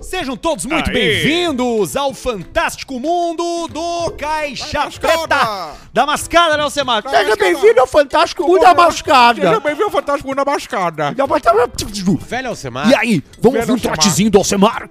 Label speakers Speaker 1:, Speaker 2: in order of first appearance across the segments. Speaker 1: Sejam todos muito
Speaker 2: Aê.
Speaker 1: bem-vindos ao fantástico mundo do Caixa Preta da Mascada, não, Semar?
Speaker 3: Seja Mascada. bem-vindo ao Fantástico Mundo da
Speaker 2: Seja
Speaker 3: Mascada.
Speaker 2: bem-vindo ao Fantástico Mundo da Mascada.
Speaker 3: Da Mascada.
Speaker 4: Velho Alcemar.
Speaker 3: E aí, vamos ouvir
Speaker 2: Velho
Speaker 3: um
Speaker 2: Alcemar.
Speaker 3: trotezinho do Alcemar?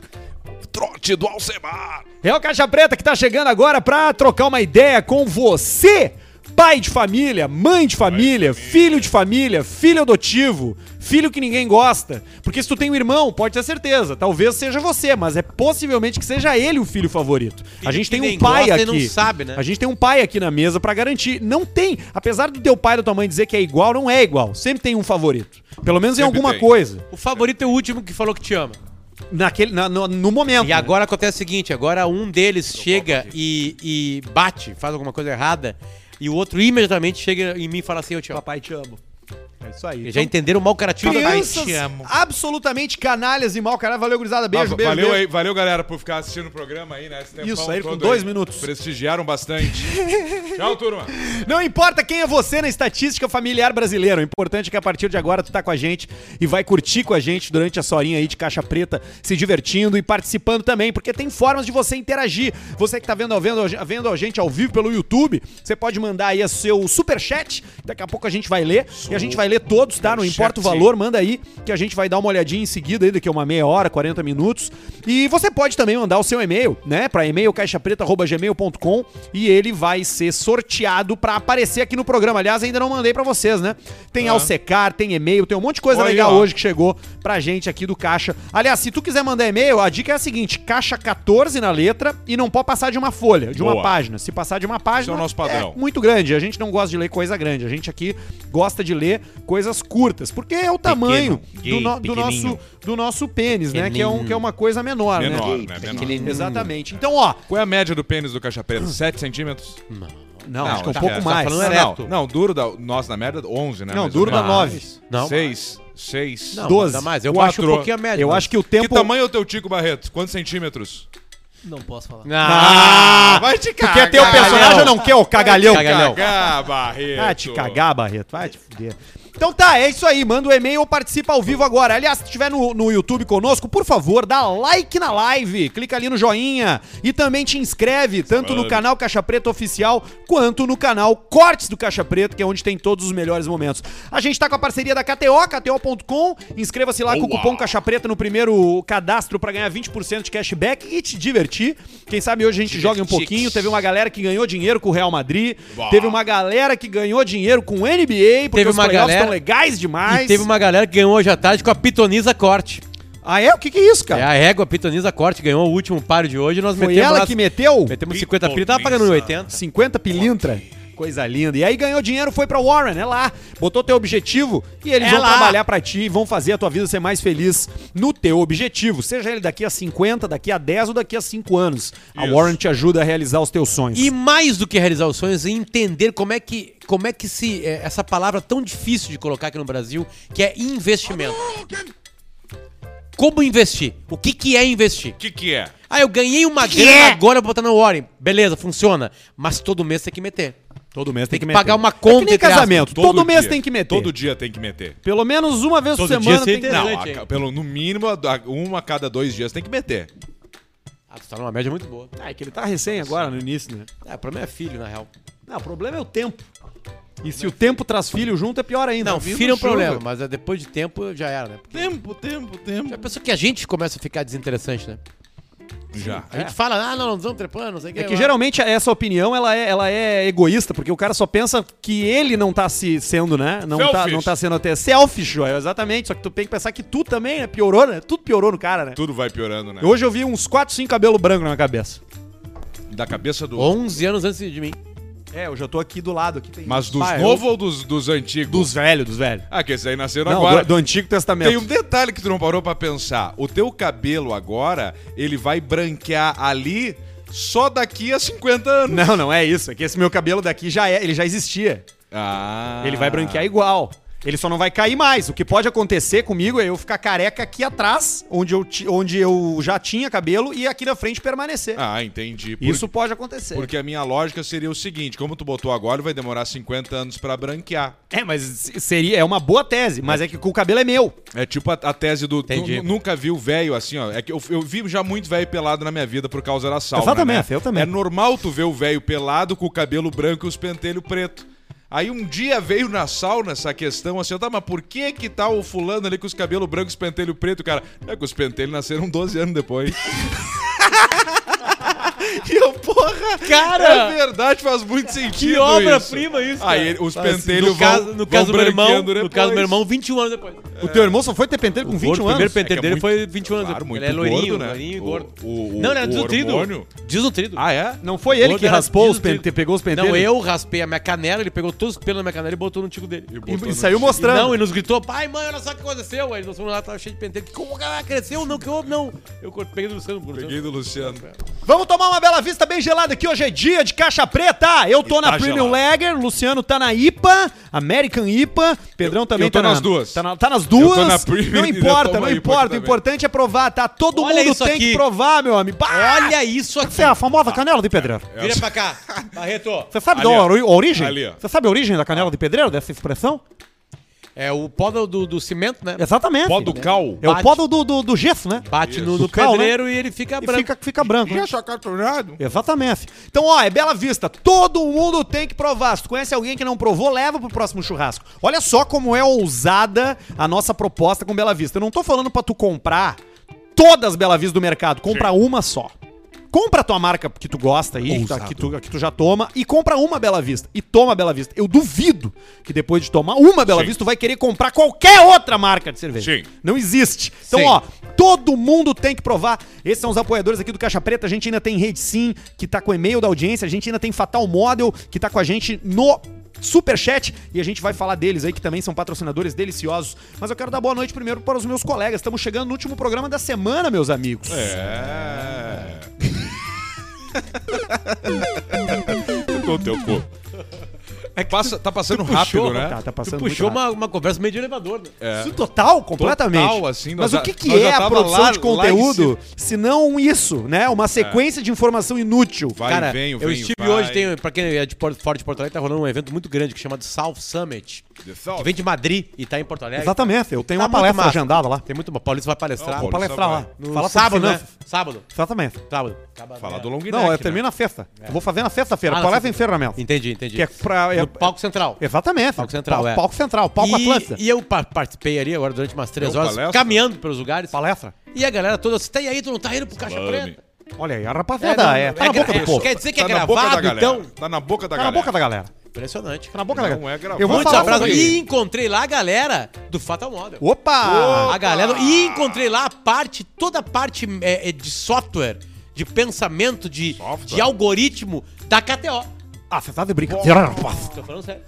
Speaker 2: Trote do Alcemar.
Speaker 1: É o Caixa Preta que tá chegando agora pra trocar uma ideia com você, pai de família, mãe de família, filho de família, filho adotivo, filho que ninguém gosta. Porque se tu tem um irmão, pode ter certeza, talvez seja você, mas é possivelmente que seja ele o filho favorito. a gente
Speaker 4: que
Speaker 1: tem um
Speaker 4: nem
Speaker 1: pai
Speaker 4: gosta e
Speaker 1: aqui.
Speaker 4: não sabe, né?
Speaker 1: A gente tem um pai aqui na mesa pra garantir. Não tem, apesar do teu pai e da tua mãe dizer que é igual, não é igual. Sempre tem um favorito. Pelo menos em
Speaker 2: Sempre
Speaker 1: alguma
Speaker 2: tem.
Speaker 1: coisa.
Speaker 4: O favorito é o último que falou que te ama.
Speaker 1: Naquele, na- no, no momento.
Speaker 4: E
Speaker 1: né?
Speaker 4: agora acontece o seguinte: agora um deles chega e, e bate, faz alguma coisa errada, e o outro imediatamente chega em mim e fala assim: Eu te amo.
Speaker 1: Papai te amo. É isso aí.
Speaker 4: Eles já entenderam o mau Tá. caratismo da
Speaker 1: crianças
Speaker 4: Haiti.
Speaker 1: absolutamente canalhas e mal caralho. Valeu, gurizada. Beijo,
Speaker 2: Ah,
Speaker 1: beijo.
Speaker 2: valeu,
Speaker 1: beijo.
Speaker 2: Aí, valeu, galera, por ficar assistindo o programa aí, né? Esse tempão
Speaker 1: Isso, saíram com
Speaker 2: todo
Speaker 1: dois minutos.
Speaker 2: Prestigiaram bastante. Tchau, turma.
Speaker 1: Não importa quem é você na estatística familiar brasileira. O importante é que a partir de agora tu tá com a gente e vai curtir com a gente durante a sorinha aí de caixa preta, se divertindo e participando também, porque tem formas de você interagir. Você que tá vendo, vendo, vendo a gente ao vivo pelo YouTube, você pode mandar aí o seu superchat. Daqui a pouco a gente vai ler. E a gente vai ler todos, tá? Não importa o valor, manda aí que a gente vai dar uma olhadinha em seguida aí, daqui a uma meia hora, 40 minutos. E você pode também mandar o seu e-mail, né? Pra e-mail caixapreta.gmail.com e ele vai ser sorteado pra aparecer aqui no programa. Aliás, ainda não mandei pra vocês, né? Tem Alcecar, tem e-mail, tem um monte de coisa
Speaker 2: Tá. Olha aí,
Speaker 1: legal
Speaker 2: ó.
Speaker 1: hoje que chegou pra gente aqui do Caixa. Aliás, se tu quiser mandar e-mail, a dica é a seguinte: caixa 14 na letra e não pode passar de uma folha, de uma
Speaker 2: Boa.
Speaker 1: página. Se passar de uma página.
Speaker 2: Esse é o nosso padrão.
Speaker 1: muito grande. A gente não gosta de ler coisa grande. A gente aqui gosta de ler coisas curtas, porque é o tamanho
Speaker 4: gay,
Speaker 1: do, no- do
Speaker 4: pequenininho.
Speaker 1: nosso, do nosso pênis, né? Que é, um,
Speaker 4: Pequenininho.
Speaker 1: que é uma coisa menor,
Speaker 2: Menor,
Speaker 1: né?
Speaker 2: né?
Speaker 4: Aquele-
Speaker 2: Menor.
Speaker 1: Exatamente. Então, ó.
Speaker 2: Qual é a média do pênis do Caixa Preta? 7 centímetros?
Speaker 1: Não, acho que é um
Speaker 2: tá,
Speaker 1: pouco
Speaker 2: tá
Speaker 1: mais.
Speaker 4: falando
Speaker 1: Não,
Speaker 4: é
Speaker 2: não,
Speaker 4: reto.
Speaker 2: não, duro da. Nós na merda, 11, né?
Speaker 1: Não,
Speaker 2: mais
Speaker 1: duro
Speaker 2: ou menos.
Speaker 1: da nove.
Speaker 4: Não,
Speaker 2: Seis. Seis.
Speaker 4: não,
Speaker 1: doze,
Speaker 4: dá mais. Eu
Speaker 2: quatro.
Speaker 4: acho um pouquinho a média.
Speaker 1: eu acho que o
Speaker 2: Que
Speaker 1: tempo.
Speaker 2: tamanho é o teu Tico Barreto? Quantos centímetros?
Speaker 5: Não posso falar.
Speaker 4: Ah,
Speaker 2: vai te
Speaker 1: Tu quer ter o personagem ou não quer o cagalhão?
Speaker 4: Vai te cagalhão.
Speaker 2: Cagar, Barreto.
Speaker 1: Ah, te cagar, Barreto. Vai te fuder. Então tá, é isso aí. Manda o e-mail ou participa ao vivo agora. Aliás, se estiver no, no YouTube conosco, por favor, dá like na live. Clica ali no joinha. E também te inscreve, tanto no canal Caixa Preta Oficial, quanto no canal Cortes do Caixa Preta, que é onde tem todos os melhores momentos. A gente tá com a parceria da KTO, KTO.com. Inscreva-se lá com o cupom Caixa Preta no primeiro cadastro pra ganhar 20% de cashback e te divertir. Quem sabe hoje a gente joga um pouquinho. Teve uma galera que ganhou dinheiro com o Real Madrid. Teve uma galera que ganhou dinheiro com o NBA, porque
Speaker 4: Teve
Speaker 1: os
Speaker 4: uma
Speaker 1: playoffs
Speaker 4: galera-
Speaker 1: estão legais demais.
Speaker 4: E teve uma galera que ganhou hoje à tarde com a Pitoniza Corte.
Speaker 1: Ah, é? O que, que é isso,
Speaker 4: É
Speaker 1: cara?
Speaker 4: a régua Pitoniza Corte, ganhou o último páreo de hoje. Nós
Speaker 1: Foi
Speaker 4: metemos
Speaker 1: ela
Speaker 4: lá-
Speaker 1: que meteu
Speaker 4: Metemos 50 pila, tava pagando 80.
Speaker 1: 50 pilintra? Coisa linda. E aí ganhou dinheiro, foi pra Warren, é lá. Botou teu objetivo e eles
Speaker 4: É
Speaker 1: vão
Speaker 4: lá.
Speaker 1: trabalhar pra ti e vão fazer a tua vida ser mais feliz no teu objetivo. Seja ele daqui a 50, daqui a 10 ou daqui a 5 anos. A
Speaker 2: Isso.
Speaker 1: Warren te ajuda a realizar os teus sonhos.
Speaker 4: E mais do que realizar os sonhos, é entender como é que, como é que se é, essa palavra tão difícil de colocar aqui no Brasil, que é investimento. Como investir? O que, que é investir?
Speaker 2: O que que é?
Speaker 4: Ah, eu ganhei uma grana agora, eu vou botar na Warren. Beleza, funciona. Mas todo mês tem que meter.
Speaker 1: todo mês
Speaker 4: tem que pagar uma
Speaker 1: É que
Speaker 4: conta,
Speaker 1: nem
Speaker 4: entre aspas.
Speaker 1: casamento. Todo, mês
Speaker 2: dia.
Speaker 1: tem que meter.
Speaker 2: Todo dia tem que meter.
Speaker 1: Pelo menos uma vez por
Speaker 4: Todo dia
Speaker 1: semana
Speaker 4: você
Speaker 1: tem que
Speaker 4: tem-
Speaker 1: meter.
Speaker 2: Não,
Speaker 4: Interessante,
Speaker 2: a ca-
Speaker 4: hein?
Speaker 2: pelo, no mínimo, a- a- uma a cada dois dias tem que meter.
Speaker 4: Ah, tu tá numa média muito boa.
Speaker 1: Ah, é que ele tá recém agora, no início, né?
Speaker 4: Ah, o problema é filho, na real.
Speaker 1: Não, o problema é o tempo. E se o tempo traz filho junto, é pior ainda.
Speaker 4: Não, filho é um
Speaker 1: chuva.
Speaker 4: problema, mas é, depois de tempo já era, né?
Speaker 5: Tempo, tempo, tempo.
Speaker 4: Já pensou que a gente começa a ficar desinteressante, né?
Speaker 2: Já.
Speaker 4: A gente fala, ah, não, não estamos trepando, não sei o que.
Speaker 1: É que geralmente essa opinião ela é, ela é egoísta, porque o cara só pensa que ele não tá se sendo, né? Não tá,
Speaker 2: Selfish.
Speaker 1: não tá sendo até selfish, Joel, exatamente. Só que tu tem que pensar que tu também, né? Piorou, né? Tudo piorou no cara, né?
Speaker 2: Tudo vai piorando, né?
Speaker 1: Hoje eu vi uns 4, 5 cabelo branco na minha cabeça.
Speaker 2: Da cabeça do...
Speaker 4: 11 anos antes de mim.
Speaker 1: É, eu já tô aqui do lado. Aqui tem... Ah, é
Speaker 2: Mas dos
Speaker 1: Pai, eu-
Speaker 2: novos ou dos, dos antigos?
Speaker 1: Dos velhos, dos velhos.
Speaker 2: Ah, que esses aí nasceram
Speaker 1: Não,
Speaker 2: agora.
Speaker 1: do, do Antigo Testamento.
Speaker 2: Tem um detalhe que tu não parou pra pensar. O teu cabelo agora, ele vai branquear ali só daqui a 50 anos.
Speaker 1: Não, não é isso. É que esse meu cabelo daqui já é, ele já existia.
Speaker 2: Ah.
Speaker 1: Ele vai branquear igual. Ele só não vai cair mais. O que pode acontecer comigo é eu ficar careca aqui atrás, onde eu, ti- onde eu já tinha cabelo, e aqui na frente permanecer.
Speaker 2: Ah, entendi. Por-
Speaker 1: Isso pode acontecer.
Speaker 2: Porque a minha lógica seria o seguinte: como tu botou agora, vai demorar 50 anos pra branquear.
Speaker 1: É, mas se- seria é uma boa tese, mas é que o cabelo é meu.
Speaker 2: É tipo a, a tese do. tu
Speaker 4: Entendi.
Speaker 2: nu- nunca vi o velho assim, ó. É que eu, eu vi já muito velho pelado na minha vida por causa da sauna.
Speaker 1: Exatamente,
Speaker 2: né?
Speaker 1: eu também.
Speaker 2: É normal tu ver o velho pelado com o cabelo branco e os pentelhos preto. Aí um dia veio na sauna essa questão assim, tá, mas por que que tá o fulano ali com os cabelos brancos e os pentelhos preto, cara? É que os pentelhos nasceram 12 anos depois.
Speaker 1: E eu, porra!
Speaker 2: É
Speaker 4: Cara!
Speaker 2: verdade, faz muito sentido
Speaker 4: Que obra-prima isso, cara.
Speaker 2: Aí ele- os
Speaker 4: Assim,
Speaker 2: pentelhos
Speaker 4: no
Speaker 2: vão,
Speaker 4: caso, no
Speaker 2: vão
Speaker 4: caso do meu irmão,
Speaker 2: branqueando
Speaker 4: no caso do meu
Speaker 2: depois. um
Speaker 4: irmão, 21 anos depois.
Speaker 1: O teu irmão só foi ter penteiro com
Speaker 4: O
Speaker 1: 20
Speaker 4: gordo, O primeiro
Speaker 1: anos.
Speaker 4: penteiro
Speaker 2: É que é muito-
Speaker 4: dele foi 21 anos.
Speaker 2: Claro, muito
Speaker 4: ele é loirinho,
Speaker 2: gordo, né?
Speaker 4: loirinho e
Speaker 2: O-
Speaker 4: gordo.
Speaker 2: o- o-
Speaker 4: não, ele era
Speaker 2: o
Speaker 4: desnutrido.
Speaker 2: hormônio.
Speaker 4: Desnutrido.
Speaker 2: Ah, é?
Speaker 1: Não foi ele
Speaker 4: Gordo
Speaker 1: que
Speaker 4: era
Speaker 1: raspou os
Speaker 4: desnutrido.
Speaker 1: pente- pegou os penteiros.
Speaker 4: Não, eu raspei a minha canela, ele pegou todos os pelos na minha canela e botou no tico dele.
Speaker 1: E-
Speaker 2: botou
Speaker 1: E,
Speaker 2: no
Speaker 1: saiu
Speaker 2: tico.
Speaker 4: E
Speaker 1: mostrando.
Speaker 4: não, e nos gritou, pai, mãe, olha só o que aconteceu. Aí nós fomos lá, tava cheio de penteiro. Que como, cara, cresceu? Não, que houve? Não. Eu cortei- peguei do Luciano. do Luciano.
Speaker 2: Peguei do Luciano.
Speaker 1: Vamos tomar uma bela vista bem gelada que hoje é dia de caixa preta. Eu tô
Speaker 2: E
Speaker 1: na
Speaker 2: tá
Speaker 1: Premium
Speaker 2: gelado.
Speaker 1: Lager, Luciano tá na IPA, American IPA, Pedrão também
Speaker 2: eu tô
Speaker 1: tá na-
Speaker 2: nas duas.
Speaker 1: Tá, na- tá nas duas.
Speaker 2: Eu tô na Premium
Speaker 1: não
Speaker 2: e ainda
Speaker 1: importa,
Speaker 2: tomo
Speaker 1: não
Speaker 2: a IPA
Speaker 1: importa. O
Speaker 2: também.
Speaker 1: importante é provar, tá? Todo
Speaker 4: Olha
Speaker 1: mundo
Speaker 4: isso
Speaker 1: tem que
Speaker 4: aqui.
Speaker 1: provar, meu amigo. Bah!
Speaker 4: Olha isso aqui.
Speaker 1: Essa é a famosa canela de pedreiro.
Speaker 4: Vira pra cá. Barreto.
Speaker 1: Você sabe
Speaker 2: É, Ali,
Speaker 1: da
Speaker 2: ó.
Speaker 1: ori- origem?
Speaker 2: Ali, ó.
Speaker 1: Você sabe a origem da canela de pedreiro, dessa expressão?
Speaker 4: É o pó do, do, do cimento, né?
Speaker 1: Exatamente.
Speaker 2: Pó do cal.
Speaker 1: É o
Speaker 4: Bate.
Speaker 1: pó do, do, do- do gesso, né?
Speaker 4: Bate no,
Speaker 1: Do
Speaker 4: no
Speaker 1: cal, né?
Speaker 4: pedreiro e ele fica
Speaker 1: E
Speaker 4: branco.
Speaker 1: fica, fica branco. né?
Speaker 2: achacatonado?
Speaker 1: Exatamente. Então, ó, é Bela Vista. Todo mundo tem que provar. Se tu conhece alguém que não provou, leva pro próximo churrasco. Olha só como é ousada a nossa proposta com Bela Vista. Eu não tô falando pra tu comprar todas as Bela Vista do mercado. Compra uma só. Compra a tua marca que tu gosta aí, que tu-
Speaker 2: Ousado.
Speaker 1: que tu, que tu já toma, e compra uma Bela Vista. E toma a Bela Vista. Eu duvido que depois de tomar uma Bela
Speaker 2: Sim.
Speaker 1: Vista, tu vai querer comprar qualquer outra marca de cerveja.
Speaker 2: Sim.
Speaker 1: Não existe. Então,
Speaker 4: Sim.
Speaker 1: ó, todo mundo tem que provar. Esses são os apoiadores aqui do Caixa Preta. A gente ainda tem Rede Sim, que tá com e-mail da audiência. A gente ainda tem Fatal Model, que tá com a gente no Superchat. E a gente vai falar deles aí, que também são patrocinadores deliciosos. Mas eu quero dar boa noite primeiro para os meus colegas. Estamos chegando no último programa da semana, meus amigos.
Speaker 2: É. Tô teu cu.
Speaker 1: É
Speaker 2: Passa, tá passando
Speaker 4: puxou,
Speaker 2: rápido, né? É,
Speaker 1: Tá, tá
Speaker 4: Tu
Speaker 1: passando
Speaker 4: puxou
Speaker 1: muito rápido.
Speaker 4: uma, uma conversa meio de elevador, né?
Speaker 1: Isso total, completamente.
Speaker 2: Total, assim,
Speaker 1: Mas
Speaker 2: nós
Speaker 1: o
Speaker 2: já-
Speaker 1: que, que
Speaker 2: nós já
Speaker 1: é a
Speaker 2: tava
Speaker 1: produção
Speaker 2: lá-
Speaker 1: de
Speaker 2: lá em
Speaker 1: conteúdo se não isso, né? Uma sequência de informação inútil.
Speaker 2: Vai,
Speaker 4: Cara,
Speaker 2: vem, vem,
Speaker 4: eu estive
Speaker 2: vai.
Speaker 4: hoje, tem, pra quem é de Porto- fora de Porto Alegre, tá rolando um evento muito grande que chama de South Summit.
Speaker 2: The South.
Speaker 4: Que vem de Madrid e tá em Porto Alegre.
Speaker 1: Exatamente, eu tenho
Speaker 4: Tá
Speaker 1: uma
Speaker 4: muito
Speaker 1: palestra
Speaker 4: massa.
Speaker 1: agendada lá.
Speaker 4: Tem muito. O Paulista vai palestrar.
Speaker 2: Não, o Paulista
Speaker 1: palestrar lá.
Speaker 2: vai.
Speaker 4: No
Speaker 1: Fala sobre
Speaker 4: sábado, né?
Speaker 1: finanças.
Speaker 4: Sábado.
Speaker 1: Exatamente.
Speaker 4: Sábado. É.
Speaker 2: Falar do long neck,
Speaker 1: Não, é eu
Speaker 2: né?
Speaker 1: termino na sexta. Eu vou fazer na sexta-feira. é
Speaker 4: Ah, na
Speaker 1: palestra em
Speaker 4: sexta-feira.
Speaker 1: ferramenta.
Speaker 4: Entendi, entendi.
Speaker 1: Que é pra. é-
Speaker 4: No palco central.
Speaker 1: Exatamente.
Speaker 4: Palco central,
Speaker 1: Pal-
Speaker 4: é.
Speaker 1: Palco central, palco
Speaker 4: e,
Speaker 1: Atlântida.
Speaker 4: e eu pa- participei ali agora durante umas três
Speaker 2: Deu
Speaker 4: horas,
Speaker 2: palestra?
Speaker 4: caminhando pelos lugares.
Speaker 1: Palestra.
Speaker 4: E a galera toda, você tá aí, tu não tá indo pro Caixa
Speaker 2: Salame.
Speaker 4: Preta?
Speaker 1: Olha aí, a rapaziada é. Tá na boca do
Speaker 4: é,
Speaker 1: povo.
Speaker 4: Quer dizer que é
Speaker 2: Tá na boca da
Speaker 4: gravado,
Speaker 2: galera.
Speaker 4: então?
Speaker 2: Tá na boca da
Speaker 1: Tá na
Speaker 2: galera.
Speaker 1: boca da galera.
Speaker 4: Impressionante.
Speaker 1: Tá na boca
Speaker 2: Não
Speaker 1: da galera.
Speaker 2: é gravado.
Speaker 1: eu vou
Speaker 4: Muitos
Speaker 1: falar
Speaker 4: abraços.
Speaker 1: sobre...
Speaker 4: E encontrei lá a galera do Fatal Model.
Speaker 1: Opa!
Speaker 4: A galera. E encontrei lá a parte, toda a parte é, é, de software, de pensamento, de,
Speaker 2: Software?
Speaker 4: de algoritmo da KTO.
Speaker 1: Ah, você tá de brincadeira, rapaz.
Speaker 4: Tô falando sério.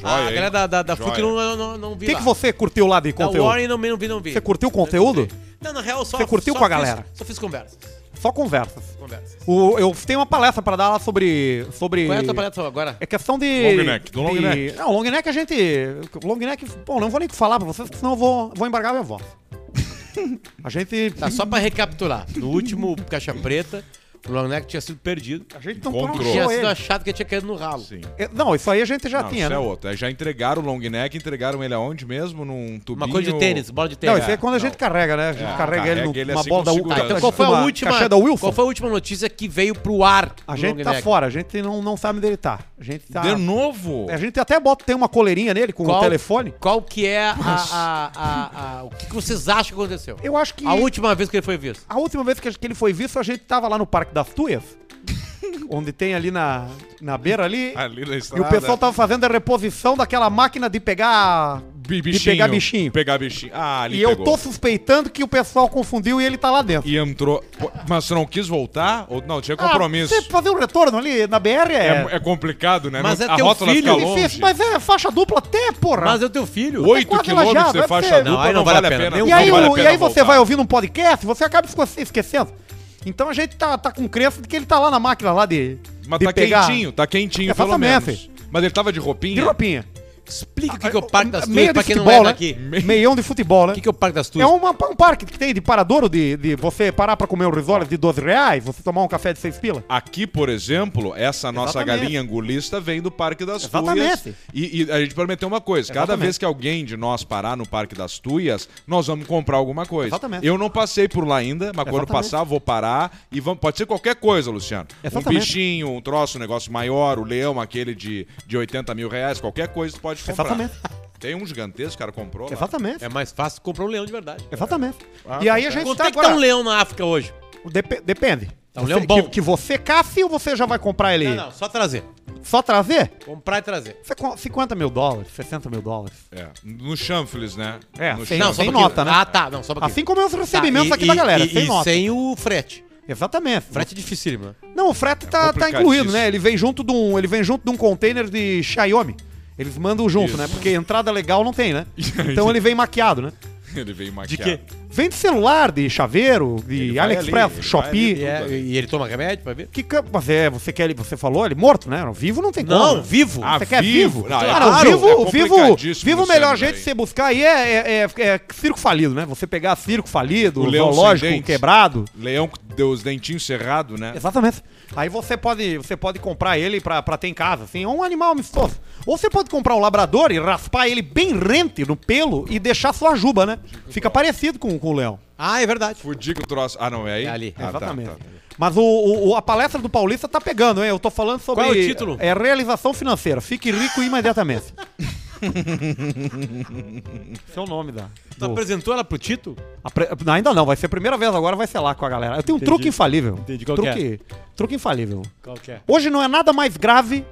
Speaker 2: Joia,
Speaker 4: a galera
Speaker 2: hein?
Speaker 4: da, da, da
Speaker 2: Joia.
Speaker 4: FUC não, não, não, não
Speaker 1: O
Speaker 4: vi.
Speaker 1: que,
Speaker 4: lá.
Speaker 1: que você curtiu lá de
Speaker 4: Da
Speaker 1: conteúdo?
Speaker 4: Warren não, não vi, não vi.
Speaker 1: Você curtiu o conteúdo?
Speaker 4: Não, na real, só.
Speaker 1: Você curtiu
Speaker 4: só
Speaker 1: com a
Speaker 4: fiz-
Speaker 1: galera?
Speaker 4: Só fiz conversas.
Speaker 1: Só conversas.
Speaker 4: Conversas.
Speaker 1: O- eu tenho uma palestra pra dar lá sobre. sobre...
Speaker 4: Qual é a tua palestra agora?
Speaker 1: É questão de.
Speaker 2: Long neck, do long
Speaker 1: de-
Speaker 2: neck.
Speaker 1: Não, long neck a gente. Long neck. Bom, não vou nem falar pra vocês, porque senão eu vou, vou embargar minha voz. A gente.
Speaker 4: Tá, só pra recapitular. No último Caixa Preta, o Long Neck tinha sido perdido.
Speaker 1: A gente não
Speaker 2: Encontrou.
Speaker 1: planejou
Speaker 4: Tinha sido
Speaker 1: ele.
Speaker 4: achado que tinha caído no ralo.
Speaker 2: Sim.
Speaker 1: É, Não, isso aí a gente já
Speaker 2: Não,
Speaker 1: tinha,
Speaker 2: isso
Speaker 1: né?
Speaker 2: é outro. É, Já entregaram o long neck, entregaram ele aonde mesmo? Num tubinho?
Speaker 4: Uma coisa de tênis, bola de tênis.
Speaker 1: Não, isso aí é quando a
Speaker 2: não.
Speaker 1: gente carrega, né? A gente
Speaker 2: É,
Speaker 1: carrega, ele
Speaker 2: carrega
Speaker 1: numa
Speaker 2: ele assim
Speaker 1: bola
Speaker 2: com
Speaker 1: da
Speaker 2: segurança.
Speaker 4: Tá, então qual
Speaker 1: de
Speaker 4: foi a
Speaker 1: uma
Speaker 4: última?
Speaker 1: caixinha da Wilson?
Speaker 4: Qual foi a última notícia que veio pro ar?
Speaker 1: A
Speaker 4: do
Speaker 1: gente
Speaker 4: Long
Speaker 1: tá
Speaker 4: Neck?
Speaker 1: fora, a gente não, não sabe delitar. A gente tá.
Speaker 2: De novo?
Speaker 1: A gente até bota, tem uma coleirinha nele com o
Speaker 4: Qual-
Speaker 1: telefone.
Speaker 4: Qual que é a, a- a- a- o que que vocês acham que aconteceu?
Speaker 1: Eu acho que. Ah.
Speaker 4: A última vez que ele foi visto.
Speaker 1: A última vez que a- que ele foi visto, a gente tava lá no Parque das Tuias, onde tem ali na, na beira ali.
Speaker 2: Ali na
Speaker 1: E
Speaker 2: estrada.
Speaker 1: o pessoal tá tava fazendo a reposição daquela máquina de pegar.
Speaker 2: Bi-
Speaker 1: de pegar bichinho.
Speaker 2: Pegar bichinho. Ah, ali
Speaker 1: e eu
Speaker 2: pegou.
Speaker 1: tô suspeitando que o pessoal confundiu e ele tá lá dentro.
Speaker 2: E entrou. Pô, Mas você não quis voltar? Ou não, tinha compromisso.
Speaker 1: Ah, você fazer um retorno ali na BR é.
Speaker 2: É, é complicado, né?
Speaker 4: Mas
Speaker 2: Não-
Speaker 4: é
Speaker 2: a
Speaker 4: teu
Speaker 2: rótula
Speaker 4: filho.
Speaker 2: fica longe.
Speaker 1: difícil, mas é faixa dupla até, porra.
Speaker 4: Mas é o teu filho.
Speaker 1: Oi. é
Speaker 2: 8
Speaker 1: quase
Speaker 2: quilômetros
Speaker 1: lajeado,
Speaker 2: de
Speaker 1: é
Speaker 2: faixa
Speaker 1: sério.
Speaker 2: dupla
Speaker 4: Não, aí
Speaker 2: não, vale a pena.
Speaker 4: Nem
Speaker 1: E
Speaker 4: Não
Speaker 1: aí,
Speaker 4: vale
Speaker 1: o- e aí você vai
Speaker 2: ouvir.
Speaker 1: ouvindo um podcast, você acaba esco- se esquecendo. Então a gente tá, tá com crença de que ele tá lá na máquina lá de.
Speaker 2: Mas
Speaker 1: de
Speaker 2: tá
Speaker 1: pegar
Speaker 2: quentinho, tá quentinho pelo
Speaker 1: Exatamente.
Speaker 2: menos. Mas ele tava de roupinha?
Speaker 1: De roupinha.
Speaker 4: Explica o que, que é o Parque das
Speaker 1: Meia Ah, de
Speaker 4: Tunas pra quem não
Speaker 1: futebol,
Speaker 4: é
Speaker 1: né?
Speaker 4: daqui.
Speaker 1: Meião de futebol, né?
Speaker 4: O que, que é o Parque das
Speaker 1: É
Speaker 4: Tunas?
Speaker 1: uma- um parque que tem de paradouro de, de você parar pra comer um risório de 12 reais, você tomar um café de 6 pila.
Speaker 2: Aqui, por exemplo, essa nossa
Speaker 1: Exatamente.
Speaker 2: galinha angulista vem do Parque das
Speaker 1: Exatamente.
Speaker 2: Tuias. E, e a gente prometeu uma coisa: cada
Speaker 1: Exatamente.
Speaker 2: vez que alguém de nós parar no Parque das Tuias, nós vamos comprar alguma coisa.
Speaker 1: Exatamente.
Speaker 2: Eu não passei por lá ainda, mas quando
Speaker 1: Exatamente.
Speaker 2: passar, vou parar e vamos. Pode ser qualquer coisa, Luciano.
Speaker 1: Exatamente.
Speaker 2: Um bichinho, um troço, um negócio maior, o leão, aquele de, de 80 mil reais, qualquer coisa tu pode comprar.
Speaker 1: Exatamente.
Speaker 2: Tem um gigantesco, o cara comprou. lá.
Speaker 1: Exatamente.
Speaker 4: É mais fácil comprar um leão de verdade.
Speaker 1: Exatamente. e aí a gente
Speaker 4: Quanto
Speaker 1: tá
Speaker 4: é que tá
Speaker 1: agora.
Speaker 4: um leão na África hoje?
Speaker 1: Depe- depende.
Speaker 4: Tá um
Speaker 1: Você-
Speaker 4: leão bom.
Speaker 1: Que, que você cafe ou você já vai comprar ele?
Speaker 4: Não, não, só trazer.
Speaker 1: Só trazer?
Speaker 4: Comprar e trazer.
Speaker 1: Você com- 50 mil dólares, 60 mil dólares.
Speaker 2: É. No Chanfles, né?
Speaker 1: É,
Speaker 2: no
Speaker 1: sem-
Speaker 2: Chanfles.
Speaker 1: Não, sem
Speaker 4: pra quê?
Speaker 1: nota, né?
Speaker 4: Ah, tá. Não, só pra quê?
Speaker 1: Assim como é os
Speaker 4: Tá,
Speaker 1: recebimentos
Speaker 4: e-
Speaker 1: aqui da
Speaker 4: e-
Speaker 1: galera,
Speaker 4: e,
Speaker 1: sem
Speaker 4: e
Speaker 1: nota.
Speaker 4: sem o frete.
Speaker 1: Exatamente.
Speaker 4: Frete é dificílimo, né?
Speaker 1: Não, o frete tá, tá
Speaker 2: complicadíssimo.
Speaker 1: incluído, né? Ele vem junto de um, ele vem junto de um container de Xiaomi. Eles mandam junto, né? Porque entrada legal não tem, né? Então ele vem maquiado, né?
Speaker 2: Ele veio
Speaker 4: De
Speaker 2: maquiado.
Speaker 4: quê?
Speaker 1: Vem de celular, de chaveiro,
Speaker 2: Ele
Speaker 1: de
Speaker 2: vai ali,
Speaker 1: AliExpress,
Speaker 2: ele
Speaker 1: Shopee.
Speaker 4: E, é- e ele toma remédio pra ver?
Speaker 1: Que ca- mas é, você quer ele, você falou, ele morto, né? Vivo não tem como. né?
Speaker 4: vivo.
Speaker 2: Ah,
Speaker 1: Você quer
Speaker 2: vivo?
Speaker 1: vivo?
Speaker 2: Não, é
Speaker 1: Claro,
Speaker 2: claro,
Speaker 1: vivo,
Speaker 2: é
Speaker 1: vivo,
Speaker 2: complicadíssimo,
Speaker 1: vivo o melhor
Speaker 2: Luciano,
Speaker 1: jeito
Speaker 2: daí.
Speaker 1: de você buscar aí é, é- é- é circo falido, né? Você pegar circo falido,
Speaker 2: O leão sem
Speaker 1: zoológico
Speaker 2: dentes.
Speaker 1: quebrado.
Speaker 2: Leão que deu os dentinhos cerrados, né?
Speaker 1: Exatamente. Aí você pode, você pode comprar ele pra, pra ter em casa, assim, é um animal amistoso. Ou você pode comprar um labrador e raspar ele bem rente no pelo e deixar sua juba, né? Fica parecido com, com o leão.
Speaker 4: Ah, é verdade.
Speaker 2: Fudi com o troço. Ah, não, é aí?
Speaker 4: É ali.
Speaker 2: Ah, tá,
Speaker 1: Exatamente.
Speaker 2: tá, tá.
Speaker 1: Mas o, o- o- a palestra do Paulista tá pegando, hein? Eu tô falando sobre.
Speaker 4: Qual é o título?
Speaker 1: É realização financeira. Fique rico imediatamente. Esse é o nome da.
Speaker 4: Tu
Speaker 1: do-
Speaker 4: apresentou ela pro Tito?
Speaker 1: a pre- não, Ainda não, vai ser a primeira vez agora, vai ser lá com a galera. Eu tenho um truque infalível.
Speaker 4: Entendi, qual que
Speaker 1: truque, truque infalível.
Speaker 4: Qual que é?
Speaker 1: Hoje não é nada mais grave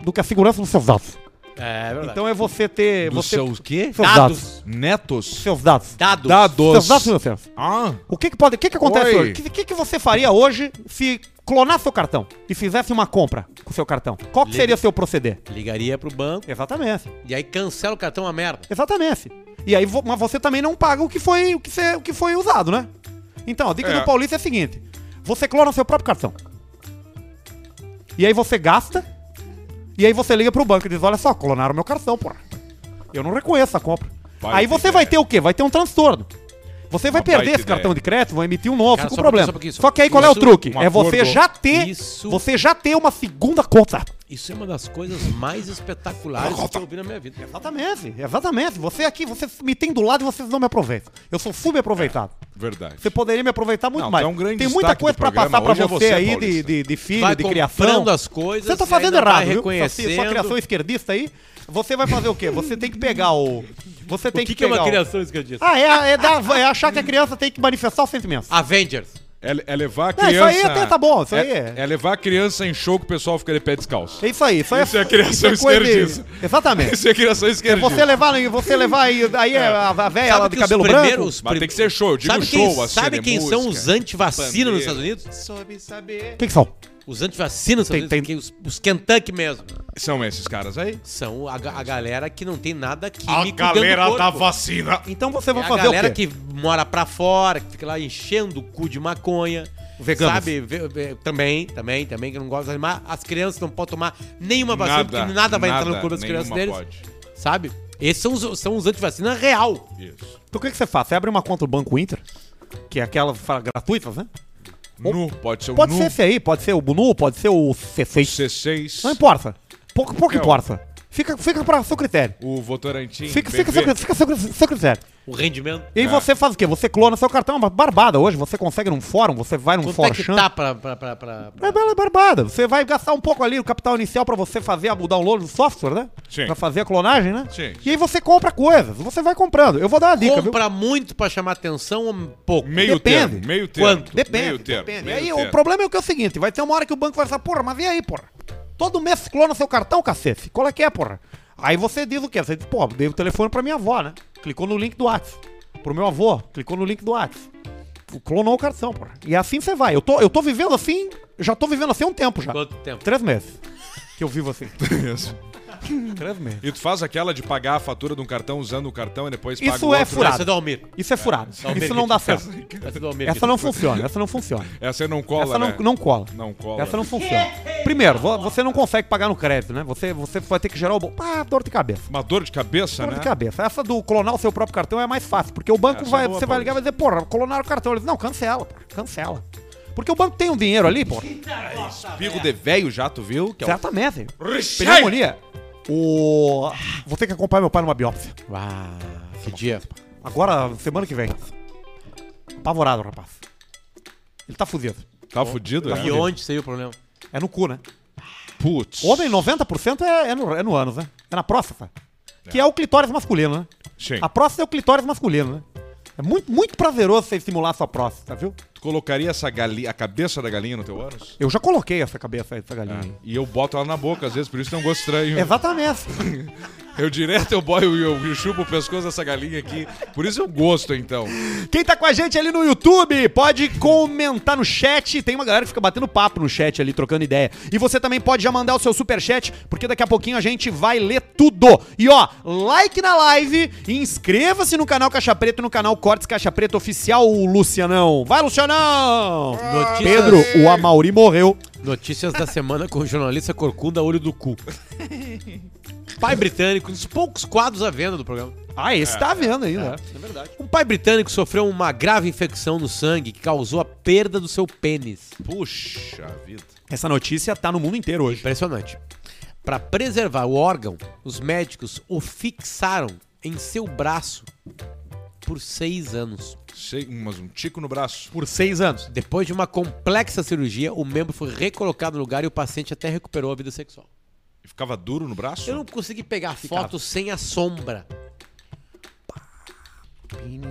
Speaker 1: do que a segurança dos seus dados.
Speaker 4: É verdade.
Speaker 1: Então é você ter.
Speaker 2: Dos
Speaker 1: você,
Speaker 2: seus quê?
Speaker 1: seus dados.
Speaker 4: Dados.
Speaker 2: Netos?
Speaker 1: Seus dados.
Speaker 4: Dados.
Speaker 1: Seus
Speaker 2: Dados.
Speaker 1: dados financeiros.
Speaker 2: Ah,
Speaker 1: O que, que pode. O que, que acontece
Speaker 2: Oi.
Speaker 1: hoje? O que, que, que você faria hoje se clonasse seu cartão e fizesse uma compra com seu cartão? Qual que
Speaker 4: Liga.
Speaker 1: seria seu proceder?
Speaker 4: Ligaria pro banco
Speaker 1: Exatamente.
Speaker 4: e aí cancela o cartão a merda.
Speaker 1: Exatamente. E aí, vo- mas você também não paga o que foi, o que você, o que foi usado, né? Então, a dica
Speaker 2: É.
Speaker 1: do Paulista é a seguinte: você clona seu próprio cartão. E aí você gasta. E aí você liga pro banco e diz: "Olha só, clonaram meu cartão, porra. Eu não reconheço a compra".
Speaker 2: Baita
Speaker 1: aí você
Speaker 2: ideia.
Speaker 1: vai ter o quê? Vai ter um transtorno. Você vai
Speaker 2: Uma
Speaker 1: perder
Speaker 2: baita
Speaker 1: esse
Speaker 2: ideia.
Speaker 1: cartão de crédito, vão emitir um novo,
Speaker 4: Cara,
Speaker 1: fica um
Speaker 4: só um
Speaker 1: problema.
Speaker 4: pouquinho, só um pouquinho, só um
Speaker 1: Só que aí qual é o
Speaker 4: pouquinho.
Speaker 1: truque?
Speaker 2: Um
Speaker 1: é você
Speaker 2: acordo.
Speaker 1: já ter,
Speaker 4: Isso.
Speaker 1: você já ter uma segunda conta.
Speaker 4: Isso é uma das coisas mais espetaculares que eu ouvi na minha vida.
Speaker 1: Exatamente, exatamente. Você aqui, você me tem do lado e vocês não me aproveitam. Eu sou subaproveitado.
Speaker 2: verdade.
Speaker 1: Você poderia me aproveitar muito
Speaker 2: É. Não,
Speaker 1: mais.
Speaker 2: tá um grande
Speaker 1: tem muita
Speaker 2: destaque
Speaker 1: coisa
Speaker 2: do
Speaker 1: pra
Speaker 2: programa.
Speaker 1: passar pra
Speaker 2: Hoje é
Speaker 1: você,
Speaker 2: você,
Speaker 1: aí de,
Speaker 2: Paulista.
Speaker 1: de, de filho,
Speaker 4: Vai
Speaker 1: de
Speaker 4: comprando
Speaker 1: criação.
Speaker 4: as coisas.
Speaker 1: Você tá
Speaker 4: e
Speaker 1: fazendo
Speaker 4: ainda vai
Speaker 1: errado, viu? Sua, fi- sua
Speaker 4: reconhecendo.
Speaker 1: criação esquerdista aí, você vai fazer o quê? Você tem que pegar o... Você tem
Speaker 4: O que, que é
Speaker 1: pegar
Speaker 4: uma
Speaker 1: o-
Speaker 4: criação escandista?
Speaker 1: Ah, é, é, dar- é achar que a criança tem que manifestar os sentimentos.
Speaker 4: Avengers.
Speaker 2: É, é levar a
Speaker 1: Não,
Speaker 2: criança...
Speaker 1: isso aí até tá bom, isso
Speaker 2: é,
Speaker 1: aí é-
Speaker 2: é levar a criança em show que o pessoal fica de pé descalço.
Speaker 1: É isso aí. Isso, aí
Speaker 2: Isso é criação
Speaker 1: isso é coisa de-
Speaker 2: esquerdista.
Speaker 1: Exatamente.
Speaker 2: Isso é criança esquerda.
Speaker 1: Você levar, você levar aí, aí é a, a velha lá de
Speaker 4: que os
Speaker 1: cabelo branco.
Speaker 4: primeiros-
Speaker 2: Mas tem que ser show, eu digo
Speaker 4: sabe
Speaker 2: show,
Speaker 4: quem,
Speaker 2: assim,
Speaker 4: sabe
Speaker 2: de
Speaker 4: quem são
Speaker 2: música,
Speaker 4: os antivacina
Speaker 2: bandeira.
Speaker 4: nos Estados Unidos?
Speaker 5: Soube saber.
Speaker 1: Quem que são?
Speaker 4: Os antivacina nos Estados
Speaker 1: Tem- tem-
Speaker 4: Unidos, que os, os Kentucky mesmo,
Speaker 2: São esses caras aí.
Speaker 4: são a, ga- a galera que não tem nada químico
Speaker 2: tá
Speaker 4: vacina.
Speaker 1: Então você vai
Speaker 4: É a
Speaker 1: fazer o
Speaker 4: galera
Speaker 1: quê?
Speaker 4: que mora pra fora, que fica lá enchendo o cu de maconha.
Speaker 1: Veganos.
Speaker 4: Sabe? Ve- ve- também, também, também, que não gosta de animar. As crianças não podem tomar nenhuma vacina,
Speaker 2: Nada,
Speaker 4: porque nada vai entrar
Speaker 2: nada,
Speaker 4: no corpo das crianças deles.
Speaker 2: nenhuma
Speaker 4: Sabe? Esses são os, são os antivacina real.
Speaker 2: Isso.
Speaker 1: Então o que, que você faz? Você abre uma conta do Banco Inter, que é aquelas fa- gratuitas, né?
Speaker 2: Nu, pode ser É o
Speaker 1: Pode
Speaker 2: Nu.
Speaker 1: ser esse aí, pode ser o Bunu, pode ser o C6.
Speaker 2: C6.
Speaker 1: Não importa. Pouco, pouco
Speaker 2: É, ó.
Speaker 1: importa. Fica, fica para seu critério.
Speaker 2: O Votorantim.
Speaker 1: Fica, fica,
Speaker 2: BV.
Speaker 1: seu, fica seu, seu critério.
Speaker 4: O rendimento.
Speaker 1: E aí
Speaker 2: É.
Speaker 1: você faz o quê? Você clona seu cartão, é uma barbada hoje. Você consegue num fórum, você vai num
Speaker 4: Quanto é que
Speaker 1: forchan.
Speaker 4: tá pra. pra, pra, pra- pra-
Speaker 1: É bela barbada. Você vai gastar um pouco ali o capital inicial pra você fazer a- o download do software, né?
Speaker 2: Sim.
Speaker 1: Pra fazer a clonagem, né?
Speaker 2: Sim.
Speaker 1: E aí você compra coisas, você vai comprando. Eu vou dar uma dica, viu?
Speaker 4: Compra muito pra chamar atenção ou pouco?
Speaker 2: Meio
Speaker 1: Depende.
Speaker 2: termo. Meio termo.
Speaker 4: Quanto?
Speaker 1: Depende.
Speaker 2: Meio termo.
Speaker 1: depende.
Speaker 2: meio
Speaker 1: aí
Speaker 2: termo.
Speaker 1: o problema é o que é o seguinte: vai ter uma hora que o banco vai falar, porra, mas e aí, porra? Todo mês clona seu cartão, cacete. Qual é que é, porra? Aí você diz o quê? Você diz, pô, dei o telefone pra minha avó, né? Clicou no link do WhatsApp. Pro meu avô, clicou no link do WhatsApp. Clonou o cartão, porra. E assim você vai. Eu tô, eu tô vivendo
Speaker 4: Tá.
Speaker 1: assim, já tô vivendo assim há um tempo já.
Speaker 4: Quanto tempo?
Speaker 1: Três meses. Que eu vivo assim.
Speaker 2: Isso. E tu faz aquela de pagar a fatura de um cartão usando o cartão e depois paga
Speaker 1: Isso
Speaker 2: o outro.
Speaker 1: é furado.
Speaker 4: Essa é do Almir.
Speaker 1: Isso é furado.
Speaker 2: um
Speaker 4: Dá o
Speaker 1: Isso
Speaker 4: merguido.
Speaker 1: não dá certo.
Speaker 4: Essa é do Almir.
Speaker 1: Essa não funciona, essa não funciona.
Speaker 2: Essa aí não cola,
Speaker 1: Essa não,
Speaker 2: né?
Speaker 1: não cola.
Speaker 2: Não cola.
Speaker 1: Essa não funciona. Primeiro, vo- você não consegue pagar no crédito, né? Você, você vai ter que gerar o. bol- Ah, dor de cabeça.
Speaker 2: Uma dor de cabeça,
Speaker 1: Dor
Speaker 2: né?
Speaker 1: de cabeça. Essa do clonar o seu próprio cartão é mais fácil, porque o banco
Speaker 2: Essa é
Speaker 1: vai.
Speaker 2: boa,
Speaker 1: você vai
Speaker 2: Paulo.
Speaker 1: ligar e vai dizer, porra, clonaram o cartão. Eles, não, cancela, porra, cancela. Porque o banco tem um dinheiro ali, porra.
Speaker 2: Então. Pico de velho já, tu viu?
Speaker 4: Tá
Speaker 2: Que é o-
Speaker 1: Certamente. Pneumonia. O. Vou ter que acompanhar meu pai numa biópsia.
Speaker 4: Ah,
Speaker 1: Tá
Speaker 4: que dia.
Speaker 1: Agora, semana que vem. Apavorado, rapaz. Ele tá fudido.
Speaker 2: Tá fudido, né?
Speaker 4: E onde saiu o problema?
Speaker 1: É no cu, né?
Speaker 2: Putz.
Speaker 1: Homem, 90% é, é, no, é no ânus, né? É na próstata. Que é o clitóris masculino, né?
Speaker 2: Sim.
Speaker 4: Ah.
Speaker 1: A próstata é o clitóris masculino, né? É muito, muito prazeroso você estimular a sua próstata, viu?
Speaker 2: Tu colocaria essa galinha, a cabeça da galinha no teu ânus?
Speaker 1: Eu já coloquei essa cabeça aí dessa galinha. aí.
Speaker 2: E eu boto ela na boca, às vezes, por isso tem um gosto estranho.
Speaker 4: É
Speaker 1: Exatamente.
Speaker 2: Eu direto eu boio e eu, eu chupo o pescoço dessa galinha aqui. Por isso eu gosto, então.
Speaker 1: Quem tá com a gente ali no YouTube, pode comentar no chat. Tem uma galera que fica batendo papo no chat ali, trocando ideia. E você também pode já mandar o seu superchat, porque daqui a pouquinho a gente vai ler tudo. E ó, like na live, inscreva-se no canal Caixa Preta e no canal Cortes Caixa Preta Oficial, Lucianão. Vai, Lucianão!
Speaker 4: Notícias,
Speaker 1: Pedro, o Amauri morreu.
Speaker 4: Notícias da semana com o jornalista Corcunda Olho do Cu. Pai britânico, um dos poucos quadros à venda do programa.
Speaker 1: Ah, esse tá vendo ainda.
Speaker 4: Um pai britânico sofreu uma grave infecção no sangue que causou a perda do seu pênis.
Speaker 2: Puxa vida.
Speaker 1: Essa notícia tá no mundo inteiro hoje.
Speaker 4: Impressionante. Para preservar o órgão, os médicos o fixaram em seu braço por seis anos.
Speaker 2: Sei, mas um tico no braço.
Speaker 1: Por seis anos.
Speaker 4: Depois de uma complexa cirurgia, o membro foi recolocado no lugar e o paciente até recuperou a vida sexual.
Speaker 2: E ficava duro no braço?
Speaker 4: Eu não consegui pegar foto sem a sombra.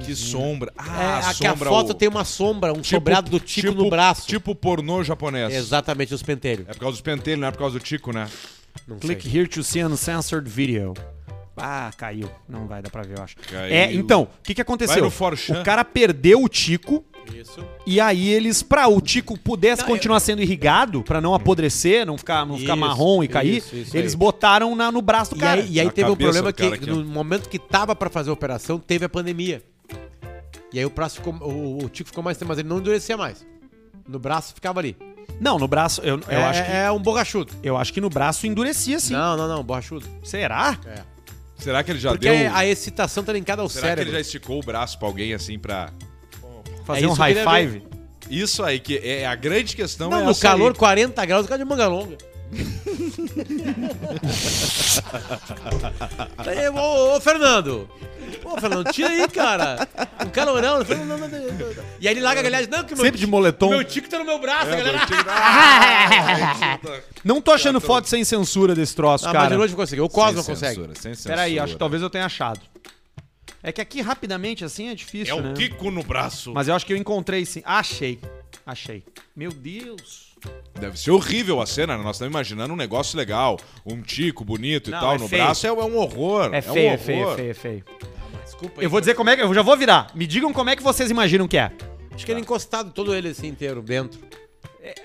Speaker 2: Que sombra. Ah,
Speaker 4: é, a, que a
Speaker 2: sombra,
Speaker 4: foto
Speaker 2: o-
Speaker 4: tem uma sombra, um sobrado do tico no braço.
Speaker 2: Tipo pornô japonês.
Speaker 4: Exatamente, os pentelhos.
Speaker 2: É por causa dos pentelhos, não é por causa do tico, né?
Speaker 4: Não sei.
Speaker 1: Click here to see uncensored video. Ah, caiu. Não vai dar pra ver, eu acho.
Speaker 2: Caiu.
Speaker 1: É, então, o que, que
Speaker 2: Vai
Speaker 1: aconteceu?
Speaker 2: no 4chan.
Speaker 1: O cara perdeu o Tico.
Speaker 4: Isso.
Speaker 1: E aí eles, pra o Tico pudesse
Speaker 4: Não,
Speaker 1: continuar sendo irrigado, pra não apodrecer, não ficar, não ficar
Speaker 4: Isso,
Speaker 1: marrom e cair,
Speaker 4: isso, isso
Speaker 1: eles
Speaker 4: aí.
Speaker 1: botaram na, no braço do
Speaker 4: E
Speaker 1: cara.
Speaker 4: aí, e aí
Speaker 2: Na
Speaker 4: teve um
Speaker 2: cabeça
Speaker 4: problema
Speaker 2: do cara
Speaker 4: que,
Speaker 2: aqui, ó.
Speaker 4: no momento que tava pra fazer a operação, teve a pandemia. E aí o braço ficou. O, o tico ficou mais tempo, mas ele não endurecia mais. No braço ficava ali.
Speaker 1: Não, no braço, eu, eu
Speaker 4: é,
Speaker 1: acho que,
Speaker 4: é um borrachudo.
Speaker 1: eu acho que no braço endurecia, sim.
Speaker 4: Não, não, não, borrachudo.
Speaker 1: Será?
Speaker 4: É.
Speaker 2: Será que ele já
Speaker 4: Porque
Speaker 2: deu.
Speaker 1: é
Speaker 4: a excitação tá linkada ao
Speaker 2: Será que ele
Speaker 4: cérebro. É
Speaker 2: já esticou o braço pra alguém assim pra.
Speaker 1: Fazer um
Speaker 4: isso que eu
Speaker 1: high
Speaker 4: queria
Speaker 1: five.
Speaker 2: Isso aí, que é a grande questão.
Speaker 4: Não,
Speaker 2: é
Speaker 4: no
Speaker 2: essa
Speaker 4: calor,
Speaker 2: aí.
Speaker 4: 40 graus, o cara de manga longa. Aí, ô, ô, Fernando. Ô, Fernando, tira aí, cara. Um calorão. Não, não, não, não, não. E aí ele larga a galera e diz, não, que meu,
Speaker 1: Sempre de moletom.
Speaker 4: meu tico tá no meu
Speaker 2: É,
Speaker 4: braço, a galera.
Speaker 1: Não tô achando foto sem censura desse troço,
Speaker 4: Ah, mas
Speaker 1: cara.
Speaker 4: de longe conseguiu. O Cosmo consegue.
Speaker 1: Peraí, acho que talvez eu tenha achado. É que aqui rapidamente assim é difícil,
Speaker 2: É
Speaker 1: né?
Speaker 2: o tico no braço.
Speaker 1: Mas eu acho que eu encontrei sim. Achei. Achei. Meu Deus.
Speaker 2: Deve ser horrível a cena, né? Nós estamos imaginando um negócio legal. Um tico bonito
Speaker 1: Não,
Speaker 2: e tal
Speaker 1: é
Speaker 2: no
Speaker 1: feio.
Speaker 2: braço. É, é um horror.
Speaker 1: É feio,
Speaker 2: um
Speaker 1: é feio, é
Speaker 2: horror.
Speaker 1: feio, é feio.
Speaker 4: Desculpa aí.
Speaker 1: Eu vou dizer como é que. Eu já vou virar. Me digam como é que vocês imaginam que é.
Speaker 4: Acho que ele encostado todo ele assim inteiro dentro.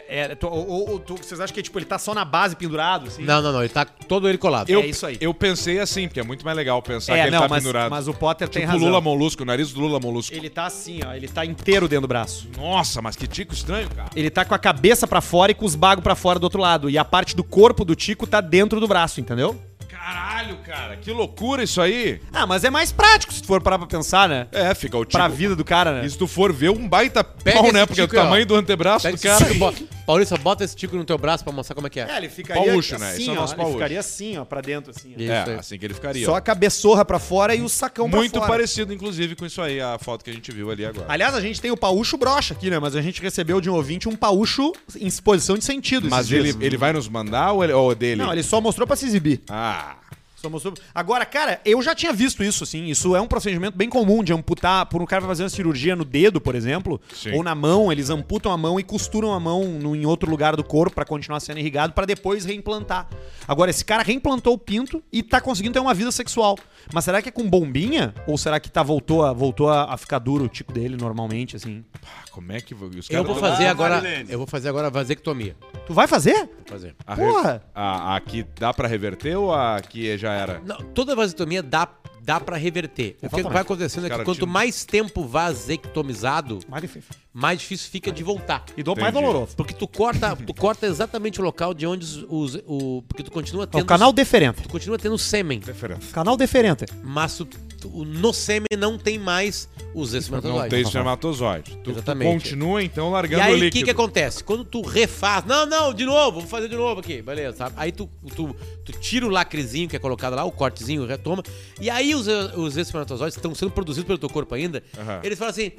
Speaker 1: é tô- ou, ou- ou tô- vocês acham que tipo, ele tá só na base pendurado? Assim?
Speaker 4: Não, não, não. Ele tá todo ele colado.
Speaker 1: Eu-
Speaker 2: É isso aí. Eu pensei assim, porque é muito mais legal pensar que
Speaker 1: É,
Speaker 2: ele
Speaker 1: não,
Speaker 2: tá
Speaker 1: mas,
Speaker 2: pendurado.
Speaker 1: mas o Potter tem
Speaker 2: tipo o
Speaker 1: razão.
Speaker 2: Lula Molusco, o nariz do Lula Molusco.
Speaker 1: Ele tá assim, ó. Ele tá inteiro dentro do braço.
Speaker 2: Nossa, mas que tico estranho, cara.
Speaker 1: Ele tá com a cabeça pra fora e com os bagos pra fora do outro lado. E a parte do corpo do Tico tá dentro do braço, entendeu?
Speaker 2: Caralho, cara. Que loucura isso aí.
Speaker 1: Ah, mas é mais prático se tu for parar pra pensar, né?
Speaker 2: É, fica o tico.
Speaker 1: Pra vida do cara, né?
Speaker 2: E se tu for ver, um baita
Speaker 4: Pega
Speaker 2: pau,
Speaker 4: esse
Speaker 2: né? Porque
Speaker 4: tico
Speaker 2: o
Speaker 4: aí, ó.
Speaker 2: tamanho do antebraço do
Speaker 4: Pega esse
Speaker 2: cara.
Speaker 4: tico, bota- Paulista, bota esse tico no teu braço pra mostrar como é que é.
Speaker 1: ele
Speaker 2: Paúcho, né? Isso é o nosso
Speaker 1: ele
Speaker 2: paúcho.
Speaker 1: ficaria assim, ó, pra dentro, assim. ó.
Speaker 4: Isso é
Speaker 2: É,
Speaker 4: aí.
Speaker 2: assim que ele ficaria.
Speaker 1: Só
Speaker 2: ó.
Speaker 1: a cabeçorra pra fora e o
Speaker 4: um
Speaker 1: sacão
Speaker 2: Muito
Speaker 1: pra fora.
Speaker 2: parecido, inclusive, com isso aí, a foto que a gente viu ali
Speaker 4: Ah,
Speaker 2: agora.
Speaker 1: Aliás, a gente tem o paúcho brocha aqui, né? Mas a gente recebeu de um ouvinte um paúcho em exposição de sentido.
Speaker 2: Mas
Speaker 1: esses
Speaker 2: ele,
Speaker 1: dias.
Speaker 2: ele vai nos mandar ou, ele, ou é dele?
Speaker 1: Não, ele só mostrou pra se exibir.
Speaker 2: Ah.
Speaker 1: Só mostrou- Agora, cara, eu já tinha visto isso, assim. Isso é um procedimento bem comum de amputar. Por um cara fazer uma cirurgia no dedo, por exemplo,
Speaker 2: Sim.
Speaker 1: ou na mão, eles amputam a mão e costuram a mão no- em outro lugar do corpo pra continuar sendo irrigado, pra depois reimplantar. Agora, esse cara reimplantou o pinto e tá conseguindo ter uma vida sexual. Mas será que é com bombinha? Ou será que tá voltou a, voltou a, a ficar duro o tico dele normalmente, assim?
Speaker 2: Ah, Como é que os
Speaker 4: Eu
Speaker 2: caras
Speaker 4: vou
Speaker 2: tão-
Speaker 4: fazer
Speaker 5: Ah,
Speaker 4: agora.
Speaker 5: Marilene.
Speaker 4: Eu vou fazer agora vasectomia.
Speaker 1: Tu vai fazer?
Speaker 4: Vou Fazer.
Speaker 2: A,
Speaker 1: Porra!
Speaker 2: A, a que dá pra reverter ou a que já era?
Speaker 4: Não, toda vasectomia dá, dá para reverter. O que
Speaker 1: Exatamente.
Speaker 4: vai acontecendo é que
Speaker 2: Cara,
Speaker 4: quanto
Speaker 2: tira-
Speaker 4: mais tempo vasectomizado,
Speaker 1: Mais difícil.
Speaker 4: mais difícil fica de voltar.
Speaker 1: E dou mais
Speaker 2: Entendi.
Speaker 1: doloroso.
Speaker 4: Porque tu corta, tu corta exatamente o local de onde os, os- o. Porque tu continua
Speaker 1: É
Speaker 4: tendo.
Speaker 1: o canal deferente.
Speaker 4: Tu continua tendo sêmen.
Speaker 2: Diferença.
Speaker 1: Canal deferente.
Speaker 4: Mas tu- tu- no sêmen não tem mais os
Speaker 2: Não
Speaker 4: espermatozoides.
Speaker 2: tem é espermatozoide. Tu, tu
Speaker 4: Exatamente.
Speaker 2: continua, então,
Speaker 4: E
Speaker 2: largando o
Speaker 4: aí, o
Speaker 2: líquido.
Speaker 4: que, é que acontece? Quando tu refaz, não, não, de novo, vou fazer de novo aqui, beleza, sabe? Aí tu, tu, tu tira o lacrezinho que é colocado lá, o cortezinho, retoma, e aí os, os espermatozoides que estão sendo produzidos pelo teu corpo ainda,
Speaker 2: Aham.
Speaker 4: eles falam assim,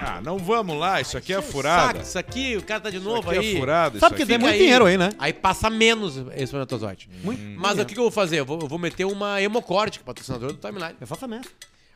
Speaker 2: Ah, não vamos lá, isso aqui é
Speaker 4: saco,
Speaker 2: furada.
Speaker 4: isso aqui, o cara tá de
Speaker 2: Isso
Speaker 4: novo
Speaker 2: aqui
Speaker 4: aí.
Speaker 2: é furada.
Speaker 1: Sabe
Speaker 2: isso
Speaker 1: que tem
Speaker 2: aqui-
Speaker 1: muito dinheiro aí, né?
Speaker 4: Aí passa menos espermatozoide.
Speaker 1: Muito.
Speaker 4: Mas o que, que eu vou fazer? Eu vou, eu vou meter uma hemocórtica, patrocinadora do Timeline.
Speaker 1: Exatamente.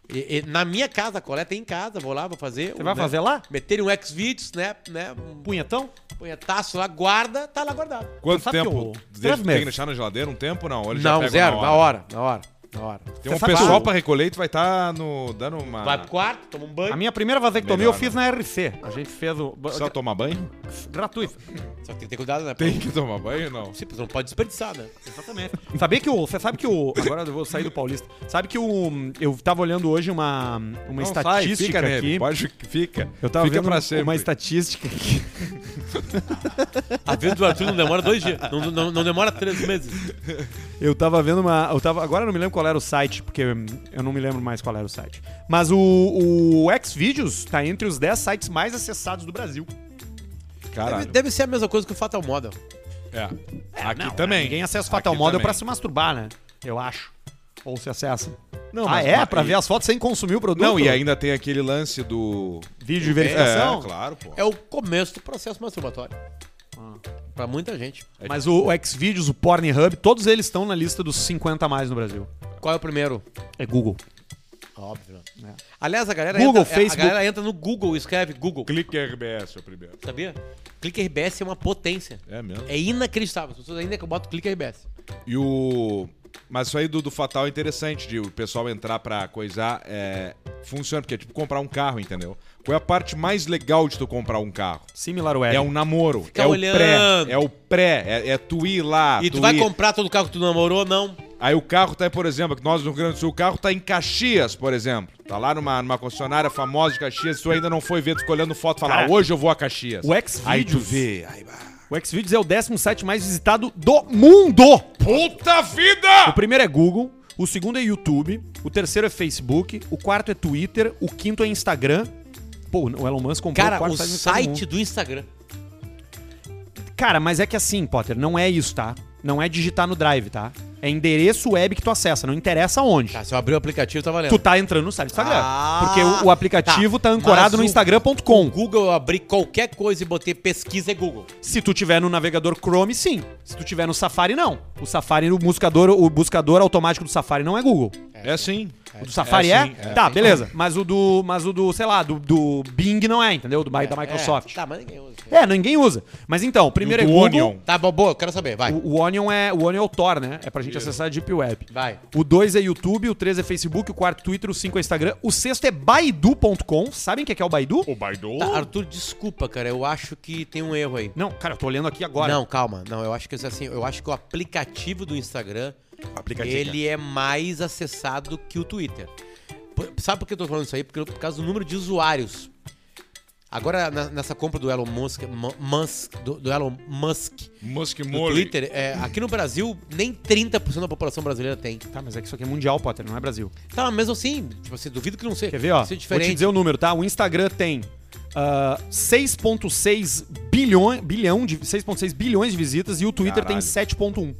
Speaker 4: E- e na minha casa, a coleta é em casa, vou lá, vou fazer. né,
Speaker 1: Você vai fazer lá?
Speaker 4: Meter um Xvideos, né, né, um
Speaker 1: Punhetão?
Speaker 4: punhetaço lá, guarda, tá lá guardado.
Speaker 2: Quanto
Speaker 1: Sabe que
Speaker 2: tempo?
Speaker 1: o-
Speaker 2: Deixa,
Speaker 1: Três
Speaker 2: tem que
Speaker 1: meses.
Speaker 2: deixar na geladeira um tempo? Não, ele já
Speaker 4: Não,
Speaker 2: pega
Speaker 4: zero,
Speaker 2: na
Speaker 4: na
Speaker 2: hora.
Speaker 4: hora, na hora, na hora.
Speaker 2: Tem um
Speaker 1: Você sabe
Speaker 2: pessoal
Speaker 1: que o-
Speaker 2: pra recolher e tu vai estar no, dando uma...
Speaker 4: Vai pro quarto, toma um
Speaker 1: A
Speaker 4: banho.
Speaker 1: minha primeira vasectomia
Speaker 2: Melhor, né?
Speaker 1: eu fiz na RC. A gente fez o.
Speaker 2: Precisa tomar banho?
Speaker 1: Gratuito.
Speaker 4: Só que tem que ter cuidado, né?
Speaker 2: Tem que tomar banho não?
Speaker 4: Sim, você não pode desperdiçar, né?
Speaker 1: Exatamente. Sabia que o. Você sabe que o. Agora eu vou sair do Paulista. Sabe que o. Eu tava olhando hoje uma, uma
Speaker 2: Não, sai,
Speaker 1: estatística
Speaker 2: fica
Speaker 1: aqui.
Speaker 2: Nele, pode, fica.
Speaker 1: Eu tava
Speaker 2: fica
Speaker 1: vendo
Speaker 2: pra
Speaker 1: uma
Speaker 2: sempre.
Speaker 1: estatística aqui.
Speaker 4: A vida do Arthur não demora dois dias, não, não, não demora três meses.
Speaker 1: Eu tava vendo uma. Eu tava, agora eu não me lembro qual era o site, porque hum, eu não me lembro mais qual era o site. Mas o, o Xvideos tá entre os 10 sites mais acessados do Brasil.
Speaker 4: Deve,
Speaker 2: Caralho.
Speaker 4: deve ser a mesma coisa que o Fatal Model.
Speaker 2: É. Aqui
Speaker 1: Não,
Speaker 2: também.
Speaker 1: Ninguém acessa o Fatal
Speaker 2: Aqui
Speaker 1: Model
Speaker 2: também.
Speaker 1: pra se masturbar, né? Eu acho. Ou se acessa.
Speaker 2: Não,
Speaker 1: ah,
Speaker 2: mas-
Speaker 1: é?
Speaker 2: mas-
Speaker 1: Pra
Speaker 2: e-
Speaker 1: ver as fotos sem consumir o produto?
Speaker 2: Não, e ainda tem aquele lance do...
Speaker 1: Vídeo de
Speaker 2: É,
Speaker 1: verificação?
Speaker 2: claro, pô.
Speaker 4: É o começo do processo masturbatório. Pra muita gente.
Speaker 1: É Mas o, o Xvideos, o Pornhub, todos eles estão na lista dos 50 a mais no Brasil.
Speaker 4: Qual é o primeiro?
Speaker 1: É Google.
Speaker 4: Óbvio. né? Aliás, a galera,
Speaker 1: Google,
Speaker 4: entra, é,
Speaker 1: Facebook.
Speaker 4: a galera entra no Google e escreve Google.
Speaker 2: Clique RBS é o primeiro.
Speaker 4: Sabia? Clique RBS é uma potência.
Speaker 2: É mesmo.
Speaker 4: É inacreditável. As pessoas ainda que eu boto clique RBS.
Speaker 2: E o... Mas isso aí do, do Fatal é interessante, de o pessoal entrar pra coisar. É... Funciona, porque é tipo comprar um carro, entendeu? Qual é a parte mais legal de tu comprar um carro?
Speaker 1: Similar web.
Speaker 2: É um namoro. é
Speaker 4: olhando.
Speaker 2: o pré. É o pré. É, é tu ir lá.
Speaker 4: e tu vai
Speaker 2: ir.
Speaker 4: comprar todo o carro que tu namorou? Não.
Speaker 2: Aí o carro tá, por exemplo, que nós no Rio Grande do Sul, o carro tá em Caxias, por exemplo. Tá lá numa, numa concessionária famosa de Caxias, tu ainda não foi ver, tu ficou olhando foto e fala,
Speaker 1: Cara,
Speaker 2: "Ah, hoje eu vou a Caxias.
Speaker 1: o Xvideos-
Speaker 2: Aí tu vê. Aí, bah.
Speaker 1: O Xvideos é o décimo site mais visitado do mundo.
Speaker 2: Puta
Speaker 1: O
Speaker 2: vida!
Speaker 1: primeiro é Google, o segundo é YouTube, o terceiro é Facebook, o quarto é Twitter, o quinto é Instagram. Pô, o Elon Musk comprou
Speaker 4: Cara,
Speaker 1: quarto
Speaker 4: o
Speaker 1: mais visitado do mundo.
Speaker 4: site do Instagram.
Speaker 1: Cara, mas é que assim, Potter, não é isso, tá? Não é digitar no Drive, tá? É endereço web que tu acessa, não interessa onde.
Speaker 4: Tá, se eu abrir o aplicativo, tá valendo.
Speaker 1: Tu tá entrando no site do Instagram.
Speaker 4: Ah,
Speaker 1: porque o, o aplicativo tá,
Speaker 4: tá.
Speaker 1: ancorado
Speaker 4: Mas
Speaker 1: no
Speaker 4: o-
Speaker 1: instagram.com.
Speaker 4: Google, eu abri qualquer coisa e botei pesquisa é Google.
Speaker 1: Se tu tiver no navegador Chrome, sim. Se tu tiver no Safari, não. O Safari, o buscador, o buscador automático do Safari não é Google.
Speaker 2: É sim.
Speaker 1: O do Safari é?
Speaker 2: sim, é.
Speaker 1: Tá, beleza. Mas o do, mas o do, sei lá, do, do Bing não é, entendeu? Do, mi- da Microsoft.
Speaker 4: É, tá, mas ninguém usa.
Speaker 1: É, ninguém usa. Mas então, primeiro é
Speaker 2: Do
Speaker 1: Google.
Speaker 2: Onion.
Speaker 4: Tá, bom, boa, eu quero saber, vai.
Speaker 1: O, o Onion é o Onion é o Tor, né? É pra gente acessar a Deep Web.
Speaker 4: Vai.
Speaker 1: O 2 é YouTube, o 3 é Facebook, o 4 é Twitter, o 5 é Instagram, o sexto é Baidu.com. Sabem o que é que é o Baidu?
Speaker 2: O Baidu.
Speaker 4: Tá, Arthur, desculpa, cara, eu acho que tem um erro aí.
Speaker 1: Não, cara, eu tô olhando aqui agora.
Speaker 4: Não, calma. Não, eu acho que isso é assim, eu acho que o aplicativo do Instagram,
Speaker 2: Aplicativo.
Speaker 4: ele é mais acessado que o Twitter. Por- sabe por que eu tô falando isso aí? Porque por causa do número de usuários. Agora na- nessa compra do Elon Musk, Mu- Musk do, do Elon Musk,
Speaker 2: Musk
Speaker 4: do
Speaker 2: Mole.
Speaker 4: Twitter, é, aqui no Brasil nem 30% da população brasileira tem.
Speaker 1: Tá, mas é que isso aqui é mundial, Potter, não é Brasil.
Speaker 4: Tá, mas mesmo assim, tipo assim, duvido que não seja.
Speaker 1: Quer ver, ó?
Speaker 4: seja
Speaker 1: Vou te
Speaker 4: diferente.
Speaker 1: dizer o número, tá? O Instagram tem ah, 6.6 bilhão, bilhão de 6.6 bilhões de visitas e o Twitter
Speaker 2: Caralho.
Speaker 1: tem 7.1.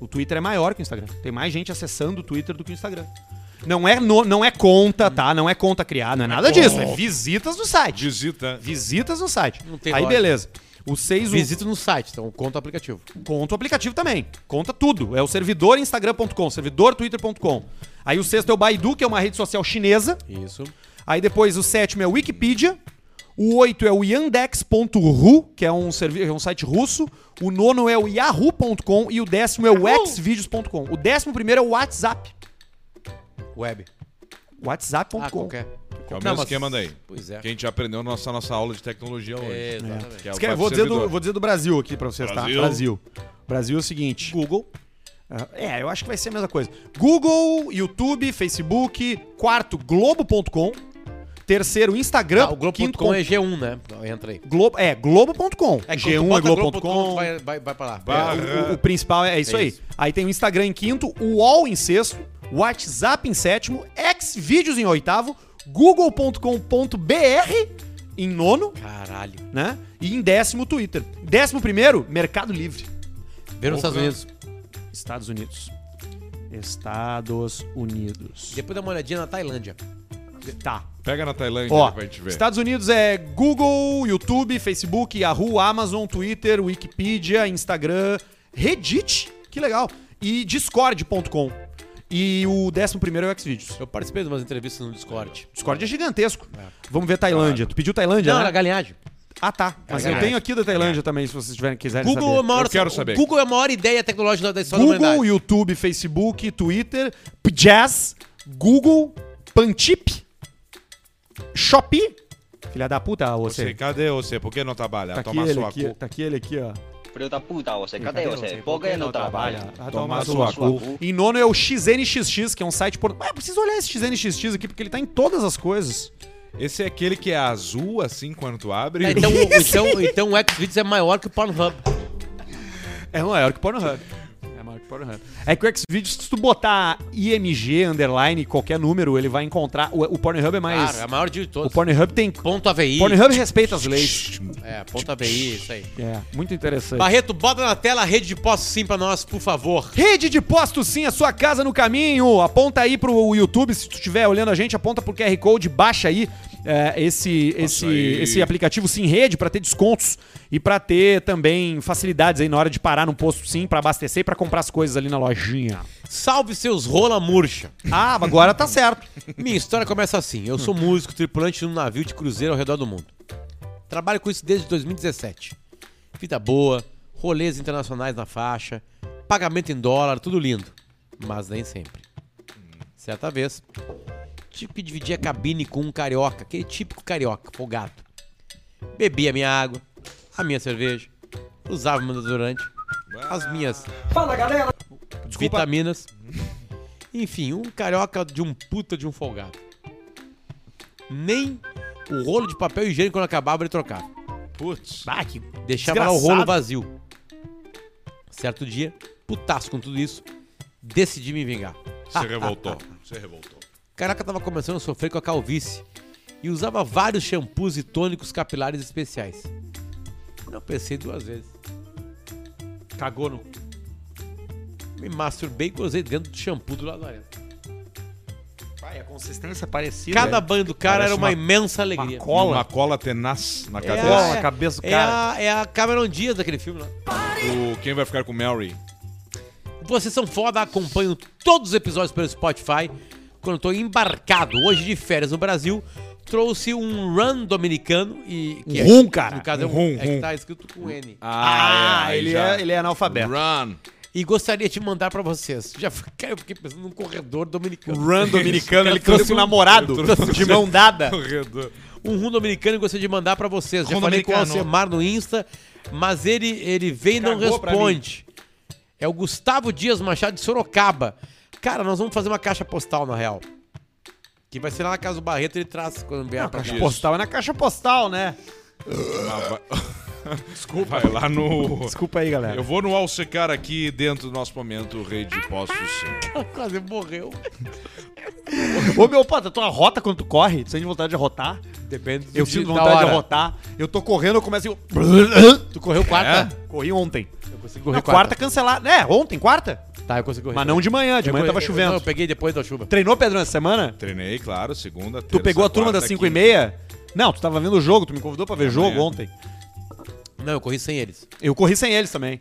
Speaker 1: O Twitter é maior que o Instagram. Tem mais gente acessando o Twitter do que o Instagram. Não é, no- não é conta, tá? Não é conta criada, não é nada disso. É visitas no site.
Speaker 2: Visita.
Speaker 1: Visitas no site.
Speaker 4: Não tem
Speaker 1: Aí,
Speaker 4: lógica.
Speaker 1: beleza. O
Speaker 2: um
Speaker 1: 6, o
Speaker 4: Visita no site, então conta o aplicativo.
Speaker 1: Conta o aplicativo também. Conta tudo. É o servidor instagram.com, servidor twitter.com. Aí o sexto é o Baidu, que é uma rede social chinesa.
Speaker 4: Isso.
Speaker 1: Aí depois o sétimo é o Wikipedia. O oito é o yandex.ru, que é um, servi- é um site russo. O nono é o yahoo.com e o décimo é o xvideos.com. O décimo primeiro é o WhatsApp.
Speaker 4: Web. Ah,
Speaker 1: WhatsApp.com.
Speaker 4: qualquer.
Speaker 2: Que é o
Speaker 4: Não,
Speaker 2: mesmo
Speaker 4: mas-
Speaker 2: esquema daí.
Speaker 4: Pois é.
Speaker 2: Que a gente aprendeu na nossa, nossa aula de tecnologia hoje.
Speaker 4: Exatamente.
Speaker 2: que é o
Speaker 1: Isso que é-
Speaker 2: web
Speaker 1: vou, dizer do,
Speaker 2: servidor.
Speaker 1: vou dizer do Brasil aqui pra vocês,
Speaker 2: Brasil.
Speaker 1: tá? Brasil. Brasil é o seguinte.
Speaker 4: Google.
Speaker 1: Ah, É, eu acho que vai ser a mesma coisa. Google, YouTube, Facebook, quarto, Globo.com, terceiro, Instagram,
Speaker 4: Ah, o
Speaker 1: quinto,
Speaker 4: Globo.com é G1, né? Não, Entra aí.
Speaker 1: Globo, é, Globo.com.
Speaker 4: É, quando tu
Speaker 1: G1 é
Speaker 4: bota
Speaker 1: Globo.com.
Speaker 4: Vai, vai, vai pra lá.
Speaker 2: Bah.
Speaker 1: É, O, o- o principal é isso
Speaker 4: É
Speaker 1: aí.
Speaker 4: isso.
Speaker 1: Aí tem o Instagram em quinto, o UOL em sexto, WhatsApp em sétimo, Xvideos em oitavo, Google.com.br em nono,
Speaker 4: Caralho.
Speaker 1: né? E em décimo, Twitter. Décimo primeiro, Mercado Livre.
Speaker 4: Vê nos
Speaker 2: Porra.
Speaker 4: Estados Unidos.
Speaker 1: Estados Unidos. Estados Unidos.
Speaker 4: Depois dá uma olhadinha na Tailândia.
Speaker 1: Tá.
Speaker 2: Pega na Tailândia
Speaker 1: Ó,
Speaker 2: pra gente ver.
Speaker 1: Estados Unidos é Google, YouTube, Facebook, Yahoo, Amazon, Twitter, Wikipedia, Instagram, Reddit, que legal, e Discord.com. E o décimo primeiro é o Xvideos.
Speaker 4: Eu participei de umas entrevistas no Discord.
Speaker 1: Discord é gigantesco. Vamos ver Tailândia. Tu pediu Tailândia,
Speaker 4: Não,
Speaker 1: né?
Speaker 4: era galinhagem.
Speaker 1: Ah, tá. Mas eu tenho aqui da Tailândia também, se vocês tiverem quiserem
Speaker 4: Google é, a
Speaker 1: saber.
Speaker 4: maior,
Speaker 2: Eu quero saber.
Speaker 4: Google é a maior ideia tecnológica da história da
Speaker 1: Google,
Speaker 4: humanidade.
Speaker 1: YouTube, Facebook, Twitter, Jazz, Google, Pantip, Shopee. Filha da puta,
Speaker 2: Você,
Speaker 1: você.
Speaker 2: cadê você? Por que não trabalha?
Speaker 1: Tá aqui
Speaker 2: Toma
Speaker 1: ele
Speaker 2: sua
Speaker 1: aqui,
Speaker 2: cu.
Speaker 1: tá aqui ele aqui, ó.
Speaker 6: Filho da puta, você, cadê você? Por que não trabalha?
Speaker 1: Vai
Speaker 2: Tomar
Speaker 1: tomar
Speaker 2: sua
Speaker 1: sua cu. Em nono é o XNXX, que é um site por... Mas eu preciso olhar esse XNXX aqui, porque ele tá em todas as coisas.
Speaker 2: Esse é aquele que é azul assim quando tu abre?
Speaker 4: É, Então, o- então, então o Xvideos é maior que o Pornhub.
Speaker 1: É maior que o Pornhub. É maior que o Pornhub. É que o Xvideos, se tu botar IMG, underline, qualquer número, ele vai encontrar... O, o Pornhub é mais...
Speaker 4: Claro, é a maior de
Speaker 1: o
Speaker 4: todos.
Speaker 1: Pornhub tem...
Speaker 4: Ponto AVI.
Speaker 1: Pornhub respeita as leis.
Speaker 4: É, ponto AVI, isso aí.
Speaker 1: É, muito interessante.
Speaker 4: Barreto, bota na tela a rede de postos sim pra nós, por favor.
Speaker 1: Rede de postos sim, a sua casa no caminho. Aponta aí pro YouTube, se tu estiver olhando a gente, aponta pro QR Code, baixa aí é, esse, esse,
Speaker 2: aí.
Speaker 1: esse aplicativo Sim Rede para ter descontos e para ter também facilidades aí na hora de parar num posto sim, para abastecer e para comprar as coisas ali na lojinha.
Speaker 4: Salve seus rola murcha.
Speaker 1: Ah, agora tá certo.
Speaker 4: Minha história começa assim. Eu sou músico, tripulante de um navio de cruzeiro ao redor do mundo. Trabalho com isso desde 2017. Vida boa, rolês internacionais na faixa, pagamento em dólar, tudo lindo. Mas nem sempre. Certa vez, tive que dividir a cabine com um carioca, aquele típico carioca, folgado. Bebia minha água, a minha cerveja, usava meu desodorante, as minhas vitaminas. Enfim, um carioca de um puta de um folgado. Nem o rolo de papel higiênico quando acabava ele trocava.
Speaker 2: Putz.
Speaker 1: Ah, que
Speaker 4: Deixava lá o rolo vazio. Certo dia, putaço com tudo isso, decidi me vingar.
Speaker 2: Você revoltou. Você revoltou.
Speaker 4: O carioca tava começando a sofrer com a calvície e usava vários shampoos e tônicos capilares especiais. Não pensei duas vezes.
Speaker 1: cagou no.
Speaker 4: Me masturbei e gozei dentro do shampoo do lazarento.
Speaker 1: Pai, a consistência é parecida.
Speaker 4: Cada banho do cara
Speaker 2: Parece
Speaker 4: era uma
Speaker 2: uma-
Speaker 4: imensa alegria.
Speaker 1: Cola.
Speaker 2: Uma cola tenaz na
Speaker 4: É a-
Speaker 2: cabeça.
Speaker 1: na Tá cabeça do
Speaker 4: é
Speaker 1: cara.
Speaker 4: a- é a Cameron Diaz daquele filme lá.
Speaker 2: O, quem vai ficar com o Mary?
Speaker 4: Vocês são foda, acompanho todos os episódios pelo Spotify. Quando eu tô embarcado hoje de férias no Brasil, trouxe um run dominicano e. Que
Speaker 1: Um rum, cara.
Speaker 4: No caso, é um
Speaker 2: Um rum,
Speaker 4: é que
Speaker 2: rum.
Speaker 4: tá escrito com N.
Speaker 1: Ah,
Speaker 2: aí
Speaker 1: ele,
Speaker 2: já.
Speaker 1: é, ele é analfabeto.
Speaker 2: Run.
Speaker 4: E gostaria de mandar pra vocês. Já fui- cara, eu fiquei pensando num corredor dominicano.
Speaker 1: Rando americano, ele trouxe um
Speaker 2: eu
Speaker 1: namorado
Speaker 2: trouxe-
Speaker 1: de mão dada.
Speaker 2: Corredor.
Speaker 4: Um rum dominicano eu gostaria de mandar pra vocês. Já
Speaker 2: Rum
Speaker 4: falei com o
Speaker 2: dominicano.
Speaker 4: Alcemar no Insta, mas ele, ele vem e não
Speaker 2: Cagou pra mim.
Speaker 4: responde. É o Gustavo Dias Machado de Sorocaba. Cara, nós vamos fazer uma caixa postal, na real. Que vai ser lá na casa do Barreto, ele traz quando vier pra cá.
Speaker 2: Isso.
Speaker 1: Postal é na caixa postal, né?
Speaker 2: Mas vai- Desculpa. Vai lá no...
Speaker 1: Desculpa aí, galera.
Speaker 2: Eu vou no Alcecar aqui dentro do nosso momento Rede de eh, Postos Sim.
Speaker 4: Quase morreu.
Speaker 1: Ô meu pata, tu arrota quando tu corre? Tu sente vontade de arrotar?
Speaker 4: Depende
Speaker 1: Eu
Speaker 4: de-
Speaker 1: sinto
Speaker 4: da
Speaker 1: vontade de
Speaker 4: hora.
Speaker 1: arrotar. Eu tô correndo, eu começo.
Speaker 4: Tu correu quarta?
Speaker 1: Corri ontem.
Speaker 4: Eu consegui
Speaker 1: Não, quarta cancelada. É, ontem, quarta?
Speaker 4: Tá, eu consegui correr.
Speaker 1: Mas não de manhã, de
Speaker 4: Eu
Speaker 1: manhã
Speaker 4: corri-
Speaker 1: tava
Speaker 4: Não,
Speaker 1: chovendo.
Speaker 4: eu peguei depois da chuva.
Speaker 1: Treinou, Pedro, essa semana?
Speaker 2: Treinei, claro, segunda, terça,
Speaker 1: Tu pegou a turma
Speaker 2: quarta,
Speaker 1: das 5 e
Speaker 2: quinta.
Speaker 1: meia? Não, tu tava vendo o jogo, tu me convidou pra ver jogo
Speaker 2: manhã.
Speaker 1: ontem.
Speaker 4: Não, Não, eu corri sem eles.
Speaker 1: Eu corri sem eles também.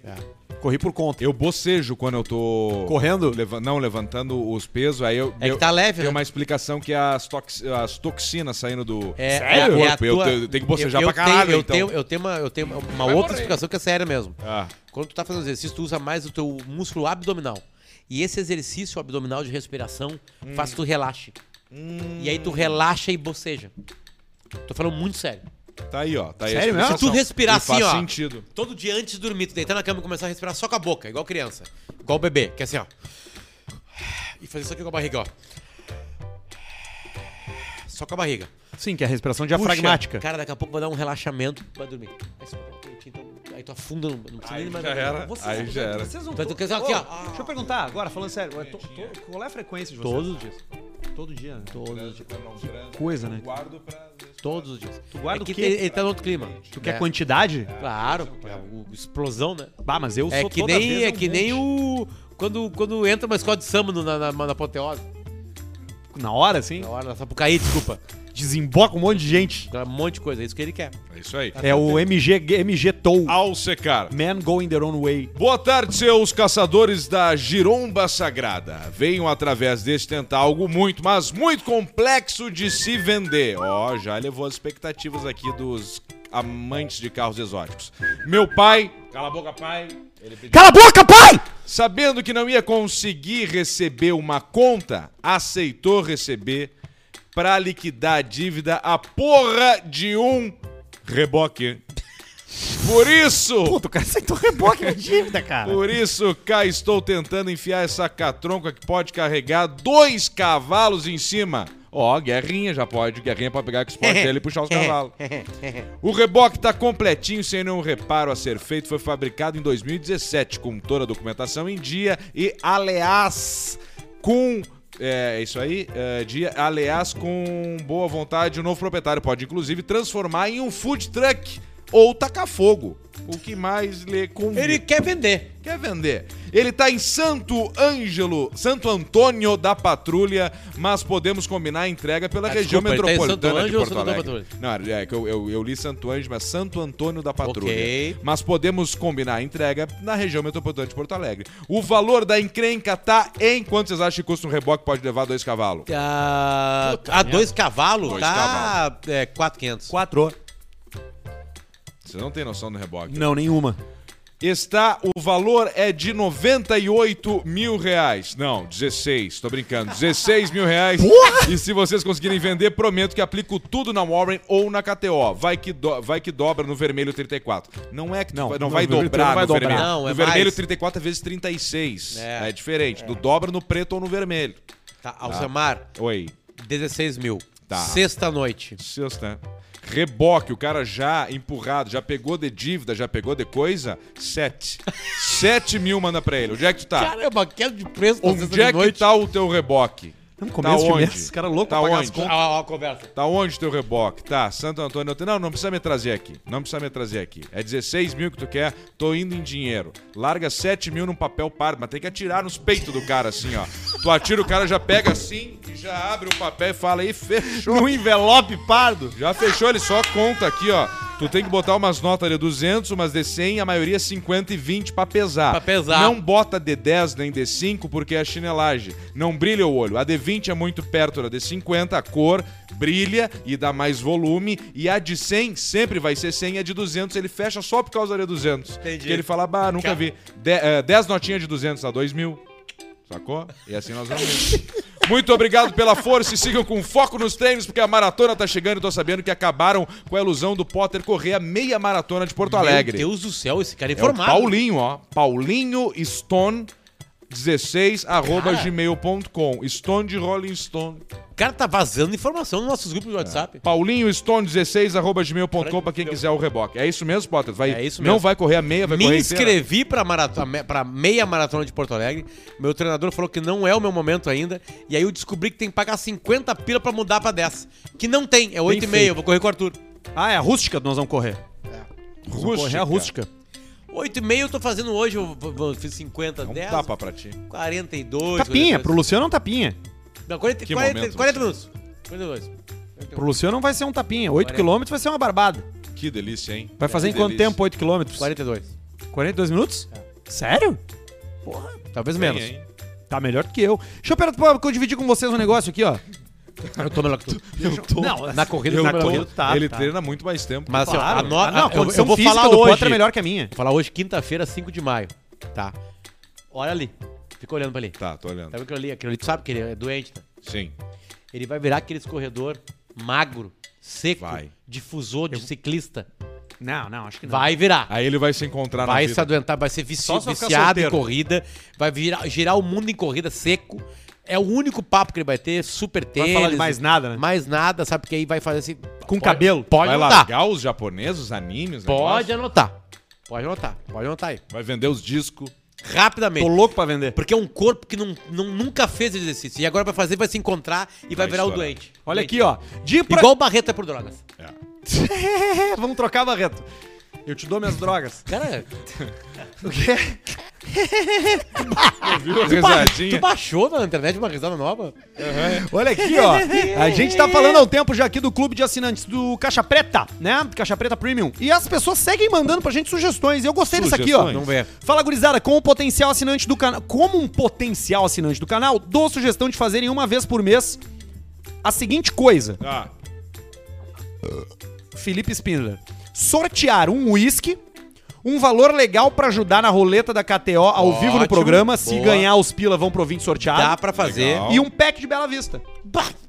Speaker 1: Corri por conta.
Speaker 2: Eu bocejo quando eu tô.
Speaker 1: Correndo?
Speaker 2: Leva- não, levantando os pesos. Aí eu.
Speaker 4: É que
Speaker 2: eu-
Speaker 4: tá leve,
Speaker 2: Tem
Speaker 4: né?
Speaker 2: uma explicação que é as, tox- as toxinas saindo do.
Speaker 4: É,
Speaker 2: Sério?
Speaker 4: É, é a
Speaker 2: Corpo, eu
Speaker 4: tua-
Speaker 2: te- eu tenho que bocejar
Speaker 4: eu- eu
Speaker 2: pra caralho,
Speaker 4: Tenho,
Speaker 2: então.
Speaker 4: eu, tenho, eu tenho uma, eu tenho uma
Speaker 2: Vai
Speaker 4: outra
Speaker 2: morrer.
Speaker 4: explicação que é séria mesmo.
Speaker 2: Ah,
Speaker 4: Quando tu tá fazendo exercício, tu usa mais o teu músculo abdominal. E esse exercício abdominal de respiração
Speaker 2: Hum.
Speaker 4: faz tu relaxe. E aí tu relaxa e boceja. Tô falando muito sério.
Speaker 2: tá aí, ó. Tá aí a
Speaker 1: Sério mesmo?
Speaker 2: explicação.
Speaker 4: Se tu respirar
Speaker 2: E
Speaker 4: assim,
Speaker 2: faz
Speaker 4: ó.
Speaker 2: sentido.
Speaker 4: Todo dia antes de dormir, tu deitar na cama e começar a respirar só com a boca, igual criança. Igual bebê, que é assim, ó. E fazer isso aqui com a barriga, ó. Só com a barriga.
Speaker 1: Sim, que é a respiração
Speaker 4: Puxa,
Speaker 1: diafragmática.
Speaker 4: Cara, daqui a pouco vai dar um relaxamento, vai dormir. Aí você vai dar um peitinho, então, aí tu afunda, não precisa
Speaker 2: Aí
Speaker 4: nem mais.
Speaker 2: já era. Aí já era.
Speaker 1: Vocês não tão-
Speaker 4: Então, tu quer dizer aqui, ó.
Speaker 1: Ô, Deixa eu perguntar agora, falando sério. é to- to- qual é a frequência de vocês?
Speaker 4: Todos os dias.
Speaker 1: Todo dia, né?
Speaker 4: Todos os dias.
Speaker 1: Coisa, né?
Speaker 2: um Guardo pra.
Speaker 4: Todos os dias.
Speaker 1: Tu guarda
Speaker 4: é
Speaker 1: o
Speaker 4: que
Speaker 1: quê? é.
Speaker 4: ele, ele tá no outro clima.
Speaker 1: Tu quer quantidade?
Speaker 4: Claro, é o- explosão, né?
Speaker 1: Bah, mas eu
Speaker 4: É
Speaker 1: sou
Speaker 4: que
Speaker 1: toda vez
Speaker 4: nem, é
Speaker 1: um
Speaker 4: que nem
Speaker 1: monte.
Speaker 4: o. Quando, quando entra uma escola de samba no- na, na, na apoteose.
Speaker 1: Na hora, assim,
Speaker 4: Na hora, na Sapucaí, desculpa.
Speaker 1: desemboca um monte de gente.
Speaker 4: Um monte de coisa, é isso que ele quer.
Speaker 2: É isso aí.
Speaker 1: É o MG, MG Tow.
Speaker 2: Ao secar.
Speaker 1: Men going their own way.
Speaker 2: Boa tarde, seus caçadores da Giromba Sagrada. Venham através deste tentar algo muito, mas muito complexo de se vender. Ó, já levou as expectativas aqui dos amantes de carros exóticos. Meu pai. Cala a boca, pai. Ele pediu.
Speaker 3: Cala a boca, pai!
Speaker 2: Sabendo que não ia conseguir receber uma conta, aceitou receber pra liquidar a dívida a porra de um reboque. Por isso.
Speaker 1: Puta, o cara aceitou um reboque na dívida, cara.
Speaker 2: Por isso, cá estou tentando enfiar essa catronca que pode carregar dois cavalos em cima. Ó, guerrinha já pode, guerrinha pra pegar com o esporte dele e puxar os cavalos. O reboque tá completinho, sem nenhum reparo a ser feito. Foi fabricado em 2017, com toda a documentação em dia e, aliás, com. É é isso aí, é, dia, aliás, com boa vontade, o novo proprietário pode inclusive transformar em um food truck ou tacar fogo. O que mais lhe convém.
Speaker 4: Ele quer vender.
Speaker 2: Quer vender? Ele tá em Santo Ângelo, Santo Antônio da Patrulha, mas podemos combinar a entrega pela
Speaker 4: Ah,
Speaker 2: região
Speaker 4: desculpa, ele tá em
Speaker 2: metropolitana
Speaker 4: Santo
Speaker 2: de
Speaker 4: Ângelo ou
Speaker 2: Porto
Speaker 4: Santo
Speaker 2: Alegre. Não, é que eu, eu, eu li Santo Ângelo, mas Santo Antônio da Patrulha.
Speaker 4: Ok.
Speaker 2: Mas podemos combinar a entrega na região metropolitana de Porto Alegre. O valor da encrenca tá em quanto vocês acham que custa um reboque que pode levar dois cavalos?
Speaker 4: Ah, A, a dois cavalos
Speaker 2: Dois
Speaker 4: tá é, 4,500.
Speaker 1: Quatro.
Speaker 2: Vocês não têm noção do reboque.
Speaker 1: Não, nenhuma.
Speaker 2: Está, o valor é de 98 mil reais. Não, 16, tô brincando. 16 mil reais. E se vocês conseguirem vender, prometo que aplico tudo na Warren ou na KTO. Vai que, do- vai que dobra no vermelho 34. Não é que tu
Speaker 1: Não,
Speaker 2: vai- não,
Speaker 1: não,
Speaker 2: vai
Speaker 1: no vermelho
Speaker 2: dobrar
Speaker 1: não vai
Speaker 2: no
Speaker 1: dobrar.
Speaker 2: vermelho.
Speaker 4: Não, é
Speaker 2: no vermelho
Speaker 4: mais.
Speaker 2: 34 é vezes 36. É,
Speaker 4: É.
Speaker 2: diferente. Do dobra no preto ou no vermelho.
Speaker 4: Tá, Alcemar,
Speaker 2: Oi.
Speaker 4: 16 mil.
Speaker 2: Tá.
Speaker 4: Sexta-noite.
Speaker 2: Sexta. né? Reboque, o cara já empurrado, já pegou de dívida, já pegou de coisa? Sete. Sete mil manda pra ele. Onde é que tu tá?
Speaker 4: Caramba, queda de preço na
Speaker 2: Onde é que
Speaker 4: sexta-noite.
Speaker 2: tá o teu reboque?
Speaker 1: Não,
Speaker 2: Tá
Speaker 1: começo de
Speaker 2: onde?
Speaker 1: mês, os caras loucos
Speaker 2: Tá
Speaker 1: é pra pagar
Speaker 2: onde?
Speaker 1: as contas.
Speaker 4: Ó, ó, a conversa.
Speaker 2: Tá onde teu reboque? Tá, Santo Antônio. Não, não precisa me trazer aqui. Não precisa me trazer aqui. É 16 mil que tu quer, tô indo em dinheiro. Larga 7 mil num papel pardo, mas tem que atirar nos peitos do cara assim, ó. Tu atira, o cara já pega assim e já abre o papel e fala aí, fechou.
Speaker 1: Num envelope pardo.
Speaker 2: Já fechou, ele só conta aqui, ó. Tu tem que botar umas notas de 200, umas de 100, a maioria 50 e 20 pra pesar.
Speaker 4: Pra pesar.
Speaker 2: Não bota de 10 nem de 5 porque é chinelagem. Não brilha o olho. A de 20 é muito perto da de 50, a cor brilha e dá mais volume. E a de 100 sempre vai ser 100, e a de 200 ele fecha só por causa da de 200.
Speaker 4: Entendi.
Speaker 2: Porque ele fala, bah, nunca vi. De, eh, 10 notinhas de 200 a 2 mil. Sacou? E assim nós vamos. Muito obrigado pela força e sigam com foco nos treinos, porque a maratona tá chegando e tô sabendo que acabaram com a ilusão do Potter correr a meia maratona de Porto Alegre.
Speaker 4: Meu Deus do céu, esse cara é
Speaker 2: É o
Speaker 4: informado.
Speaker 2: Paulinho, ó. Paulinho Stone 16 arroba gmail.com. Stone de Rolling Stone.
Speaker 4: O cara tá vazando informação nos nossos grupos de WhatsApp.
Speaker 2: Paulinho Stone 16 arroba gmail.com pra quem quiser o reboque. É isso mesmo, Potter? Vai,
Speaker 4: É isso
Speaker 2: Não
Speaker 4: mesmo.
Speaker 2: vai correr a meia, vai
Speaker 4: Me
Speaker 2: correr inteira.
Speaker 4: inscrevi pra, marato- me- pra meia maratona de Porto Alegre. Meu treinador falou que não é o meu momento ainda. E aí eu descobri que tem que pagar 50 pila pra mudar pra 10. Que não tem, é 8,5.
Speaker 1: feito.
Speaker 4: Eu vou correr com o Arthur.
Speaker 1: Ah, é a rústica que nós vamos correr. Nós vamos correr
Speaker 2: Rústica.
Speaker 1: a rústica.
Speaker 4: 8,5 eu tô fazendo hoje. Eu vou- vou- fiz 50,
Speaker 2: É um
Speaker 4: 10,
Speaker 2: tapa pra ti.
Speaker 4: 42.
Speaker 1: Tapinha,
Speaker 4: 43.
Speaker 1: pro Luciano é um tapinha.
Speaker 4: Não, 40,
Speaker 2: Que
Speaker 4: 40,
Speaker 2: momento,
Speaker 4: 40 minutos. 42.
Speaker 1: Pro Luciano vai ser um tapinha. 8
Speaker 4: Agora é.
Speaker 1: quilômetros vai ser uma barbada.
Speaker 2: Que delícia, hein?
Speaker 1: Vai fazer em
Speaker 2: É, Que
Speaker 1: quanto
Speaker 2: delícia.
Speaker 1: tempo 8 quilômetros?
Speaker 4: 42.
Speaker 1: 42 minutos? Sério? Porra.
Speaker 4: Talvez
Speaker 2: Bem,
Speaker 4: menos.
Speaker 2: hein?
Speaker 1: Tá melhor do que eu. Deixa eu, pera, eu dividir com vocês um negócio aqui, ó.
Speaker 4: Eu tô melhor que tu.
Speaker 2: Eu tô.
Speaker 1: Não,
Speaker 4: Na corrida,
Speaker 2: eu
Speaker 4: na
Speaker 2: tô-
Speaker 4: corrida.
Speaker 1: tá,
Speaker 2: ele
Speaker 1: tá.
Speaker 2: treina muito mais tempo.
Speaker 4: Mas assim, ó,
Speaker 1: Claro.
Speaker 4: a no-
Speaker 1: Ah, não,
Speaker 4: a-
Speaker 1: a
Speaker 4: eu,
Speaker 1: condição
Speaker 4: eu vou
Speaker 1: física
Speaker 4: falar
Speaker 1: do
Speaker 4: hoje.
Speaker 1: Potter é melhor que a minha.
Speaker 4: Vou falar hoje, quinta-feira, 5 de maio. Tá. Olha ali. Fica olhando pra ali. Tá.
Speaker 2: Tá, tô olhando.
Speaker 4: vendo aquilo ali? Aquilo ali, tu sabe que ele é doente, né?
Speaker 2: Sim.
Speaker 4: Ele vai virar aquele escorredor magro, seco,
Speaker 2: Vai.
Speaker 4: difusor de ciclista.
Speaker 1: Não, não, acho que
Speaker 4: Vai virar.
Speaker 2: Aí ele vai se encontrar na
Speaker 4: Vai
Speaker 2: vida.
Speaker 4: se adoentar, vai ser vici-
Speaker 2: Só se eu ficar
Speaker 4: viciado
Speaker 2: solteiro.
Speaker 4: em corrida, vai virar, girar o mundo em corrida seco. É o único papo que ele vai ter, super tênis.
Speaker 1: Vai falar de mais nada, né?
Speaker 4: mais nada, sabe? Porque aí vai fazer assim.
Speaker 1: Com cabelo.
Speaker 4: Pode
Speaker 2: Vai
Speaker 4: anotar.
Speaker 2: largar os japoneses, os animes,
Speaker 4: Pode
Speaker 2: negócio?
Speaker 4: anotar. Pode anotar. Pode anotar aí.
Speaker 2: Vai vender os discos.
Speaker 4: Rapidamente.
Speaker 1: Tô louco pra vender.
Speaker 4: Porque é um corpo que não, não- nunca fez exercício. E agora vai fazer, vai se encontrar e vai,
Speaker 2: Vai
Speaker 4: virar o
Speaker 2: estourar.
Speaker 4: doente.
Speaker 1: Olha
Speaker 4: Doente.
Speaker 1: aqui, ó. De pra...
Speaker 4: Igual barreta por drogas.
Speaker 2: É.
Speaker 1: Vamos trocar, Barreto. Eu te dou minhas drogas.
Speaker 4: Cara,
Speaker 1: O quê?
Speaker 2: Viu a
Speaker 4: tu
Speaker 2: risadinha?
Speaker 4: baixou na internet uma risada nova?
Speaker 1: Olha aqui, ó. A gente tá falando há um tempo já aqui do clube de assinantes do Caixa Preta, né? Caixa Preta Premium. E as pessoas seguem mandando pra gente sugestões. Eu gostei disso aqui, ó.
Speaker 2: Sugestões. Vamos
Speaker 4: ver.
Speaker 1: Fala, gurizada, com o potencial assinante do canal. Como um potencial assinante do canal, dou sugestão de fazerem uma vez por mês a seguinte coisa.
Speaker 2: Ah,
Speaker 1: Felipe Spindler. Sortear um uísque, um valor legal pra ajudar na roleta da KTO ao
Speaker 4: Ótimo,
Speaker 1: vivo no programa. Se
Speaker 4: boa.
Speaker 1: ganhar os pila, vão pro ouvinte
Speaker 4: Dá
Speaker 1: sorteado.
Speaker 4: pra fazer.
Speaker 2: Ah, Legal.
Speaker 1: E um pack de Bela Vista.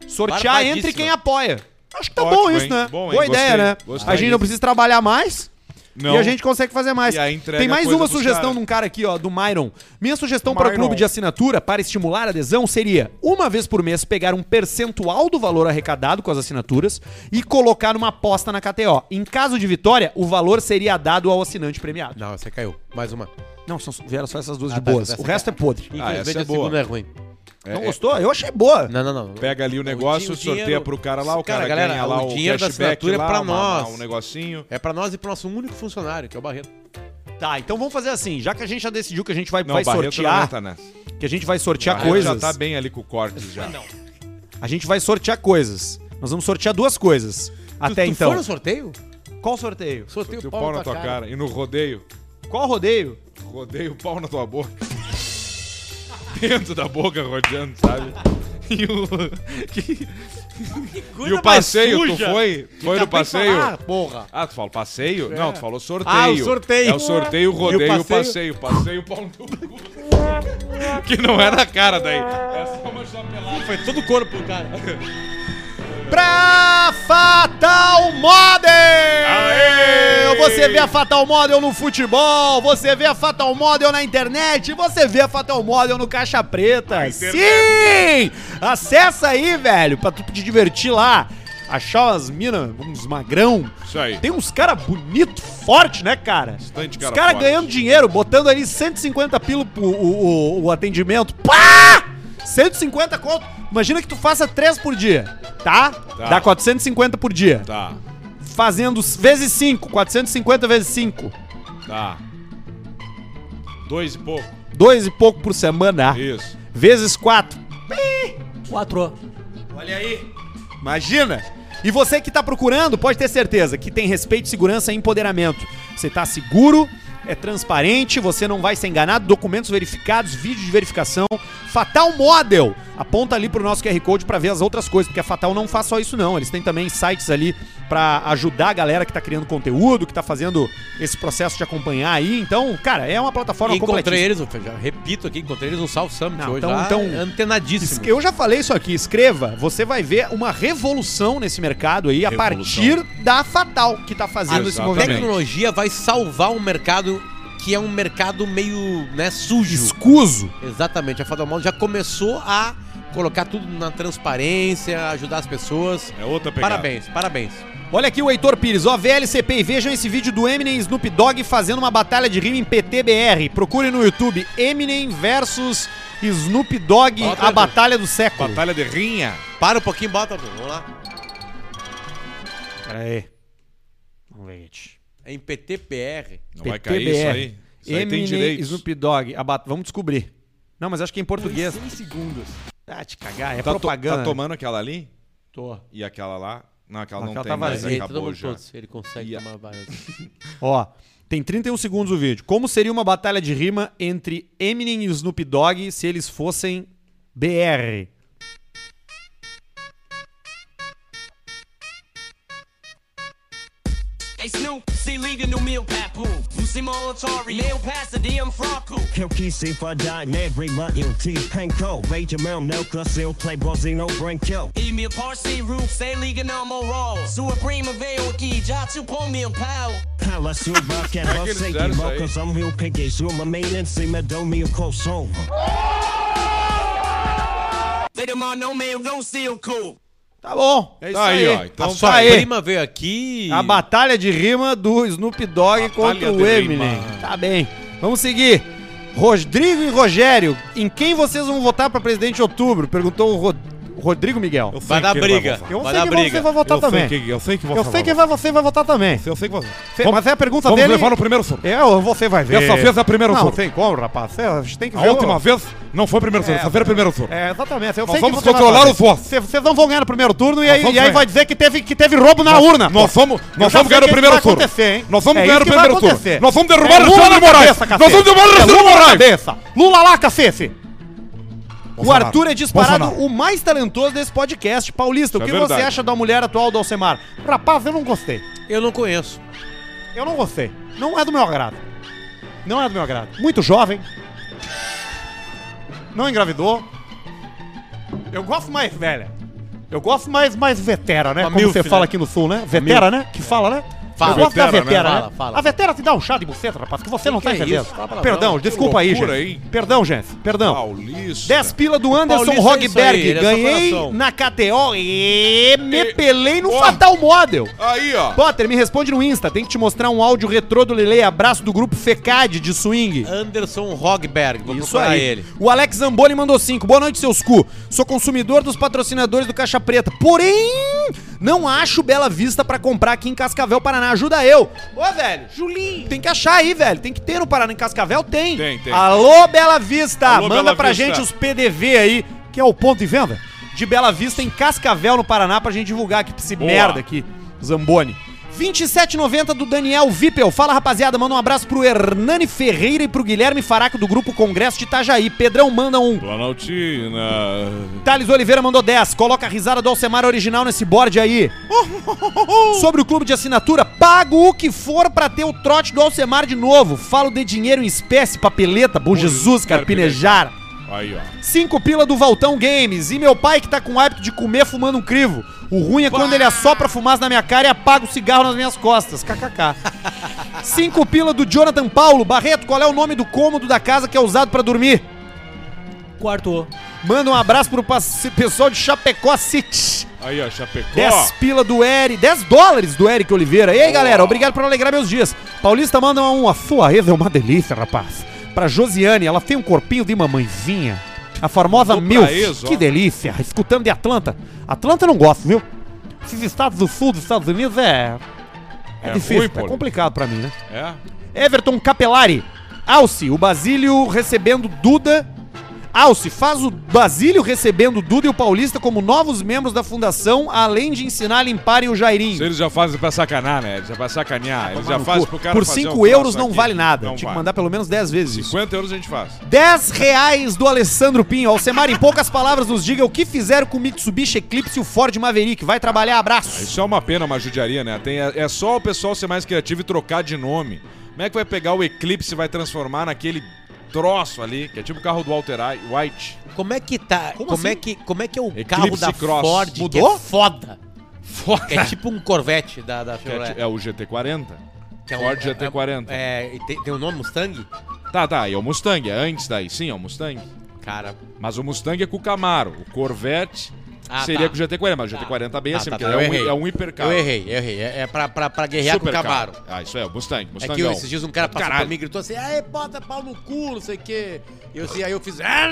Speaker 1: Sortear
Speaker 4: Barbadíssima.
Speaker 1: entre quem apoia. Acho que tá
Speaker 2: Ótimo,
Speaker 1: bom isso,
Speaker 2: hein?
Speaker 1: né?
Speaker 2: Bom, hein?
Speaker 1: Boa ideia,
Speaker 2: Gostei,
Speaker 1: né?
Speaker 2: gostei.
Speaker 1: A gente não precisa trabalhar mais.
Speaker 2: não.
Speaker 1: E a gente consegue fazer mais.
Speaker 2: E aí entrega é
Speaker 1: Tem mais
Speaker 2: coisa
Speaker 1: uma
Speaker 2: pros
Speaker 1: sugestão
Speaker 2: cara.
Speaker 1: de um cara aqui, ó, do Myron. Minha sugestão para o
Speaker 2: Myron.
Speaker 1: clube de assinatura para estimular a adesão seria, uma vez por mês, pegar um percentual do valor arrecadado com as assinaturas e colocar uma aposta na KTO. Em caso de vitória, o valor seria dado ao assinante premiado.
Speaker 4: Não, você caiu. Mais uma.
Speaker 1: Não, são, vieram só essas duas
Speaker 4: Ah,
Speaker 1: de
Speaker 4: tá,
Speaker 1: boas.
Speaker 4: essa
Speaker 1: o
Speaker 4: cara.
Speaker 1: resto é podre.
Speaker 2: Ah, essa é
Speaker 4: Infelizmente a
Speaker 2: boa.
Speaker 4: segunda é ruim.
Speaker 1: não
Speaker 2: é-
Speaker 1: gostou? Eu achei boa.
Speaker 4: Não, não, não.
Speaker 2: Pega ali o negócio,
Speaker 4: o di- o
Speaker 2: sorteia
Speaker 4: dinheiro-
Speaker 2: pro cara lá, o
Speaker 4: Cara,
Speaker 2: cara,
Speaker 4: galera,
Speaker 2: ganha lá
Speaker 4: o
Speaker 2: o,
Speaker 4: dinheiro da
Speaker 2: cashback
Speaker 4: assinatura é
Speaker 2: lá,
Speaker 4: pra
Speaker 2: uma-
Speaker 4: nós.
Speaker 2: um negocinho.
Speaker 4: É pra nós e pro nosso único funcionário, que é o Barreto.
Speaker 1: Tá, então vamos fazer assim. Já que a gente já decidiu que a gente vai,
Speaker 2: Não,
Speaker 1: vai
Speaker 2: Barreto não
Speaker 1: sortear,
Speaker 2: entra nessa.
Speaker 1: que a gente vai sortear
Speaker 2: Barreto
Speaker 1: coisas.
Speaker 2: já tá bem ali com o corte já.
Speaker 1: A gente vai sortear coisas. Nós vamos sortear duas coisas. Até
Speaker 4: tu, tu
Speaker 1: então.
Speaker 4: foi no sorteio?
Speaker 1: Qual sorteio?
Speaker 4: Sorteio
Speaker 2: Teu pau na tua cara. E no rodeio,
Speaker 1: Qual rodeio?
Speaker 2: rodeio o pau na tua boca. Dentro da boca rodeando, sabe? E o, e o passeio, tu foi? Tu foi no passeio?
Speaker 4: Ah, porra.
Speaker 2: Ah, tu fala passeio? Não, tu falou sorteio.
Speaker 4: É. Ah, o sorteio.
Speaker 2: É o sorteio, o rodeio e o passeio.
Speaker 4: passeio?
Speaker 2: Passeio, pau no cu. que não é na cara daí. Essa é uma chapelada.
Speaker 4: Foi todo o corpo, cara.
Speaker 1: Pra Fatal Model!
Speaker 2: Aê!
Speaker 1: Você vê a Fatal Model no futebol, você vê a Fatal Model na internet, você vê a Fatal Model no Caixa Preta. Sim! Acessa aí, velho, pra tu te divertir lá. Achar umas minas, uns magrão.
Speaker 2: Isso aí.
Speaker 1: Tem uns cara bonito, forte, né, cara?
Speaker 2: Bastante
Speaker 1: Os
Speaker 2: cara
Speaker 1: caras
Speaker 2: forte.
Speaker 1: ganhando dinheiro, botando ali 150 pila pro- o, o, o atendimento. Pá! 150 conto. Imagina que tu faça 3 por dia, tá? Dá 450 por dia.
Speaker 2: Tá,
Speaker 1: Fazendo s- vezes 5, 450 vezes 5.
Speaker 2: tá. Dois e pouco.
Speaker 1: Dois e pouco por semana.
Speaker 2: Isso.
Speaker 1: Vezes 4.
Speaker 5: Quatro.
Speaker 1: Imagina! E você que tá procurando, pode ter certeza que tem respeito, segurança e empoderamento. Você tá seguro, é transparente, você não vai ser enganado, documentos verificados, vídeo de verificação. Fatal Model! Aponta ali pro nosso QR Code pra ver as outras coisas, porque a Fatal não faz só isso não, eles têm também sites ali pra ajudar a galera que tá criando conteúdo, que tá fazendo esse processo de acompanhar aí. Então, cara, é uma plataforma
Speaker 4: encontrei
Speaker 1: completíssima.
Speaker 4: eles, eu já repito aqui, encontrei eles no South Summit
Speaker 1: Não,
Speaker 4: hoje
Speaker 1: então-
Speaker 4: lá,
Speaker 1: então-
Speaker 4: antenadíssimo.
Speaker 1: Eu já falei isso aqui, escreva, você vai ver uma revolução nesse mercado aí a
Speaker 2: Revolução.
Speaker 1: partir da Fatal que tá fazendo esse
Speaker 2: Exatamente.
Speaker 1: movimento.
Speaker 4: Tecnologia vai salvar um mercado que é um mercado meio, né, sujo.
Speaker 1: Escuso.
Speaker 4: Exatamente, a Fatal Model já começou a colocar tudo na transparência, ajudar as pessoas.
Speaker 2: É outra pegada.
Speaker 4: Parabéns, parabéns.
Speaker 1: Olha aqui o Heitor Pires, ó, VLCP, e vejam esse vídeo do Eminem e Snoop Dogg fazendo uma batalha de rima em PTBR. Procure no YouTube Eminem versus Snoop Dogg,
Speaker 4: Bota,
Speaker 1: a
Speaker 4: Heitor.
Speaker 1: batalha do século.
Speaker 2: Batalha de rinha.
Speaker 4: Para um pouquinho, bota, vamos lá.
Speaker 1: Pera aí. Vamos ver, gente.
Speaker 4: É em PTPR.
Speaker 2: Não vai cair isso aí. Isso aí tem
Speaker 1: Eminem e
Speaker 2: direito.
Speaker 1: Snoop Dogg, a bat- vamos descobrir. Não, mas acho que é em português.
Speaker 5: segundos.
Speaker 1: Ah, te cagar, é
Speaker 2: Tá, to-
Speaker 1: propaganda. né?
Speaker 2: tá tomando aquela ali?
Speaker 4: Tô.
Speaker 2: E aquela lá? Não, aquela não
Speaker 1: Aquela
Speaker 2: tem
Speaker 1: tá
Speaker 2: mais,
Speaker 1: vazia,
Speaker 4: Ele
Speaker 2: acabou já.
Speaker 4: todos. Ele consegue
Speaker 2: Ia.
Speaker 4: tomar várias.
Speaker 1: Ó, tem 31 segundos o vídeo. Como seria uma batalha de rima entre Eminem e Snoop Dogg se eles fossem BR?
Speaker 7: Hey Snoop, see leading new meal papoon. You see Molotari, nail past the DM Froco.
Speaker 8: Kilky se fadai negri ma ilti panko Benjamin Nelka Sil play Bozino Branko
Speaker 7: Emil Parsi Roof, say Liga Namo Raw. Sua Prima Veio aqui, já tu pão meu pau.
Speaker 8: Pala Suba que você
Speaker 2: fizeram
Speaker 8: que
Speaker 2: isso
Speaker 8: mocas I'm real picky Zuma maintenance me do me coçom
Speaker 7: They demand no man, don't seal cool.
Speaker 1: Tá bom.
Speaker 2: Tá aí, ó. Então
Speaker 1: Isso
Speaker 2: tá
Speaker 1: aí.
Speaker 2: aí.
Speaker 4: A prima veio aqui.
Speaker 1: A batalha de rima do Snoop Dogg contra
Speaker 2: de
Speaker 1: o Eminem.
Speaker 2: rima.
Speaker 1: Tá bem. Vamos seguir. Rodrigo e Rogério, em quem vocês vão votar pra presidente de outubro? Perguntou o Ro- Rodrigo Miguel. Eu,
Speaker 4: Vai dar briga.
Speaker 1: eu
Speaker 4: Vai
Speaker 1: sei
Speaker 4: dar
Speaker 1: que você
Speaker 4: briga.
Speaker 1: vai votar também.
Speaker 2: eu sei que
Speaker 1: eu sei que vai- você vai votar também.
Speaker 2: Eu sei que você.
Speaker 1: Fe- Mas é a pergunta
Speaker 2: Vamos
Speaker 1: dele.
Speaker 2: levar no primeiro turno.
Speaker 1: É, Eu, você vai ver.
Speaker 2: Dessa vez é primeiro
Speaker 1: Não
Speaker 2: turno.
Speaker 1: tem como, rapaz. Você- A gente tem que
Speaker 2: A
Speaker 1: ver. o-
Speaker 2: última vez não foi primeiro turno, essa vez é primeiro turno.
Speaker 1: É, exatamente. Eu
Speaker 2: Nós
Speaker 1: sei
Speaker 2: vamos
Speaker 1: que você vai
Speaker 2: controlar
Speaker 1: fazer.
Speaker 2: os votos.
Speaker 1: Cê- Vocês não vão ganhar no primeiro turno e aí,
Speaker 2: vamos
Speaker 1: e aí
Speaker 2: ganhar.
Speaker 1: vai dizer que teve, que teve roubo na urna.
Speaker 2: Nós
Speaker 1: pô.
Speaker 2: vamos,
Speaker 1: Eu
Speaker 2: nós
Speaker 1: já sei
Speaker 2: vamos ganhar o
Speaker 1: que
Speaker 2: primeiro
Speaker 1: vai
Speaker 2: turno.
Speaker 1: acontecer, hein?
Speaker 2: Nós vamos
Speaker 1: É
Speaker 2: ganhar
Speaker 1: isso
Speaker 2: o
Speaker 1: que vai
Speaker 2: primeiro turno.
Speaker 1: acontecer.
Speaker 2: Nós vamos
Speaker 1: É
Speaker 2: derrubar
Speaker 1: Lula
Speaker 2: Alexandre
Speaker 1: na
Speaker 2: de Moraes.
Speaker 1: cabeça,
Speaker 2: Nós
Speaker 1: cacete.
Speaker 2: vamos derrubar
Speaker 1: É
Speaker 2: Alexandre de
Speaker 1: Lula na
Speaker 2: Moraes.
Speaker 1: cabeça. Lula lá, cacete. O
Speaker 2: Bolsonaro.
Speaker 1: Arthur é disparado
Speaker 2: Bolsonaro.
Speaker 1: o mais talentoso desse podcast paulista. O
Speaker 2: Isso é
Speaker 1: que você
Speaker 2: verdade.
Speaker 1: acha da mulher atual do Alcemar? Rapaz, eu não gostei.
Speaker 4: Eu não conheço.
Speaker 1: Eu não gostei. Não é do meu agrado. Não é do meu agrado. Muito jovem. Não engravidou. Eu gosto mais velha. Eu gosto mais, mais vetera, né?
Speaker 4: Uma
Speaker 1: Como
Speaker 4: milf,
Speaker 1: você fala
Speaker 4: né?
Speaker 1: aqui no sul, né? Vetera, né? Que fala, né?
Speaker 4: Fala.
Speaker 1: Eu gosto da
Speaker 2: Vetera, né?
Speaker 1: vetera, né?
Speaker 4: Fala, fala.
Speaker 1: A vetera te dá um chá de buceta, rapaz, que você não
Speaker 4: Que
Speaker 1: tá
Speaker 4: que é
Speaker 1: entendendo.
Speaker 4: isso? Fala palavrão.
Speaker 1: Perdão, desculpa aí, gente.
Speaker 2: loucura, hein?
Speaker 1: Perdão, gente. Perdão.
Speaker 2: Paulista.
Speaker 1: 10 pila do Anderson
Speaker 4: Paulista é isso aí,
Speaker 1: Rogberg.
Speaker 4: ele é só
Speaker 1: Ganhei
Speaker 4: coração.
Speaker 1: na KTO e me
Speaker 2: E-
Speaker 1: pelei no
Speaker 2: Ó.
Speaker 1: Fatal Model.
Speaker 2: Aí, ó.
Speaker 1: Potter, me responde no Insta. Tem que te mostrar um áudio retrô do Lele. Abraço do grupo FECAD de swing.
Speaker 4: Anderson Rogberg. Vou
Speaker 1: Isso
Speaker 4: procurar
Speaker 1: aí.
Speaker 4: ele.
Speaker 1: O Alex Zamboni mandou cinco. Boa noite, seus cu. Sou consumidor dos patrocinadores do Caixa Preta. Porém, não acho Bela Vista pra comprar aqui em Cascavel, Paraná. Ajuda eu. Ô, velho. Julinho. Tem que achar aí, velho. Tem que ter no Paraná. Em Cascavel tem.
Speaker 2: Tem, tem.
Speaker 1: Alô, Bela Vista.
Speaker 2: Alô,
Speaker 1: Manda
Speaker 2: Bela
Speaker 1: pra
Speaker 2: Vista.
Speaker 1: gente os PDV aí, que é o ponto de venda de Bela Vista em Cascavel, no Paraná, pra gente divulgar aqui pra esse
Speaker 2: Boa.
Speaker 1: merda aqui, Zamboni. 27,90 do Daniel Vipel. Fala, rapaziada. Manda um abraço pro Hernani Ferreira e pro Guilherme Faraco do Grupo Congresso de Itajaí. Pedrão manda um.
Speaker 2: Planaltina.
Speaker 1: Thales Oliveira mandou 10. Coloca a risada do Alcemar original nesse board aí. Sobre o clube de assinatura, pago o que for pra ter o trote do Alcemar de novo. Falo de dinheiro em espécie, papeleta, bom Jesus, carpinejar.
Speaker 2: Aí, ó.
Speaker 1: Cinco pila do Valtão Games. E meu pai que tá com o hábito de comer fumando um crivo. O ruim é quando ele assopra fumaça na minha cara e apaga o cigarro nas minhas costas. KKK. Cinco pila do Jonathan Paulo. Barreto, qual é o nome do cômodo da casa que é usado pra dormir?
Speaker 5: Quarto.
Speaker 1: Manda um abraço pro passe- pessoal de Chapecó City.
Speaker 2: Aí, ó, Chapecó.
Speaker 1: 10 pila do Eric, 10 dólares do Eric Oliveira. E aí, galera, obrigado por alegrar meus dias. Paulista manda um, a sua ex é uma delícia, rapaz. Pra Josiane, ela tem um corpinho de mamãezinha. A famosa
Speaker 2: Mandou
Speaker 1: Milf,
Speaker 2: pra ex, ó.
Speaker 1: que delícia. Escutando de Atlanta. Atlanta eu não gosto, viu? Esses estados do sul dos Estados Unidos é... É,
Speaker 2: É
Speaker 1: difícil,
Speaker 2: ruim,
Speaker 1: é
Speaker 2: pô.
Speaker 1: complicado pra mim, né?
Speaker 2: É.
Speaker 1: Everton Capelari. Alce, o Basílio recebendo Duda. Alce, faz o Basílio recebendo Duda e o Paulista como novos membros da fundação, além de ensinar a limparem o
Speaker 2: Se
Speaker 1: Jairinho.
Speaker 2: eles já fazem pra sacanar, né? Eles já pra sacanear. Eles já
Speaker 1: No
Speaker 2: fazem
Speaker 1: cu.
Speaker 2: pro cara
Speaker 1: Por
Speaker 2: fazer um
Speaker 1: 5 euros
Speaker 2: troço
Speaker 1: não
Speaker 2: aqui.
Speaker 1: vale nada.
Speaker 2: Não
Speaker 1: Tinha que
Speaker 2: vale.
Speaker 1: mandar pelo menos 10 vezes isso.
Speaker 2: 50 euros a gente faz.
Speaker 1: 10 reais do Alessandro Pinho. Alcemar, em poucas palavras, nos diga o que fizeram com o Mitsubishi Eclipse e o Ford Maverick. Vai trabalhar, abraço.
Speaker 2: Isso é uma pena, uma judiaria, né? Tem, é é só o pessoal ser mais criativo e trocar de nome. Como é que vai pegar o Eclipse e vai transformar naquele troço ali, que é tipo o carro do Walter I- White?
Speaker 4: Como é que tá? Como, é, que, como é que é o carro da
Speaker 2: assim? Cross.
Speaker 4: Ford que
Speaker 2: Mudou?
Speaker 4: é foda? É tipo um Corvette da, da
Speaker 2: Que é,
Speaker 4: Chevrolet.
Speaker 2: ti- é o GT40.
Speaker 4: que é um-
Speaker 2: Ford
Speaker 4: é-
Speaker 2: GT40.
Speaker 4: É, e tem, tem o nome Mustang?
Speaker 2: Tá, tá, e é o Mustang, é antes daí. Sim, é o Mustang.
Speaker 4: Cara,
Speaker 2: Mas o Mustang é com o Camaro. O Corvette
Speaker 4: Ah,
Speaker 2: seria
Speaker 4: tá.
Speaker 2: com o GT40, mas o GT40 tá bem
Speaker 4: tá,
Speaker 2: assim,
Speaker 4: tá,
Speaker 2: porque
Speaker 4: tá,
Speaker 2: é,
Speaker 4: eu
Speaker 2: um,
Speaker 4: errei.
Speaker 2: é um hipercarro.
Speaker 4: Eu errei, eu errei. É, é pra, pra, pra guerrear com o
Speaker 2: Supercarro.
Speaker 4: Camaro.
Speaker 2: Ah, isso é, o Mustang,
Speaker 4: É que eu,
Speaker 2: Mustangão.
Speaker 4: esses dias um cara passou
Speaker 2: Caralho.
Speaker 4: pra mim e gritou assim, aí bota pau no cu, não sei o quê. E eu, assim, aí eu fiz... "Ah,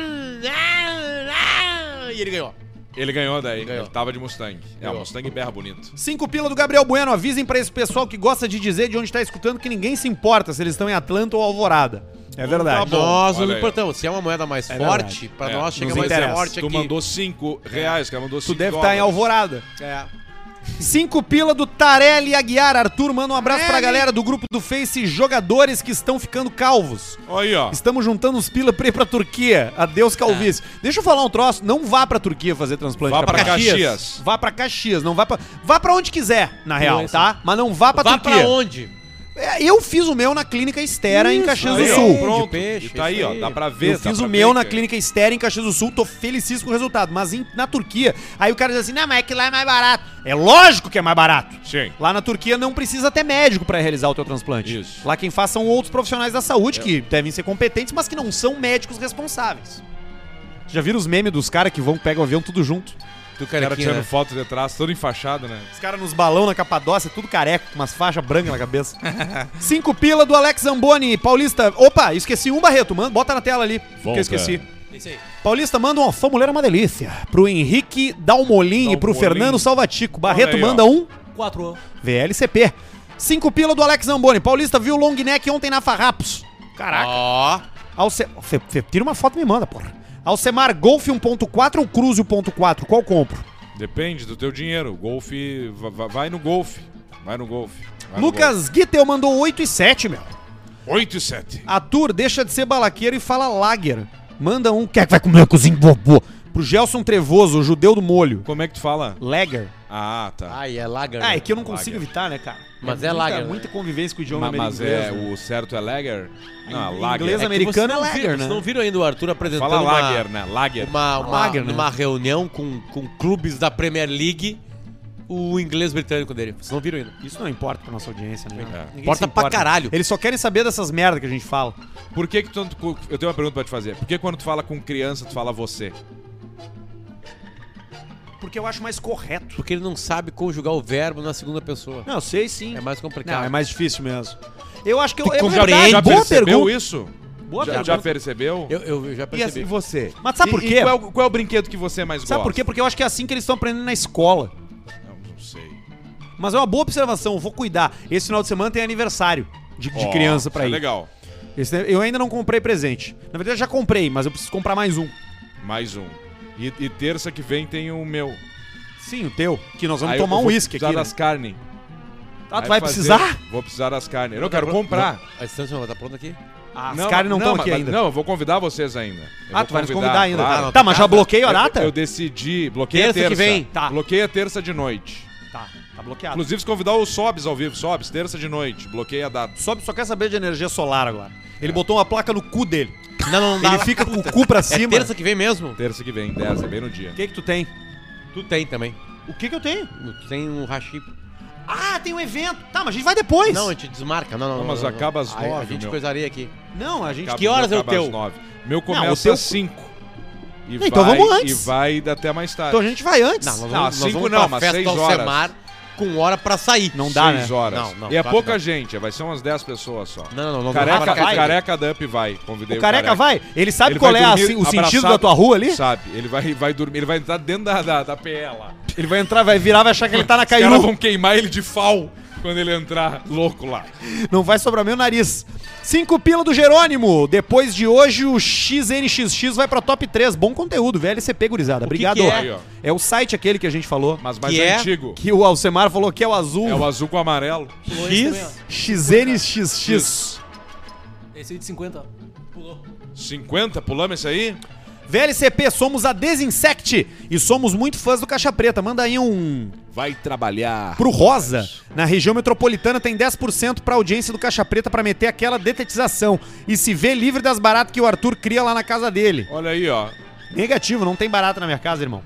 Speaker 4: ah, ah", E ele ganhou.
Speaker 2: Ele ganhou daí,
Speaker 4: Ganhou.
Speaker 2: ele tava de Mustang. É, o
Speaker 4: Ganhou.
Speaker 2: Mustang berra bonito.
Speaker 1: 5 pila do Gabriel Bueno. Avisem pra esse pessoal que gosta de dizer de onde tá escutando que ninguém se importa se eles estão em Atlanta ou Alvorada. É verdade.
Speaker 2: Bom,
Speaker 4: Tá Nós
Speaker 2: olha
Speaker 4: não
Speaker 2: aí.
Speaker 4: importamos. Se é uma moeda mais forte, pra
Speaker 2: É,
Speaker 4: nós chega
Speaker 1: nos
Speaker 4: mais
Speaker 1: interessa.
Speaker 4: forte
Speaker 2: Tu
Speaker 4: aqui.
Speaker 2: mandou 5 reais, cara, mandou
Speaker 1: Tu
Speaker 2: 5
Speaker 1: deve estar em tá Alvorada.
Speaker 4: É.
Speaker 1: Cinco pila do Tarelli Aguiar. Arthur, manda um abraço pra
Speaker 2: Tarelli.
Speaker 1: galera do grupo do Face Jogadores que estão ficando calvos.
Speaker 2: Aí, ó.
Speaker 1: Estamos juntando uns pila pra ir pra Turquia. Adeus, calvície. Deixa eu falar um troço. Não vá pra Turquia fazer transplante.
Speaker 2: Vá pra Caxias.
Speaker 1: Vá pra Caxias. Não vá pra... Vá pra onde quiser, na real,
Speaker 4: Doença.
Speaker 1: tá? Mas não vá pra
Speaker 4: Vá
Speaker 1: Turquia.
Speaker 4: pra onde?
Speaker 1: É, Eu fiz o meu na Clínica Estera, em Caxias
Speaker 2: Aí,
Speaker 1: do
Speaker 2: ó,
Speaker 1: Sul.
Speaker 2: pronto.
Speaker 4: peixe,
Speaker 2: E tá aí,
Speaker 4: isso
Speaker 2: ó.
Speaker 4: aí.
Speaker 2: Dá pra ver.
Speaker 1: Eu
Speaker 2: dá
Speaker 1: fiz
Speaker 2: pra
Speaker 1: o meu
Speaker 2: ver,
Speaker 1: na
Speaker 2: cara.
Speaker 1: Clínica Estera em Caxias do Sul, tô felicíssimo com o resultado. Mas em- na Turquia, aí o cara diz assim, não, mas é que lá é mais barato. É lógico que é mais barato.
Speaker 2: Sim.
Speaker 1: Lá na Turquia não precisa ter médico pra realizar o teu transplante.
Speaker 2: Isso. É.
Speaker 1: Lá quem faz são outros profissionais da saúde que devem ser competentes, mas que não são médicos responsáveis. Já viram os memes dos caras que vão, pegam o avião tudo junto?
Speaker 4: Do
Speaker 2: O cara
Speaker 4: carequinha,
Speaker 2: tirando
Speaker 4: né?
Speaker 2: foto de trás, todo enfaixado, né?
Speaker 1: Os caras nos balão na capadócia, tudo careca, com umas faixas brancas na cabeça. Cinco pila do Alex Zamboni, Paulista. Opa, esqueci um, Barreto. Manda, bota na tela ali, que
Speaker 2: Volta.
Speaker 1: eu esqueci.
Speaker 4: Isso aí.
Speaker 1: Paulista, manda um ó, mulher é uma delícia. Pro Henrique Dalmolin e pro
Speaker 2: Dalmolin.
Speaker 1: Fernando Salvatico. Barreto
Speaker 2: aí, ó.
Speaker 1: manda um
Speaker 5: 4.
Speaker 1: VLCP. Cinco pila do Alex Zamboni. Paulista viu o long neck ontem na Farrapos. Caraca.
Speaker 4: Ó,
Speaker 1: Alce... Fe- Fe- Tira uma foto e me manda, porra. Alcemar Golf 1.4 ou Cruze 1.4? Qual compro?
Speaker 2: Depende do teu dinheiro. O golfe. va- va- Vai no golfe. Vai no golfe. Vai no
Speaker 1: Lucas Guiteu mandou 8 e 7, meu.
Speaker 2: golfe. 8 e 7.
Speaker 1: Arthur, deixa de ser balaqueiro e fala lager. Manda um. Quer que vai comer cozinho bobô? Pro Gelson Trevoso, o judeu do molho.
Speaker 2: Como é que tu fala?
Speaker 1: Lager.
Speaker 2: Ah, tá.
Speaker 4: ai, é lager.
Speaker 1: Ah,
Speaker 4: né?
Speaker 1: é que eu não consigo evitar, né, cara?
Speaker 4: Mas é
Speaker 1: muita,
Speaker 4: lager, né?
Speaker 1: Muita convivência com o idioma
Speaker 2: Ma- Mas
Speaker 1: um americano.
Speaker 2: é, o certo é Lager? Não, é
Speaker 1: Em
Speaker 2: Lager.
Speaker 1: inglês,
Speaker 2: É
Speaker 4: que
Speaker 1: americano
Speaker 4: vocês
Speaker 1: é
Speaker 4: não
Speaker 1: lager,
Speaker 4: viram-
Speaker 1: né?
Speaker 4: Vocês não viram ainda o Arthur
Speaker 2: que
Speaker 4: apresentando
Speaker 2: Fala
Speaker 4: Então, uma,
Speaker 2: Lager, né? Lager.
Speaker 4: uma, uma,
Speaker 1: Lager, né?
Speaker 4: numa reunião com, com clubes da Premier League, o inglês britânico dele. Vocês não viram ainda.
Speaker 1: Isso não importa pra nossa audiência, né?
Speaker 2: É.
Speaker 1: Ninguém
Speaker 4: Importa
Speaker 1: se
Speaker 4: pra caralho.
Speaker 1: Eles só querem saber dessas merdas que a gente fala.
Speaker 2: Por que que tu... Eu tenho uma pergunta pra te fazer. Por que quando tu fala com criança, tu fala você?
Speaker 1: Porque eu acho mais correto.
Speaker 4: Porque ele não sabe conjugar o verbo na segunda pessoa.
Speaker 1: Não, eu sei sim.
Speaker 4: É mais complicado.
Speaker 1: Não, é mais difícil mesmo. Eu acho que eu. é
Speaker 2: Já-
Speaker 1: verdade,
Speaker 2: Já
Speaker 1: boa
Speaker 2: percebeu
Speaker 1: pergunta.
Speaker 2: isso?
Speaker 1: Boa
Speaker 2: já,
Speaker 1: pergunta.
Speaker 2: já percebeu?
Speaker 4: Eu, eu
Speaker 2: E
Speaker 4: já
Speaker 2: assim
Speaker 4: percebi.
Speaker 2: você?
Speaker 1: Mas sabe
Speaker 2: E-
Speaker 1: por
Speaker 2: e
Speaker 1: quê?
Speaker 2: qual, é o, qual é o brinquedo que você mais
Speaker 1: Sabe por
Speaker 2: gosta?
Speaker 1: quê? Porque eu acho que é assim que eles estão aprendendo na escola.
Speaker 2: por quê? Não, não sei.
Speaker 1: Mas é uma boa observação, eu vou cuidar. Esse final de semana tem aniversário de, de
Speaker 2: Ó,
Speaker 1: criança pra
Speaker 2: isso
Speaker 1: ir.
Speaker 2: é legal.
Speaker 1: Esse- eu ainda não comprei presente. Na verdade, eu já comprei, mas eu preciso comprar mais um.
Speaker 2: Mais um. E, e terça que vem tem o meu.
Speaker 1: Sim, o teu. Que nós vamos
Speaker 2: Aí eu
Speaker 1: tomar um
Speaker 2: vou
Speaker 1: uísque
Speaker 2: precisar
Speaker 1: aqui. né?
Speaker 2: das carnes.
Speaker 1: Ah, tu vai precisar?
Speaker 2: Vou precisar das carnes. Eu não quero comprar.
Speaker 4: A distância ela tá pronta aqui?
Speaker 1: Ah, as caras não estão
Speaker 2: mas-
Speaker 1: aqui
Speaker 2: mas-
Speaker 1: ainda.
Speaker 2: Não, eu vou convidar vocês ainda. Eu
Speaker 1: ah,
Speaker 2: vou
Speaker 1: tu vai nos convidar ainda.
Speaker 2: claro.
Speaker 1: Tá, mas já bloqueio a
Speaker 2: Eu-
Speaker 1: data?
Speaker 2: Eu, decidi. Bloqueia
Speaker 4: Terça
Speaker 2: terça.
Speaker 4: que vem.
Speaker 1: Tá.
Speaker 2: Bloqueia terça de noite.
Speaker 1: Tá, tá bloqueado.
Speaker 2: Inclusive, se convidar o Sobs ao vivo. Sobs, terça de noite. Bloqueia a data.
Speaker 1: Sobe, só quer saber de energia solar agora.
Speaker 2: É.
Speaker 1: Ele botou uma placa no cu dele.
Speaker 4: Não, não, não.
Speaker 1: Ele fica com o cu pra cima.
Speaker 4: Terça que vem mesmo?
Speaker 2: Terça que vem, 10, é bem no dia.
Speaker 1: O que que tu tem?
Speaker 4: Tu tem também.
Speaker 1: O que que eu tenho?
Speaker 4: Tu tem um rachi.
Speaker 1: Ah, tem um evento. Tá, mas a gente vai depois.
Speaker 4: Não, a gente desmarca. Não, não,
Speaker 2: Não,
Speaker 4: não.
Speaker 2: mas
Speaker 4: não,
Speaker 2: acaba às
Speaker 4: não. Aí A
Speaker 2: nove,
Speaker 4: gente
Speaker 2: meu.
Speaker 4: coisaria aqui.
Speaker 1: Não, a gente...
Speaker 2: Acaba-
Speaker 4: que horas é o
Speaker 2: acaba às
Speaker 4: teu?
Speaker 2: nove.
Speaker 1: Não,
Speaker 2: Meu
Speaker 1: o
Speaker 2: começa
Speaker 1: teu-
Speaker 2: às 5. E
Speaker 1: Então vamos antes.
Speaker 2: E vai até mais tarde.
Speaker 1: Então a gente vai antes.
Speaker 4: Não, nós
Speaker 2: Não,
Speaker 4: vamos, nós
Speaker 2: cinco
Speaker 4: vamos
Speaker 2: não,
Speaker 4: pra
Speaker 2: mas
Speaker 4: festa
Speaker 2: seis
Speaker 4: ao
Speaker 2: horas.
Speaker 4: Semar com hora pra sair.
Speaker 1: Não dá, né?
Speaker 2: Seis horas.
Speaker 4: Não, não,
Speaker 2: e é
Speaker 4: claro
Speaker 2: pouca
Speaker 4: que não.
Speaker 2: gente, vai ser umas 10 pessoas só.
Speaker 4: Não, não, não.
Speaker 2: Careca,
Speaker 4: vai.
Speaker 2: o careca da Up vai. Convidei
Speaker 1: O careca vai? Ele sabe
Speaker 2: Ele
Speaker 1: qual
Speaker 2: vai
Speaker 1: é a-
Speaker 2: dormir
Speaker 1: o sentido
Speaker 2: abraçado.
Speaker 1: da tua rua ali?
Speaker 2: Sabe, ele vai, vai dormir, ele vai entrar dentro da, da, da PE lá.
Speaker 1: Ele vai entrar, vai virar, vai achar que ele tá na
Speaker 2: Os caras
Speaker 1: Cairu.
Speaker 2: vão queimar ele de fal quando ele entrar louco lá.
Speaker 1: Não vai sobrar meu nariz. Cinco pila do Jerônimo. Depois de hoje, o XNXX vai pra top 3. Bom conteúdo, VLCP, gurizada.
Speaker 4: que
Speaker 1: Obrigado.
Speaker 4: que é?
Speaker 2: Aí, ó.
Speaker 1: é o site aquele que a gente falou.
Speaker 2: Mas mais
Speaker 4: Que é?
Speaker 2: antigo.
Speaker 1: Que o Alcemar falou que é o azul.
Speaker 2: É o azul com amarelo.
Speaker 5: X.
Speaker 1: XNXX.
Speaker 5: Esse aí de 50. Pulou.
Speaker 2: 50, pulamos esse aí?
Speaker 1: VLCP, somos a Desinsect e somos muito fãs do Caixa Preta. Manda aí um
Speaker 2: Vai trabalhar.
Speaker 1: pro Rosa. Na região metropolitana tem 10% pra audiência do Caixa Preta pra meter aquela detetização e se vê livre das baratas que o Arthur cria lá na casa dele.
Speaker 2: Olha aí, ó.
Speaker 1: Negativo, não tem barata na minha casa, irmão.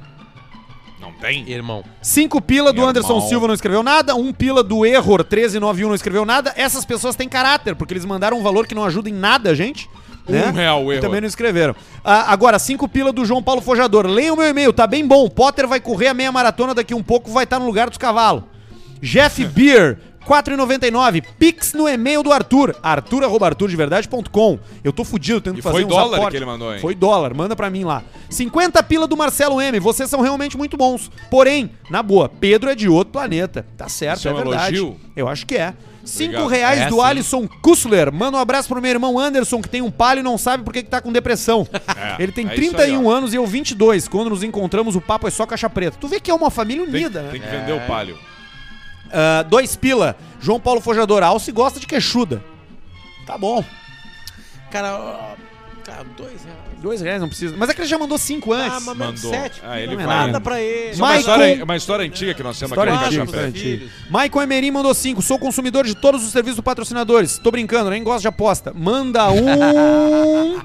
Speaker 2: Não tem?
Speaker 4: Irmão.
Speaker 1: Cinco pila do
Speaker 2: Irmão.
Speaker 1: Anderson Silva não escreveu nada, um pila do Error 1391 não escreveu nada. Essas pessoas têm caráter, porque eles mandaram um valor que não ajuda em nada a gente. Né?
Speaker 2: Um real,
Speaker 1: E
Speaker 2: Error.
Speaker 1: também não escreveram. Ah, agora, cinco pila do João Paulo Fojador. Leia o meu e-mail, tá bem bom. Potter vai correr a meia maratona daqui um pouco, vai estar no lugar dos cavalos. Jeff Beer. 4,99. Pix no e-mail do Arthur. Arthur, arroba arturdeverdade.com. Eu tô fudido, tento
Speaker 2: E
Speaker 1: fazer
Speaker 2: foi
Speaker 1: uns
Speaker 2: dólar
Speaker 1: aportes.
Speaker 2: que ele mandou, hein?
Speaker 1: Foi dólar, manda pra mim lá. 50 pila do Marcelo M, vocês são realmente muito bons. Porém, na boa, Pedro é de outro planeta. Tá certo,
Speaker 2: Isso
Speaker 1: é,
Speaker 2: é um
Speaker 1: verdade.
Speaker 2: elogio?
Speaker 1: Eu acho que é. 5
Speaker 2: Obrigado.
Speaker 1: reais
Speaker 4: É,
Speaker 1: do
Speaker 4: sim.
Speaker 1: Alisson Kussler. Manda um abraço pro meu irmão Anderson, que tem um palho e não sabe por que que tá com depressão.
Speaker 2: É,
Speaker 1: Ele tem
Speaker 2: é isso
Speaker 1: 31
Speaker 2: aí, ó.
Speaker 1: anos e eu 22. Quando nos encontramos, o papo é só caixa preta. Tu vê que é uma família
Speaker 2: Tem,
Speaker 1: unida, né?
Speaker 4: É.
Speaker 2: tem que vender o palio.
Speaker 1: Ah, dois pila. João Paulo Fojador Alce gosta de queixuda. Tá bom.
Speaker 4: Cara, ó, cara, dois reais.
Speaker 1: Dois reais não precisa. Mas é que ele já mandou cinco antes.
Speaker 4: Ah, mas
Speaker 2: Mandou.
Speaker 4: sete.
Speaker 2: Ah, ele
Speaker 1: não é
Speaker 2: vai.
Speaker 1: nada
Speaker 4: Manda pra ele.
Speaker 2: Isso é uma,
Speaker 1: Michael-
Speaker 2: história, uma história antiga que nós temos
Speaker 1: História
Speaker 2: aqui
Speaker 1: antiga,
Speaker 2: no
Speaker 1: história
Speaker 2: Caixa Preta.
Speaker 1: antiga.
Speaker 4: Filhos.
Speaker 1: Michael Emerim mandou 5. Sou consumidor de todos os serviços patrocinadores. Tô brincando, nem gosto de aposta. Manda um.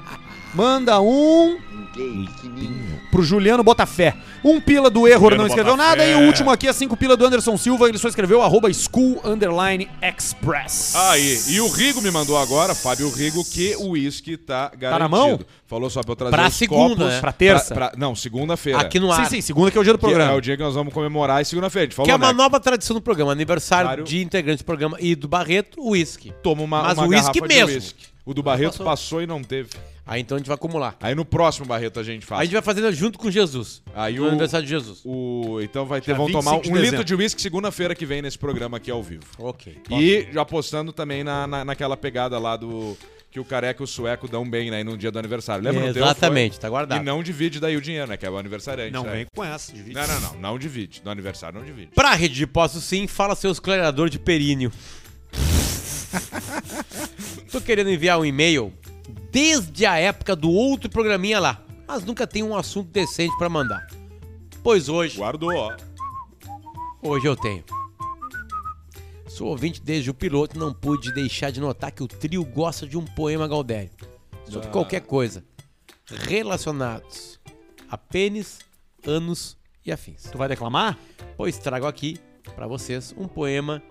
Speaker 1: manda um
Speaker 6: Gay, que ninho.
Speaker 1: pro Juliano Botafé. Um pila do Error
Speaker 2: Juliano
Speaker 1: não escreveu
Speaker 2: Botafé.
Speaker 1: nada. E o último aqui é 5 pila do Anderson Silva. Ele só escreveu arroba school underline express.
Speaker 2: Aí, e o Rigo me mandou agora, Fábio Rigo, que o uísque tá garantido.
Speaker 1: na mão?
Speaker 2: Falou só pra eu trazer
Speaker 4: Pra
Speaker 2: os
Speaker 4: segunda,
Speaker 2: copos.
Speaker 4: né?
Speaker 1: Pra terça?
Speaker 2: Pra- pra- não, segunda-feira.
Speaker 4: Aqui no ar.
Speaker 1: Sim, sim, segunda que é o dia do
Speaker 2: Que É
Speaker 1: programa.
Speaker 2: o dia que nós vamos comemorar e segunda-feira. A gente falou,
Speaker 4: Que é uma
Speaker 2: né?
Speaker 4: nova tradição do programa, aniversário
Speaker 2: Claro.
Speaker 4: de integrante do programa e do Barreto, o uísque.
Speaker 2: Toma uma,
Speaker 4: Mas
Speaker 2: uma
Speaker 4: o
Speaker 2: garrafa de
Speaker 4: uísque mesmo.
Speaker 2: uísque. O do Barreto passou. e não teve.
Speaker 4: Aí então a gente vai acumular.
Speaker 2: Aí no próximo Barreto a gente faz.
Speaker 4: A gente vai fazendo junto com Jesus.
Speaker 2: Aí
Speaker 4: no
Speaker 2: o-
Speaker 4: aniversário de Jesus.
Speaker 2: O- então vai ter,
Speaker 1: Dia
Speaker 2: vão tomar
Speaker 1: 25 de
Speaker 2: um litro
Speaker 1: dezembro.
Speaker 2: de uísque segunda-feira que vem nesse programa aqui ao vivo.
Speaker 4: Ok.
Speaker 2: E já apostando também na, na- naquela pegada lá do. Que o careca e o sueco dão bem, né? No dia do aniversário. Lembra no teu? Foi?
Speaker 4: Exatamente, tá guardado.
Speaker 2: E não divide daí o dinheiro, né? Que é o aniversariante.
Speaker 1: Não
Speaker 2: né?
Speaker 1: vem com essa. divide.
Speaker 2: Não, não, não. Não divide. No aniversário não divide.
Speaker 4: Pra rede de postos, sim, fala seus clareador de períneo. Tô querendo enviar um e-mail desde a época do outro programinha lá, mas nunca tem um assunto decente pra mandar. Pois hoje,
Speaker 2: Guardou, ó.
Speaker 4: hoje eu tenho. Sou ouvinte desde o piloto, não pude deixar de notar que o trio gosta de um poema Galdério.
Speaker 1: Ah.
Speaker 4: Sobre qualquer coisa. Relacionados a pênis, anos e afins.
Speaker 1: Tu vai declamar?
Speaker 4: Pois trago aqui pra vocês um poema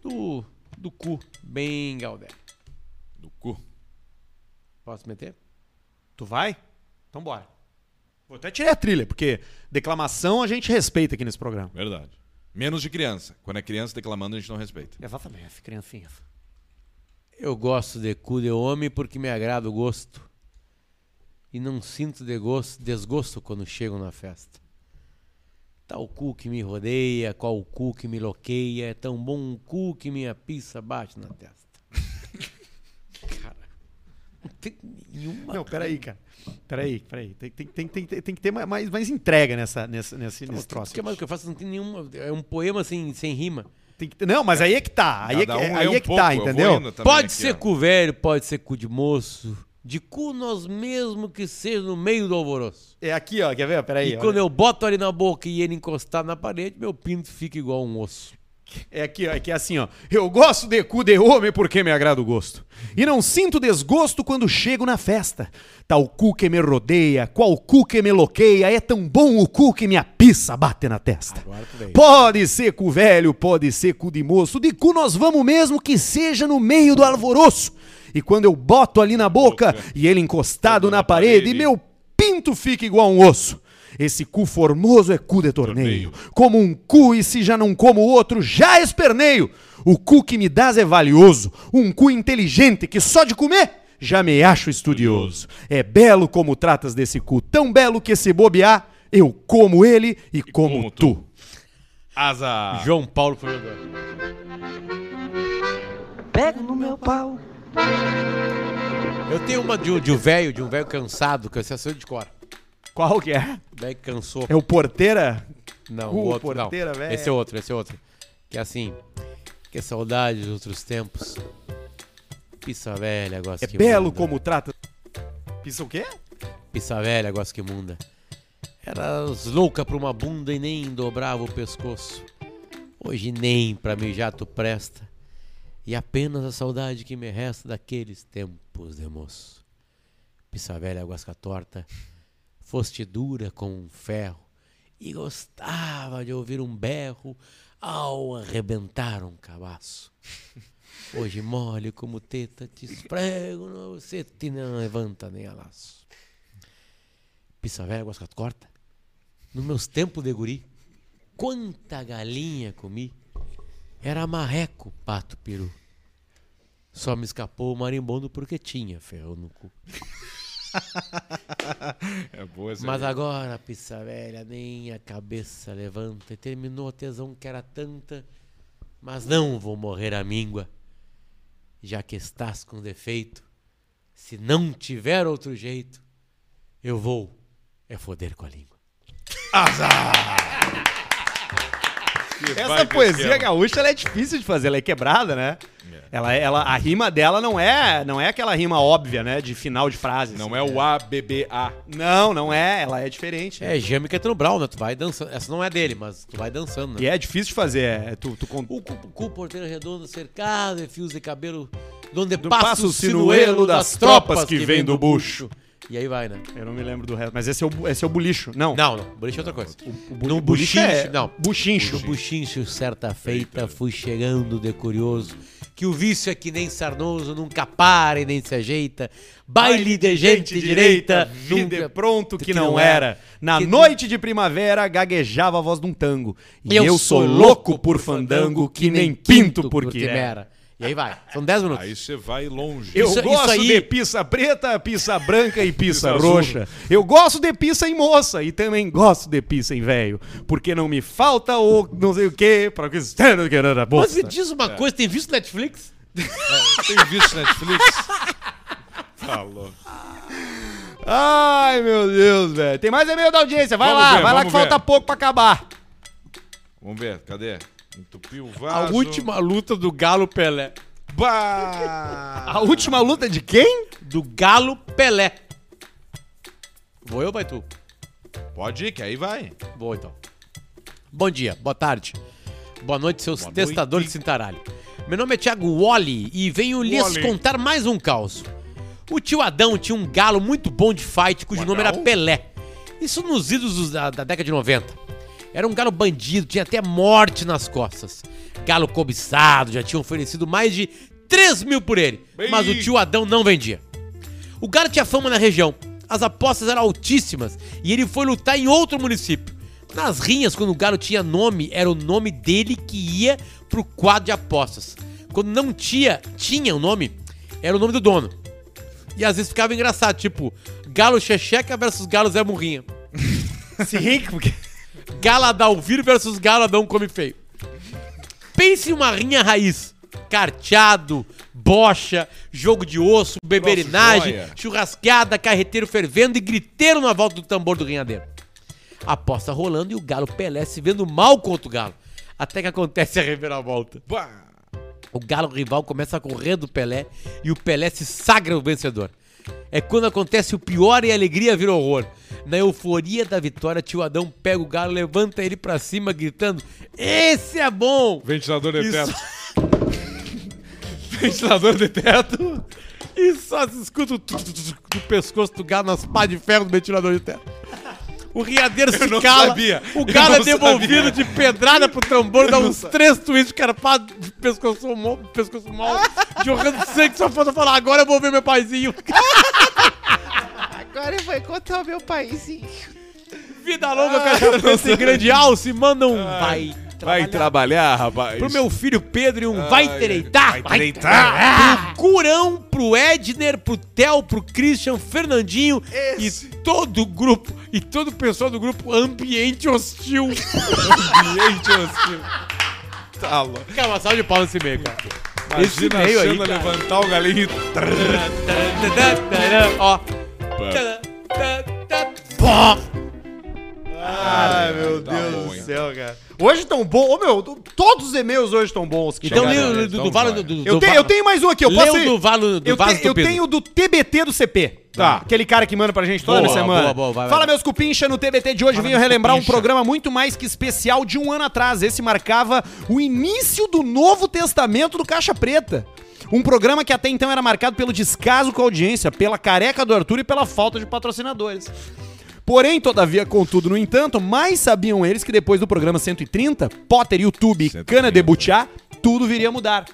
Speaker 4: do, do cu bem Galdério.
Speaker 2: Do cu.
Speaker 4: Posso meter?
Speaker 1: Tu vai? Então bora. Vou até tirar a trilha, porque declamação a gente respeita aqui nesse programa.
Speaker 2: Verdade. Menos de criança. Quando é criança declamando, a gente não respeita.
Speaker 1: Exatamente, criancinha.
Speaker 4: Eu gosto de cu de homem porque me agrada o gosto. E não sinto degosto- desgosto quando chego na festa. Tal cu que me rodeia, qual cu que me loqueia, é tão bom um cu que minha pizza bate na testa. Cara, não tem nenhuma.
Speaker 1: Não, peraí, cara. Peraí, peraí. Tem, tem, tem, tem, tem- tem que ter ma- mais, mais entrega nessa, nessa, nesse, nesse troço.
Speaker 4: O que mais que eu faço? Não tem nenhuma. É um poema sem, sem rima.
Speaker 1: Tem que ter- não, mas aí é que tá. Aí é que,
Speaker 2: Cada um
Speaker 1: aí
Speaker 2: lê
Speaker 1: é que
Speaker 2: pouco, né?
Speaker 1: tá,
Speaker 2: eu vou
Speaker 1: entendeu?
Speaker 2: indo também
Speaker 4: Pode
Speaker 2: aqui,
Speaker 4: ser
Speaker 2: ó.
Speaker 4: cu velho, pode ser cu de moço. De cu nós mesmo que seja no meio do alvoroço.
Speaker 1: É aqui, ó. Quer ver? Peraí.
Speaker 4: e
Speaker 1: olha.
Speaker 4: quando eu boto ali na boca e ele encostar na parede, meu pinto fica igual um osso.
Speaker 1: É aqui, ó. É que é assim, ó. Eu gosto de cu de homem porque me agrada o gosto. E não sinto desgosto quando chego na festa. Tal cu que me rodeia, qual cu que me loqueia, é tão bom o cu que minha pizza bate na testa. Pode ser cu velho, pode ser cu de moço, de cu nós vamos mesmo que seja no meio do alvoroço. E quando eu boto ali na boca e ele encostado na parede, meu pinto fica igual um osso. Esse cu formoso é cu de torneio. Como um cu e se já não como outro, já é esperneio. O cu que me dás é valioso, um cu inteligente que só de comer já me acho estudioso. É belo como tratas desse cu, tão belo que se bobear, eu como ele e, como,
Speaker 2: como
Speaker 1: tu.
Speaker 2: Asa.
Speaker 4: João Paulo Fernandes.
Speaker 7: Pega no meu pau.
Speaker 4: Eu tenho uma de, um- de um velho, de um velho cansado, que eu sei a sua de cor.
Speaker 1: Qual que é?
Speaker 4: O velho que cansou.
Speaker 1: É o porteira?
Speaker 4: Não,
Speaker 1: cu,
Speaker 4: o outro não.
Speaker 1: porteira, velho.
Speaker 4: Esse é outro, esse é outro. Que é assim, que saudade dos outros tempos. Pissa velha, gosto
Speaker 1: É
Speaker 4: que
Speaker 1: belo
Speaker 4: manda.
Speaker 1: como trata. Pisa o quê?
Speaker 4: Pizza velha, gosta que imunda. Eras louca pra uma bunda e nem dobrava o pescoço. Hoje nem pra mijar tu presta. E apenas a saudade que me resta daqueles tempos de moço. Pizza velha, guasca torta. Foste dura como um ferro. E gostava de ouvir um berro ao arrebentar um cabaço. Hoje mole como teta, te esprego no seta e não levanta nem a laço. Pissa velha, guasca corta. Nos meus tempos de guri, quanta galinha comi. Era marreco, pato peru. Só me escapou o marimbondo porque tinha ferro no cu.
Speaker 2: É boa essa.
Speaker 4: Mas agora, pizza velha, nem a cabeça levanta. E terminou a tesão que era tanta. Mas não vou morrer a míngua, já que estás com defeito. Se não tiver outro jeito, eu vou é foder com a língua.
Speaker 1: Essa poesia gaúcha ela é difícil de fazer, ela é quebrada, né? Ela, ela, a rima dela não é, não é aquela rima óbvia, né? De final de frase.
Speaker 2: Não
Speaker 1: assim.
Speaker 2: é o ABBA.
Speaker 1: Não, não é. Ela é diferente. né?
Speaker 4: É, Jamie Caetano Brown, né? Tu vai dançando. Essa não é dele, mas tu vai dançando, né?
Speaker 1: E é difícil de fazer. é, tu, tu con-
Speaker 4: O cu, cu porteiro redondo cercado de fios de cabelo, onde passa,
Speaker 1: passa
Speaker 4: o sinuelo das tropas que vem do bucho. E aí vai, né?
Speaker 1: Eu não me lembro do resto. Mas esse é o, esse é o bulicho. Não.
Speaker 4: Não, não, bucho é outra coisa.
Speaker 1: bu-
Speaker 4: no
Speaker 1: bulicho
Speaker 4: buchincho,
Speaker 1: é-
Speaker 4: não.
Speaker 1: buchincho.
Speaker 4: No buchincho, né? certa feita, fui chegando de curioso, que o vício é que nem sarnoso, nunca para e nem se ajeita, baile de gente direita,
Speaker 1: vi
Speaker 4: nunca... é.
Speaker 1: de pronto que, não é. era. Na
Speaker 4: Que-
Speaker 1: noite de primavera gaguejava a voz de um tango. E eu, sou louco por fandango que nem pinto por quimera.
Speaker 4: E É. aí vai, são 10 minutos.
Speaker 2: Aí você vai longe.
Speaker 1: Eu
Speaker 4: Isso- isso
Speaker 1: gosto
Speaker 4: aí-
Speaker 1: de pizza preta, pizza branca e pizza
Speaker 2: Pizza azul.
Speaker 1: roxa. Eu gosto de pizza em moça e também gosto de pizza em velho. Porque não me falta o não sei o quê pra que que era
Speaker 4: Mas me
Speaker 1: bosta.
Speaker 4: diz uma coisa, tem visto Netflix?
Speaker 2: né? Tem visto Netflix? tá louco.
Speaker 1: Ai, meu Deus, velho. Tem mais e-mail da audiência. Vai
Speaker 2: Vamos
Speaker 1: lá,
Speaker 2: ver,
Speaker 1: vai lá que
Speaker 2: vamos ver.
Speaker 1: falta pouco pra acabar.
Speaker 2: Vamos ver, cadê? Entupiu o
Speaker 4: A
Speaker 2: vaso.
Speaker 4: última luta do Galo Pelé.
Speaker 2: Bah!
Speaker 1: A última
Speaker 4: é
Speaker 1: luta de quem?
Speaker 4: Do Galo Pelé. Vou eu, vai tu?
Speaker 2: Pode ir, que aí vai.
Speaker 4: Vou então. Bom dia, boa tarde. Boa noite, seus
Speaker 2: Boa
Speaker 4: testadores de cintaralho. Meu nome é Thiago Wally e venho lhes
Speaker 2: Wally.
Speaker 4: contar mais um caos. O tio Adão tinha um galo muito bom de fight cujo nome era Pelé. Isso nos idos dos- da, da década de 90. Era um galo bandido, tinha até morte nas costas. Galo cobiçado, já tinham oferecido mais de 3 mil por ele. Mas o tio Adão não vendia. O galo tinha fama na região. As apostas eram altíssimas e ele foi lutar em outro município. Nas rinhas, quando o galo tinha nome, era o nome dele que ia pro quadro de apostas. Quando não tinha, tinha o nome, era o nome do dono. E às vezes ficava engraçado, tipo, Galo Checheca versus Galo Zé Murrinha.
Speaker 1: Se rico, porque.
Speaker 4: Galo Adalvir versus Galo Adão Come Feio. Pense em uma rinha raiz. Carteado, bocha, jogo de osso, beberinagem,
Speaker 2: joia.
Speaker 4: churrasqueada, carreteiro fervendo e griteiro na volta do tambor do rinhadeiro. Aposta rolando e o Galo Pelé se vendo mal contra o Galo. Até que acontece a reviravolta.
Speaker 2: Bah!
Speaker 4: O galo rival começa a correr do Pelé e o Pelé se sagra o vencedor. É quando acontece o pior e a alegria vira horror. Na euforia da vitória, tio Adão pega o galo, levanta ele pra cima, gritando: Esse é bom!
Speaker 2: Ventilador
Speaker 4: Isso.
Speaker 2: eterno.
Speaker 4: Ventilador de teto. E só se escuta o tuc, tuc, tuc do pescoço do galo nas pás de ferro do ventilador de teto. O riadeiro se
Speaker 2: não
Speaker 4: cala,
Speaker 2: sabia,
Speaker 4: o
Speaker 2: eu
Speaker 4: galo é
Speaker 2: não
Speaker 4: devolvido
Speaker 2: sabia.
Speaker 4: de pedrada pro tambor, dá uns três twists carpados de pescoço mal, pescoço mal jorrando sangue, só falta falar, agora eu vou ver meu paizinho. agora eu vou encontrar meu paizinho. Vida longa,
Speaker 2: Ah,
Speaker 4: cachorro preto e grande alce, manda um vai
Speaker 2: Vai trabalhar, rapaz.
Speaker 4: pro meu filho Pedro e um vai tereitar.
Speaker 2: Vai tereitar.
Speaker 4: Pro Curão, pro Edner, pro Theo, pro Christian, Fernandinho e todo o grupo, e todo o pessoal do grupo Ambiente Hostil.
Speaker 2: ambiente hostil. Tá louco.
Speaker 4: cara, uma salva de palmas nesse meio, cara. Esse
Speaker 2: Imagina a
Speaker 4: meio aí,
Speaker 2: cena
Speaker 4: cara.
Speaker 2: levantar o galinho.
Speaker 4: Ó.
Speaker 1: Ai, meu
Speaker 2: tá
Speaker 1: Deus
Speaker 2: bom,
Speaker 1: do
Speaker 2: hein?
Speaker 1: céu, cara. Hoje tão bom. Ô, meu, t- todos os e-mails hoje estão bons.
Speaker 4: Então,
Speaker 1: chegaram.
Speaker 4: lê o do,
Speaker 2: então
Speaker 4: do Vale
Speaker 2: vai.
Speaker 4: do, do,
Speaker 1: né? eu, tenho,
Speaker 4: do Vale-
Speaker 1: eu tenho mais um aqui. Eu
Speaker 4: Lê
Speaker 1: posso
Speaker 4: o
Speaker 1: ir?
Speaker 4: do Valo do
Speaker 1: eu,
Speaker 4: Vale
Speaker 1: te- eu tenho o do TBT do CP.
Speaker 2: Tá.
Speaker 1: Aquele cara que manda pra gente toda
Speaker 4: Boa,
Speaker 1: semana.
Speaker 4: boa, boa, vai,
Speaker 1: Fala,
Speaker 4: vai.
Speaker 1: meus cupincha. No TBT de hoje venho relembrar um programa muito mais que especial de um ano atrás. Esse marcava o início do Novo Testamento do Caixa Preta. Um programa que até então era marcado pelo descaso com a audiência, pela careca do Arthur e pela falta de patrocinadores. Porém, todavia, contudo, no entanto, mais sabiam eles que depois do programa 130, Potter, YouTube e
Speaker 2: 130.
Speaker 1: Cana debutiar, tudo viria a mudar.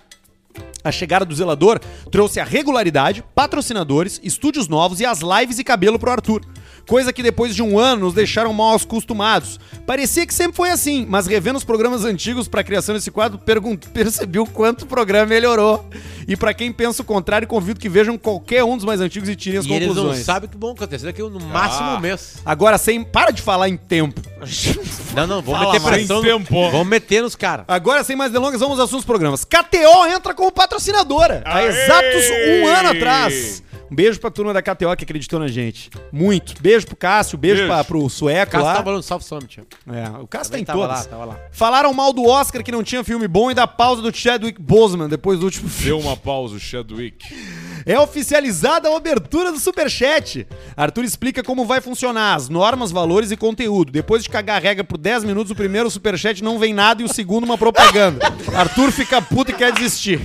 Speaker 1: A chegada do zelador trouxe a regularidade, patrocinadores, estúdios novos e as lives e cabelo pro Arthur. Coisa que depois de um ano nos deixaram mal acostumados. Parecia que sempre foi assim, mas revendo os programas antigos pra criação desse quadro, pergun- percebi o quanto o programa melhorou. E pra quem pensa o contrário, convido que vejam qualquer um dos mais antigos e tirem as
Speaker 4: E eles
Speaker 1: conclusões. Ah.
Speaker 4: não sabem que bom aconteceu daqui no máximo um mês.
Speaker 1: Agora sem. Para de falar em tempo.
Speaker 4: Não, não, vamos
Speaker 1: Fala,
Speaker 4: meter
Speaker 1: mano.
Speaker 4: pressão.
Speaker 2: Sem
Speaker 4: no-
Speaker 2: tempo.
Speaker 4: Vamos meter nos caras.
Speaker 1: Agora, sem mais delongas, vamos aos assuntos programas. KTO entra como patrocinadora. Há exatos um ano atrás. Um beijo pra turma da KTO que acreditou na gente. Muito. Beijo pro Cássio, beijo,
Speaker 2: Beijo.
Speaker 1: pra- pro Sueco
Speaker 4: Cássio
Speaker 1: lá.
Speaker 4: tava falando do South Summit.
Speaker 1: É, o Cássio tá
Speaker 4: Também
Speaker 1: em
Speaker 4: tava
Speaker 1: todas.
Speaker 4: lá, tava lá.
Speaker 1: Falaram mal do Oscar que não tinha filme bom e da pausa do Chadwick Boseman depois do último filme.
Speaker 2: Deu uma pausa o Chadwick.
Speaker 1: É oficializada a abertura do Superchat. Arthur explica como vai funcionar, as normas, valores e conteúdo. Depois de cagar a regra por 10 minutos, o primeiro Superchat não vem nada e o segundo uma propaganda. Arthur fica puto e quer desistir.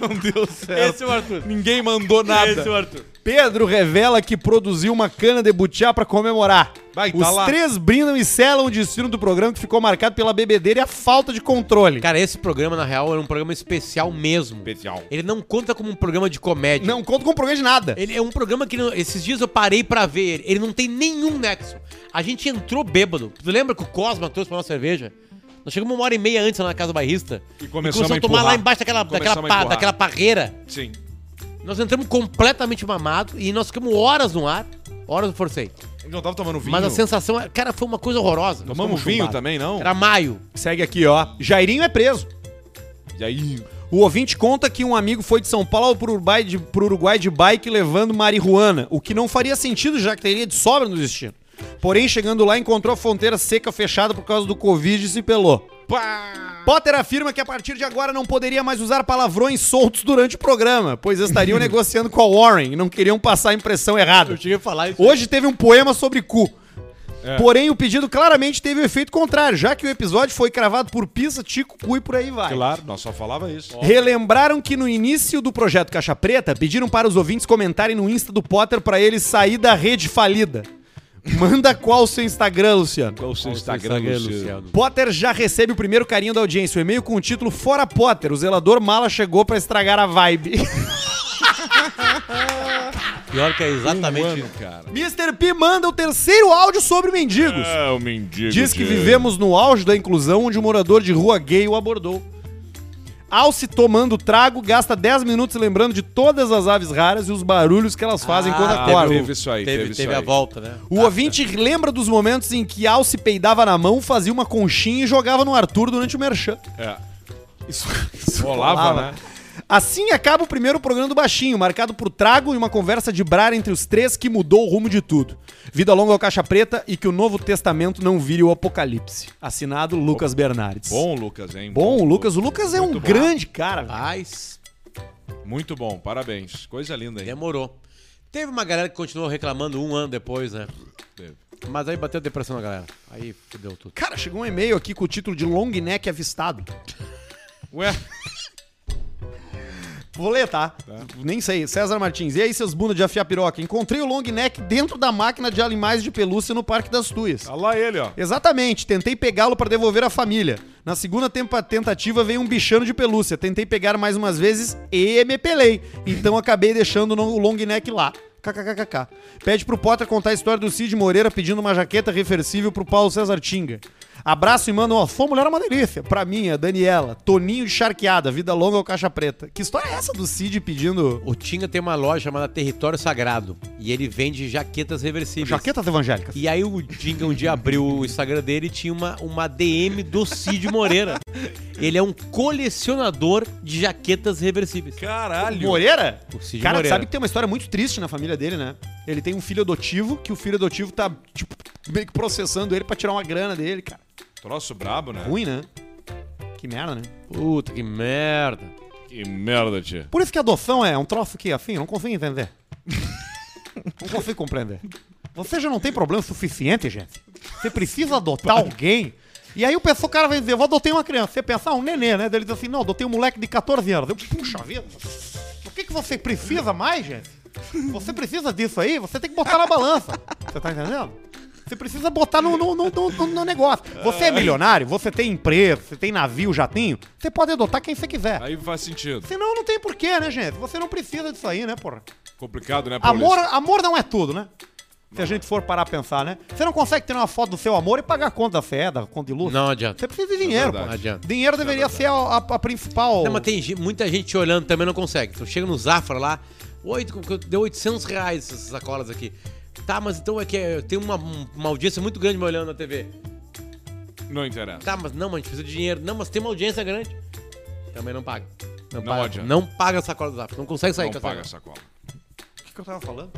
Speaker 2: Não deu certo.
Speaker 4: é o Arthur.
Speaker 2: Ninguém mandou nada.
Speaker 4: Arthur.
Speaker 1: Pedro revela que produziu uma cana de butiá pra comemorar.
Speaker 2: Vai, tá
Speaker 1: Os
Speaker 2: lá.
Speaker 1: três brindam e selam o destino do programa que ficou marcado pela bebedeira e a falta de controle.
Speaker 4: Cara, esse programa, na real, era um programa especial mesmo.
Speaker 2: Especial.
Speaker 4: Ele não conta como um programa de comédia.
Speaker 1: Não conto com programa de nada.
Speaker 4: Ele é um programa que não- esses dias eu parei pra ver. ele. Ele não tem nenhum nexo. A gente entrou bêbado. Tu lembra que o Cosma trouxe pra nossa cerveja? Nós chegamos uma hora e meia antes lá na casa do barrista.
Speaker 2: E começamos
Speaker 4: a
Speaker 2: a
Speaker 4: tomar
Speaker 2: empurrar.
Speaker 4: lá embaixo daquela,
Speaker 2: E começamos
Speaker 4: daquela,
Speaker 2: a
Speaker 4: pa-
Speaker 2: empurrar.
Speaker 4: daquela parreira.
Speaker 2: Sim.
Speaker 4: Nós entramos completamente mamados e nós ficamos horas no ar. Horas eu forcei.
Speaker 2: Ele não tava tomando vinho.
Speaker 4: Mas a sensação, é- cara, foi uma coisa horrorosa. Nós
Speaker 2: Tomamos
Speaker 4: ficamos
Speaker 2: vinho
Speaker 4: chumbados.
Speaker 2: também, não?
Speaker 4: Era maio.
Speaker 1: Segue aqui, ó. Jairinho é preso.
Speaker 2: E aí?
Speaker 1: O ouvinte conta que um amigo foi de São Paulo pro Uruguai de, pro Uruguai de bike levando marihuana, o que não faria sentido, já que teria de sobra no destino. Porém, chegando lá, encontrou a fronteira seca fechada por causa do Covid e se pelou. Potter afirma que a partir de agora não poderia mais usar palavrões soltos durante o programa, pois estariam negociando com a Warren e não queriam passar a impressão errada.
Speaker 4: cheguei a falar isso.
Speaker 1: Hoje teve um poema sobre cu. Porém, o pedido claramente teve o efeito contrário, já que o episódio foi cravado por pizza, tico, cu e por aí vai.
Speaker 2: Claro, nós só falava isso.
Speaker 1: Relembraram que no início do projeto Caixa Preta, pediram para os ouvintes comentarem no Insta do Potter para ele sair da rede falida. Manda qual o seu Instagram, Luciano?
Speaker 2: Qual o seu Instagram,
Speaker 4: Instagram,
Speaker 2: Luciano?
Speaker 4: Luciano.
Speaker 1: Potter já recebe o primeiro carinho da audiência, o e-mail com o título Fora Potter, o zelador mala chegou para estragar a vibe.
Speaker 4: Pior que é exatamente
Speaker 1: Um
Speaker 2: Mano,
Speaker 4: isso.
Speaker 2: cara.
Speaker 1: Mr. P manda o terceiro áudio sobre mendigos.
Speaker 2: É, o mendigo.
Speaker 1: Diz que vivemos no auge da inclusão, onde um morador de rua gay o abordou. Ao se tomando trago, gasta 10 minutos lembrando de todas as aves raras e os barulhos que elas fazem
Speaker 4: Ah,
Speaker 1: quando
Speaker 4: teve
Speaker 1: acordam.
Speaker 2: Teve isso aí, teve,
Speaker 4: Teve,
Speaker 2: isso
Speaker 4: teve a
Speaker 2: aí.
Speaker 4: volta, né?
Speaker 1: O ouvinte lembra dos momentos em que Al se peidava na mão, fazia uma conchinha e jogava no Arthur durante o merchan.
Speaker 2: É.
Speaker 1: Isso,
Speaker 2: Rolava, né?
Speaker 1: Assim acaba o primeiro programa do Baixinho, marcado por trago e uma conversa de brar entre os três que mudou o rumo de tudo. Vida longa ao Caixa Preta e que o Novo Testamento não vire o Apocalipse. Assinado Lucas Bernardes.
Speaker 2: Bom, Lucas, hein?
Speaker 1: Bom, o Lucas. O Lucas é um
Speaker 2: Muito bom.
Speaker 1: grande cara, velho.
Speaker 4: Mas
Speaker 2: Muito bom, parabéns. Coisa linda, hein?
Speaker 4: demorou. Teve uma galera que continuou reclamando um ano depois, né? Mas aí bateu depressão na galera. Aí fudeu tudo.
Speaker 1: Cara, chegou um e-mail aqui com o título de Long Neck Avistado.
Speaker 2: Ué,
Speaker 1: Vou ler, tá? Nem sei. César Martins. E aí, seus bundas de afiar piroca? Encontrei o long neck dentro da máquina de animais de pelúcia no Parque das Tuias.
Speaker 2: olha tá lá ele, ó.
Speaker 1: Exatamente, tentei pegá-lo para devolver à família. Na segunda tempa- tentativa veio um bichano de pelúcia. Tentei pegar mais umas vezes e me pelei. Então acabei deixando no- o long neck lá. KKKKK. Pede pro Potter contar a história do Cid Moreira pedindo uma jaqueta reversível pro Paulo César Tinga. Abraço e manda uma fã, mulher é uma delícia. Pra minha, Daniela, Toninho de Charqueada, Vida Longa ou Caixa Preta. Que história é essa do Cid pedindo
Speaker 4: O Tinga tem uma loja chamada Território Sagrado. E ele vende jaquetas reversíveis.
Speaker 1: jaquetas evangélicas?
Speaker 4: E aí o Tinga um dia abriu o Instagram dele e tinha uma, uma DM do Cid Moreira. Ele é um colecionador de jaquetas reversíveis.
Speaker 2: Caralho.
Speaker 1: Moreira?
Speaker 4: O Cid
Speaker 1: cara,
Speaker 4: Moreira.
Speaker 1: sabe que tem uma história muito triste na família dele, né? Ele tem um filho adotivo, que o filho adotivo tá, tipo, meio que processando ele pra tirar uma grana dele, cara.
Speaker 2: Troço brabo, né?
Speaker 1: Ruim, né? Que merda, né?
Speaker 4: Puta que merda.
Speaker 2: Que merda, tia.
Speaker 1: Por isso que adoção é um troço que, afim, eu não consigo entender. não consigo compreender. Você já não tem problema suficiente, gente. Você precisa adotar alguém. E aí o pessoal, o cara vai dizer, eu adotei uma criança. Você pensa, ah, um nenê, né? Daí Ele diz assim, não, adotei um moleque de 14 anos. Eu, puxa vida. O que, que você precisa mais, gente? Você precisa disso aí, você tem que botar na balança. Você tá entendendo? Você precisa botar no, no, no, no- no negócio. Você é milionário, você tem empresa, você tem navio, jatinho. Você pode adotar quem você quiser.
Speaker 2: Aí faz sentido.
Speaker 1: Senão não tem porquê, né, gente? Você não precisa disso aí, né, porra?
Speaker 2: Complicado, né,
Speaker 1: Amor,
Speaker 2: Paulista?
Speaker 1: amor não é tudo, né? Se a gente for parar a pensar, né? Você não consegue ter uma foto do seu amor e pagar a conta da fé, da conta de luz.
Speaker 4: Não adianta.
Speaker 1: Você precisa de dinheiro,
Speaker 9: é
Speaker 2: verdade.
Speaker 1: pô.
Speaker 4: Não adianta.
Speaker 1: Dinheiro deveria ser a, a- a principal.
Speaker 4: Não, mas tem ge- muita gente te olhando também não consegue. Tu chega no Zafra lá, oito, com- com- deu 800 reais essas sacolas aqui. Tá, mas então é que é- tem uma, uma audiência muito grande me olhando na TV.
Speaker 2: Não interessa.
Speaker 4: Tá, mas não, mas a gente precisa de dinheiro. Não, mas tem uma audiência grande. Também não paga. Não,
Speaker 2: Não
Speaker 4: paga.
Speaker 2: adianta.
Speaker 4: Não paga a sacola do Zafra. Não consegue sair
Speaker 2: Não
Speaker 4: a sacola.
Speaker 2: paga a sacola.
Speaker 9: que eu tava falando?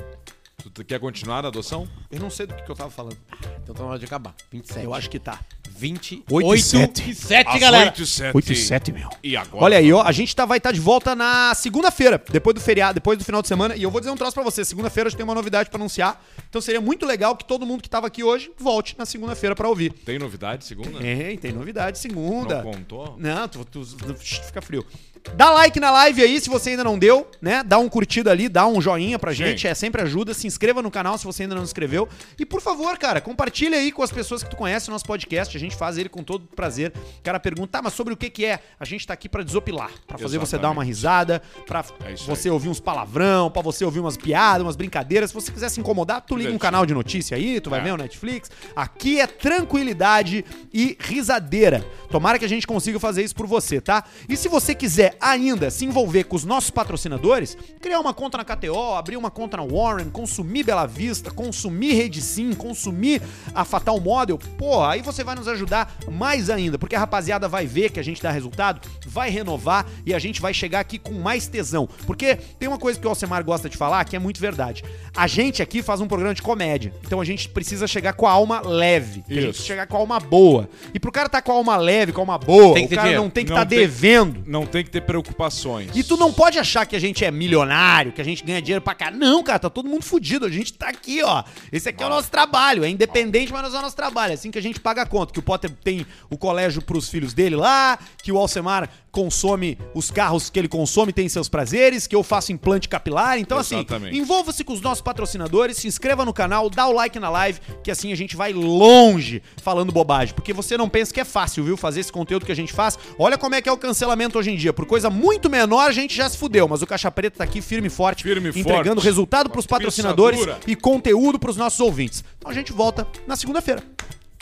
Speaker 2: Tu tu quer continuar na adoção?
Speaker 9: Eu não sei do que, que eu tava falando.
Speaker 4: Então tá na hora de acabar. 27.
Speaker 9: Eu acho que tá.
Speaker 4: 20.
Speaker 1: Oito e
Speaker 4: 8
Speaker 1: sete.
Speaker 4: e 7, galera.
Speaker 2: 8 e 7.
Speaker 3: 8 e 7, meu.
Speaker 2: E agora?
Speaker 1: Olha aí, ó, a gente tá, vai estar de volta na segunda-feira, depois do feriado, depois do final de semana. E eu vou dizer um troço pra vocês. Segunda-feira a gente tem uma novidade pra anunciar. Então seria muito legal que todo mundo que tava aqui hoje volte na segunda-feira pra ouvir.
Speaker 2: Tem novidade, segunda?
Speaker 1: Tem, tem novidade segunda.
Speaker 2: Não contou?
Speaker 1: Não, tu, tu- tu- fica frio. Dá like na live aí se você ainda não deu, né? Dá um curtido ali, dá um joinha pra gente,
Speaker 2: Sim.
Speaker 1: é sempre ajuda. Se inscreva no canal se você ainda não se inscreveu. E por favor, cara, compartilha aí com as pessoas que tu conhece o nosso podcast, a gente faz ele com todo prazer. O cara pergunta, tá, mas sobre o que que é? A gente tá aqui pra desopilar, pra fazer você dar uma risada, pra
Speaker 2: É isso
Speaker 1: você ouvir uns palavrão, pra você ouvir umas piadas, umas brincadeiras. Se você quiser se incomodar, tu liga um
Speaker 2: Divertido.
Speaker 1: canal de notícia aí, tu vai
Speaker 2: É.
Speaker 1: ver o Netflix. Aqui é tranquilidade e risadeira. Tomara que a gente consiga fazer isso por você, tá? E se você quiser ainda se envolver com os nossos patrocinadores, criar uma conta na KTO, abrir uma conta na Warren, consumir Bela Vista, consumir Rede Sim, consumir a Fatal Model, porra, aí você vai nos ajudar mais ainda, porque a rapaziada vai ver que a gente dá resultado, vai renovar e a gente vai chegar aqui com mais tesão. Porque tem uma coisa que o Alcemar gosta de falar que é muito verdade. A gente aqui faz um programa de comédia, então a gente precisa chegar com a alma leve, que a gente
Speaker 2: Isso.
Speaker 1: precisa chegar com a alma boa. E pro cara tá com a alma leve, com a alma boa,
Speaker 4: Tem que
Speaker 1: o
Speaker 4: ter
Speaker 1: cara
Speaker 4: dinheiro.
Speaker 1: não tem que
Speaker 2: Não
Speaker 1: estar tá
Speaker 2: tem-
Speaker 1: devendo.
Speaker 2: Não tem que ter preocupações.
Speaker 1: E tu não pode achar que a gente é milionário, que a gente ganha dinheiro pra cá. Não, cara, tá todo mundo fudido. A gente tá aqui, ó. Esse aqui é o nosso trabalho. É independente, mas nós é o nosso trabalho. É assim que a gente paga a conta. Que o Potter tem o colégio pros filhos dele lá, que o Alcemar consome os carros que ele consome, tem seus prazeres, que eu faço implante capilar. Então,
Speaker 2: Exatamente.
Speaker 1: assim, envolva-se com os nossos patrocinadores, se inscreva no canal, dá o like na live, que assim a gente vai longe falando bobagem. Porque você não pensa que é fácil, viu, fazer esse conteúdo que a gente faz. Olha como é que é o cancelamento hoje em dia. Por coisa muito menor, a gente já se fudeu. Mas o Caixa Preta tá aqui firme e forte,
Speaker 2: Firme e
Speaker 1: entregando
Speaker 2: forte.
Speaker 1: resultado pros
Speaker 2: Uma
Speaker 1: patrocinadores
Speaker 2: pisadura.
Speaker 1: e conteúdo pros nossos ouvintes. Então a gente volta na segunda-feira.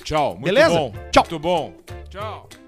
Speaker 2: Tchau. Muito
Speaker 1: Beleza?
Speaker 2: bom.
Speaker 1: Tchau.
Speaker 2: Muito bom. Tchau.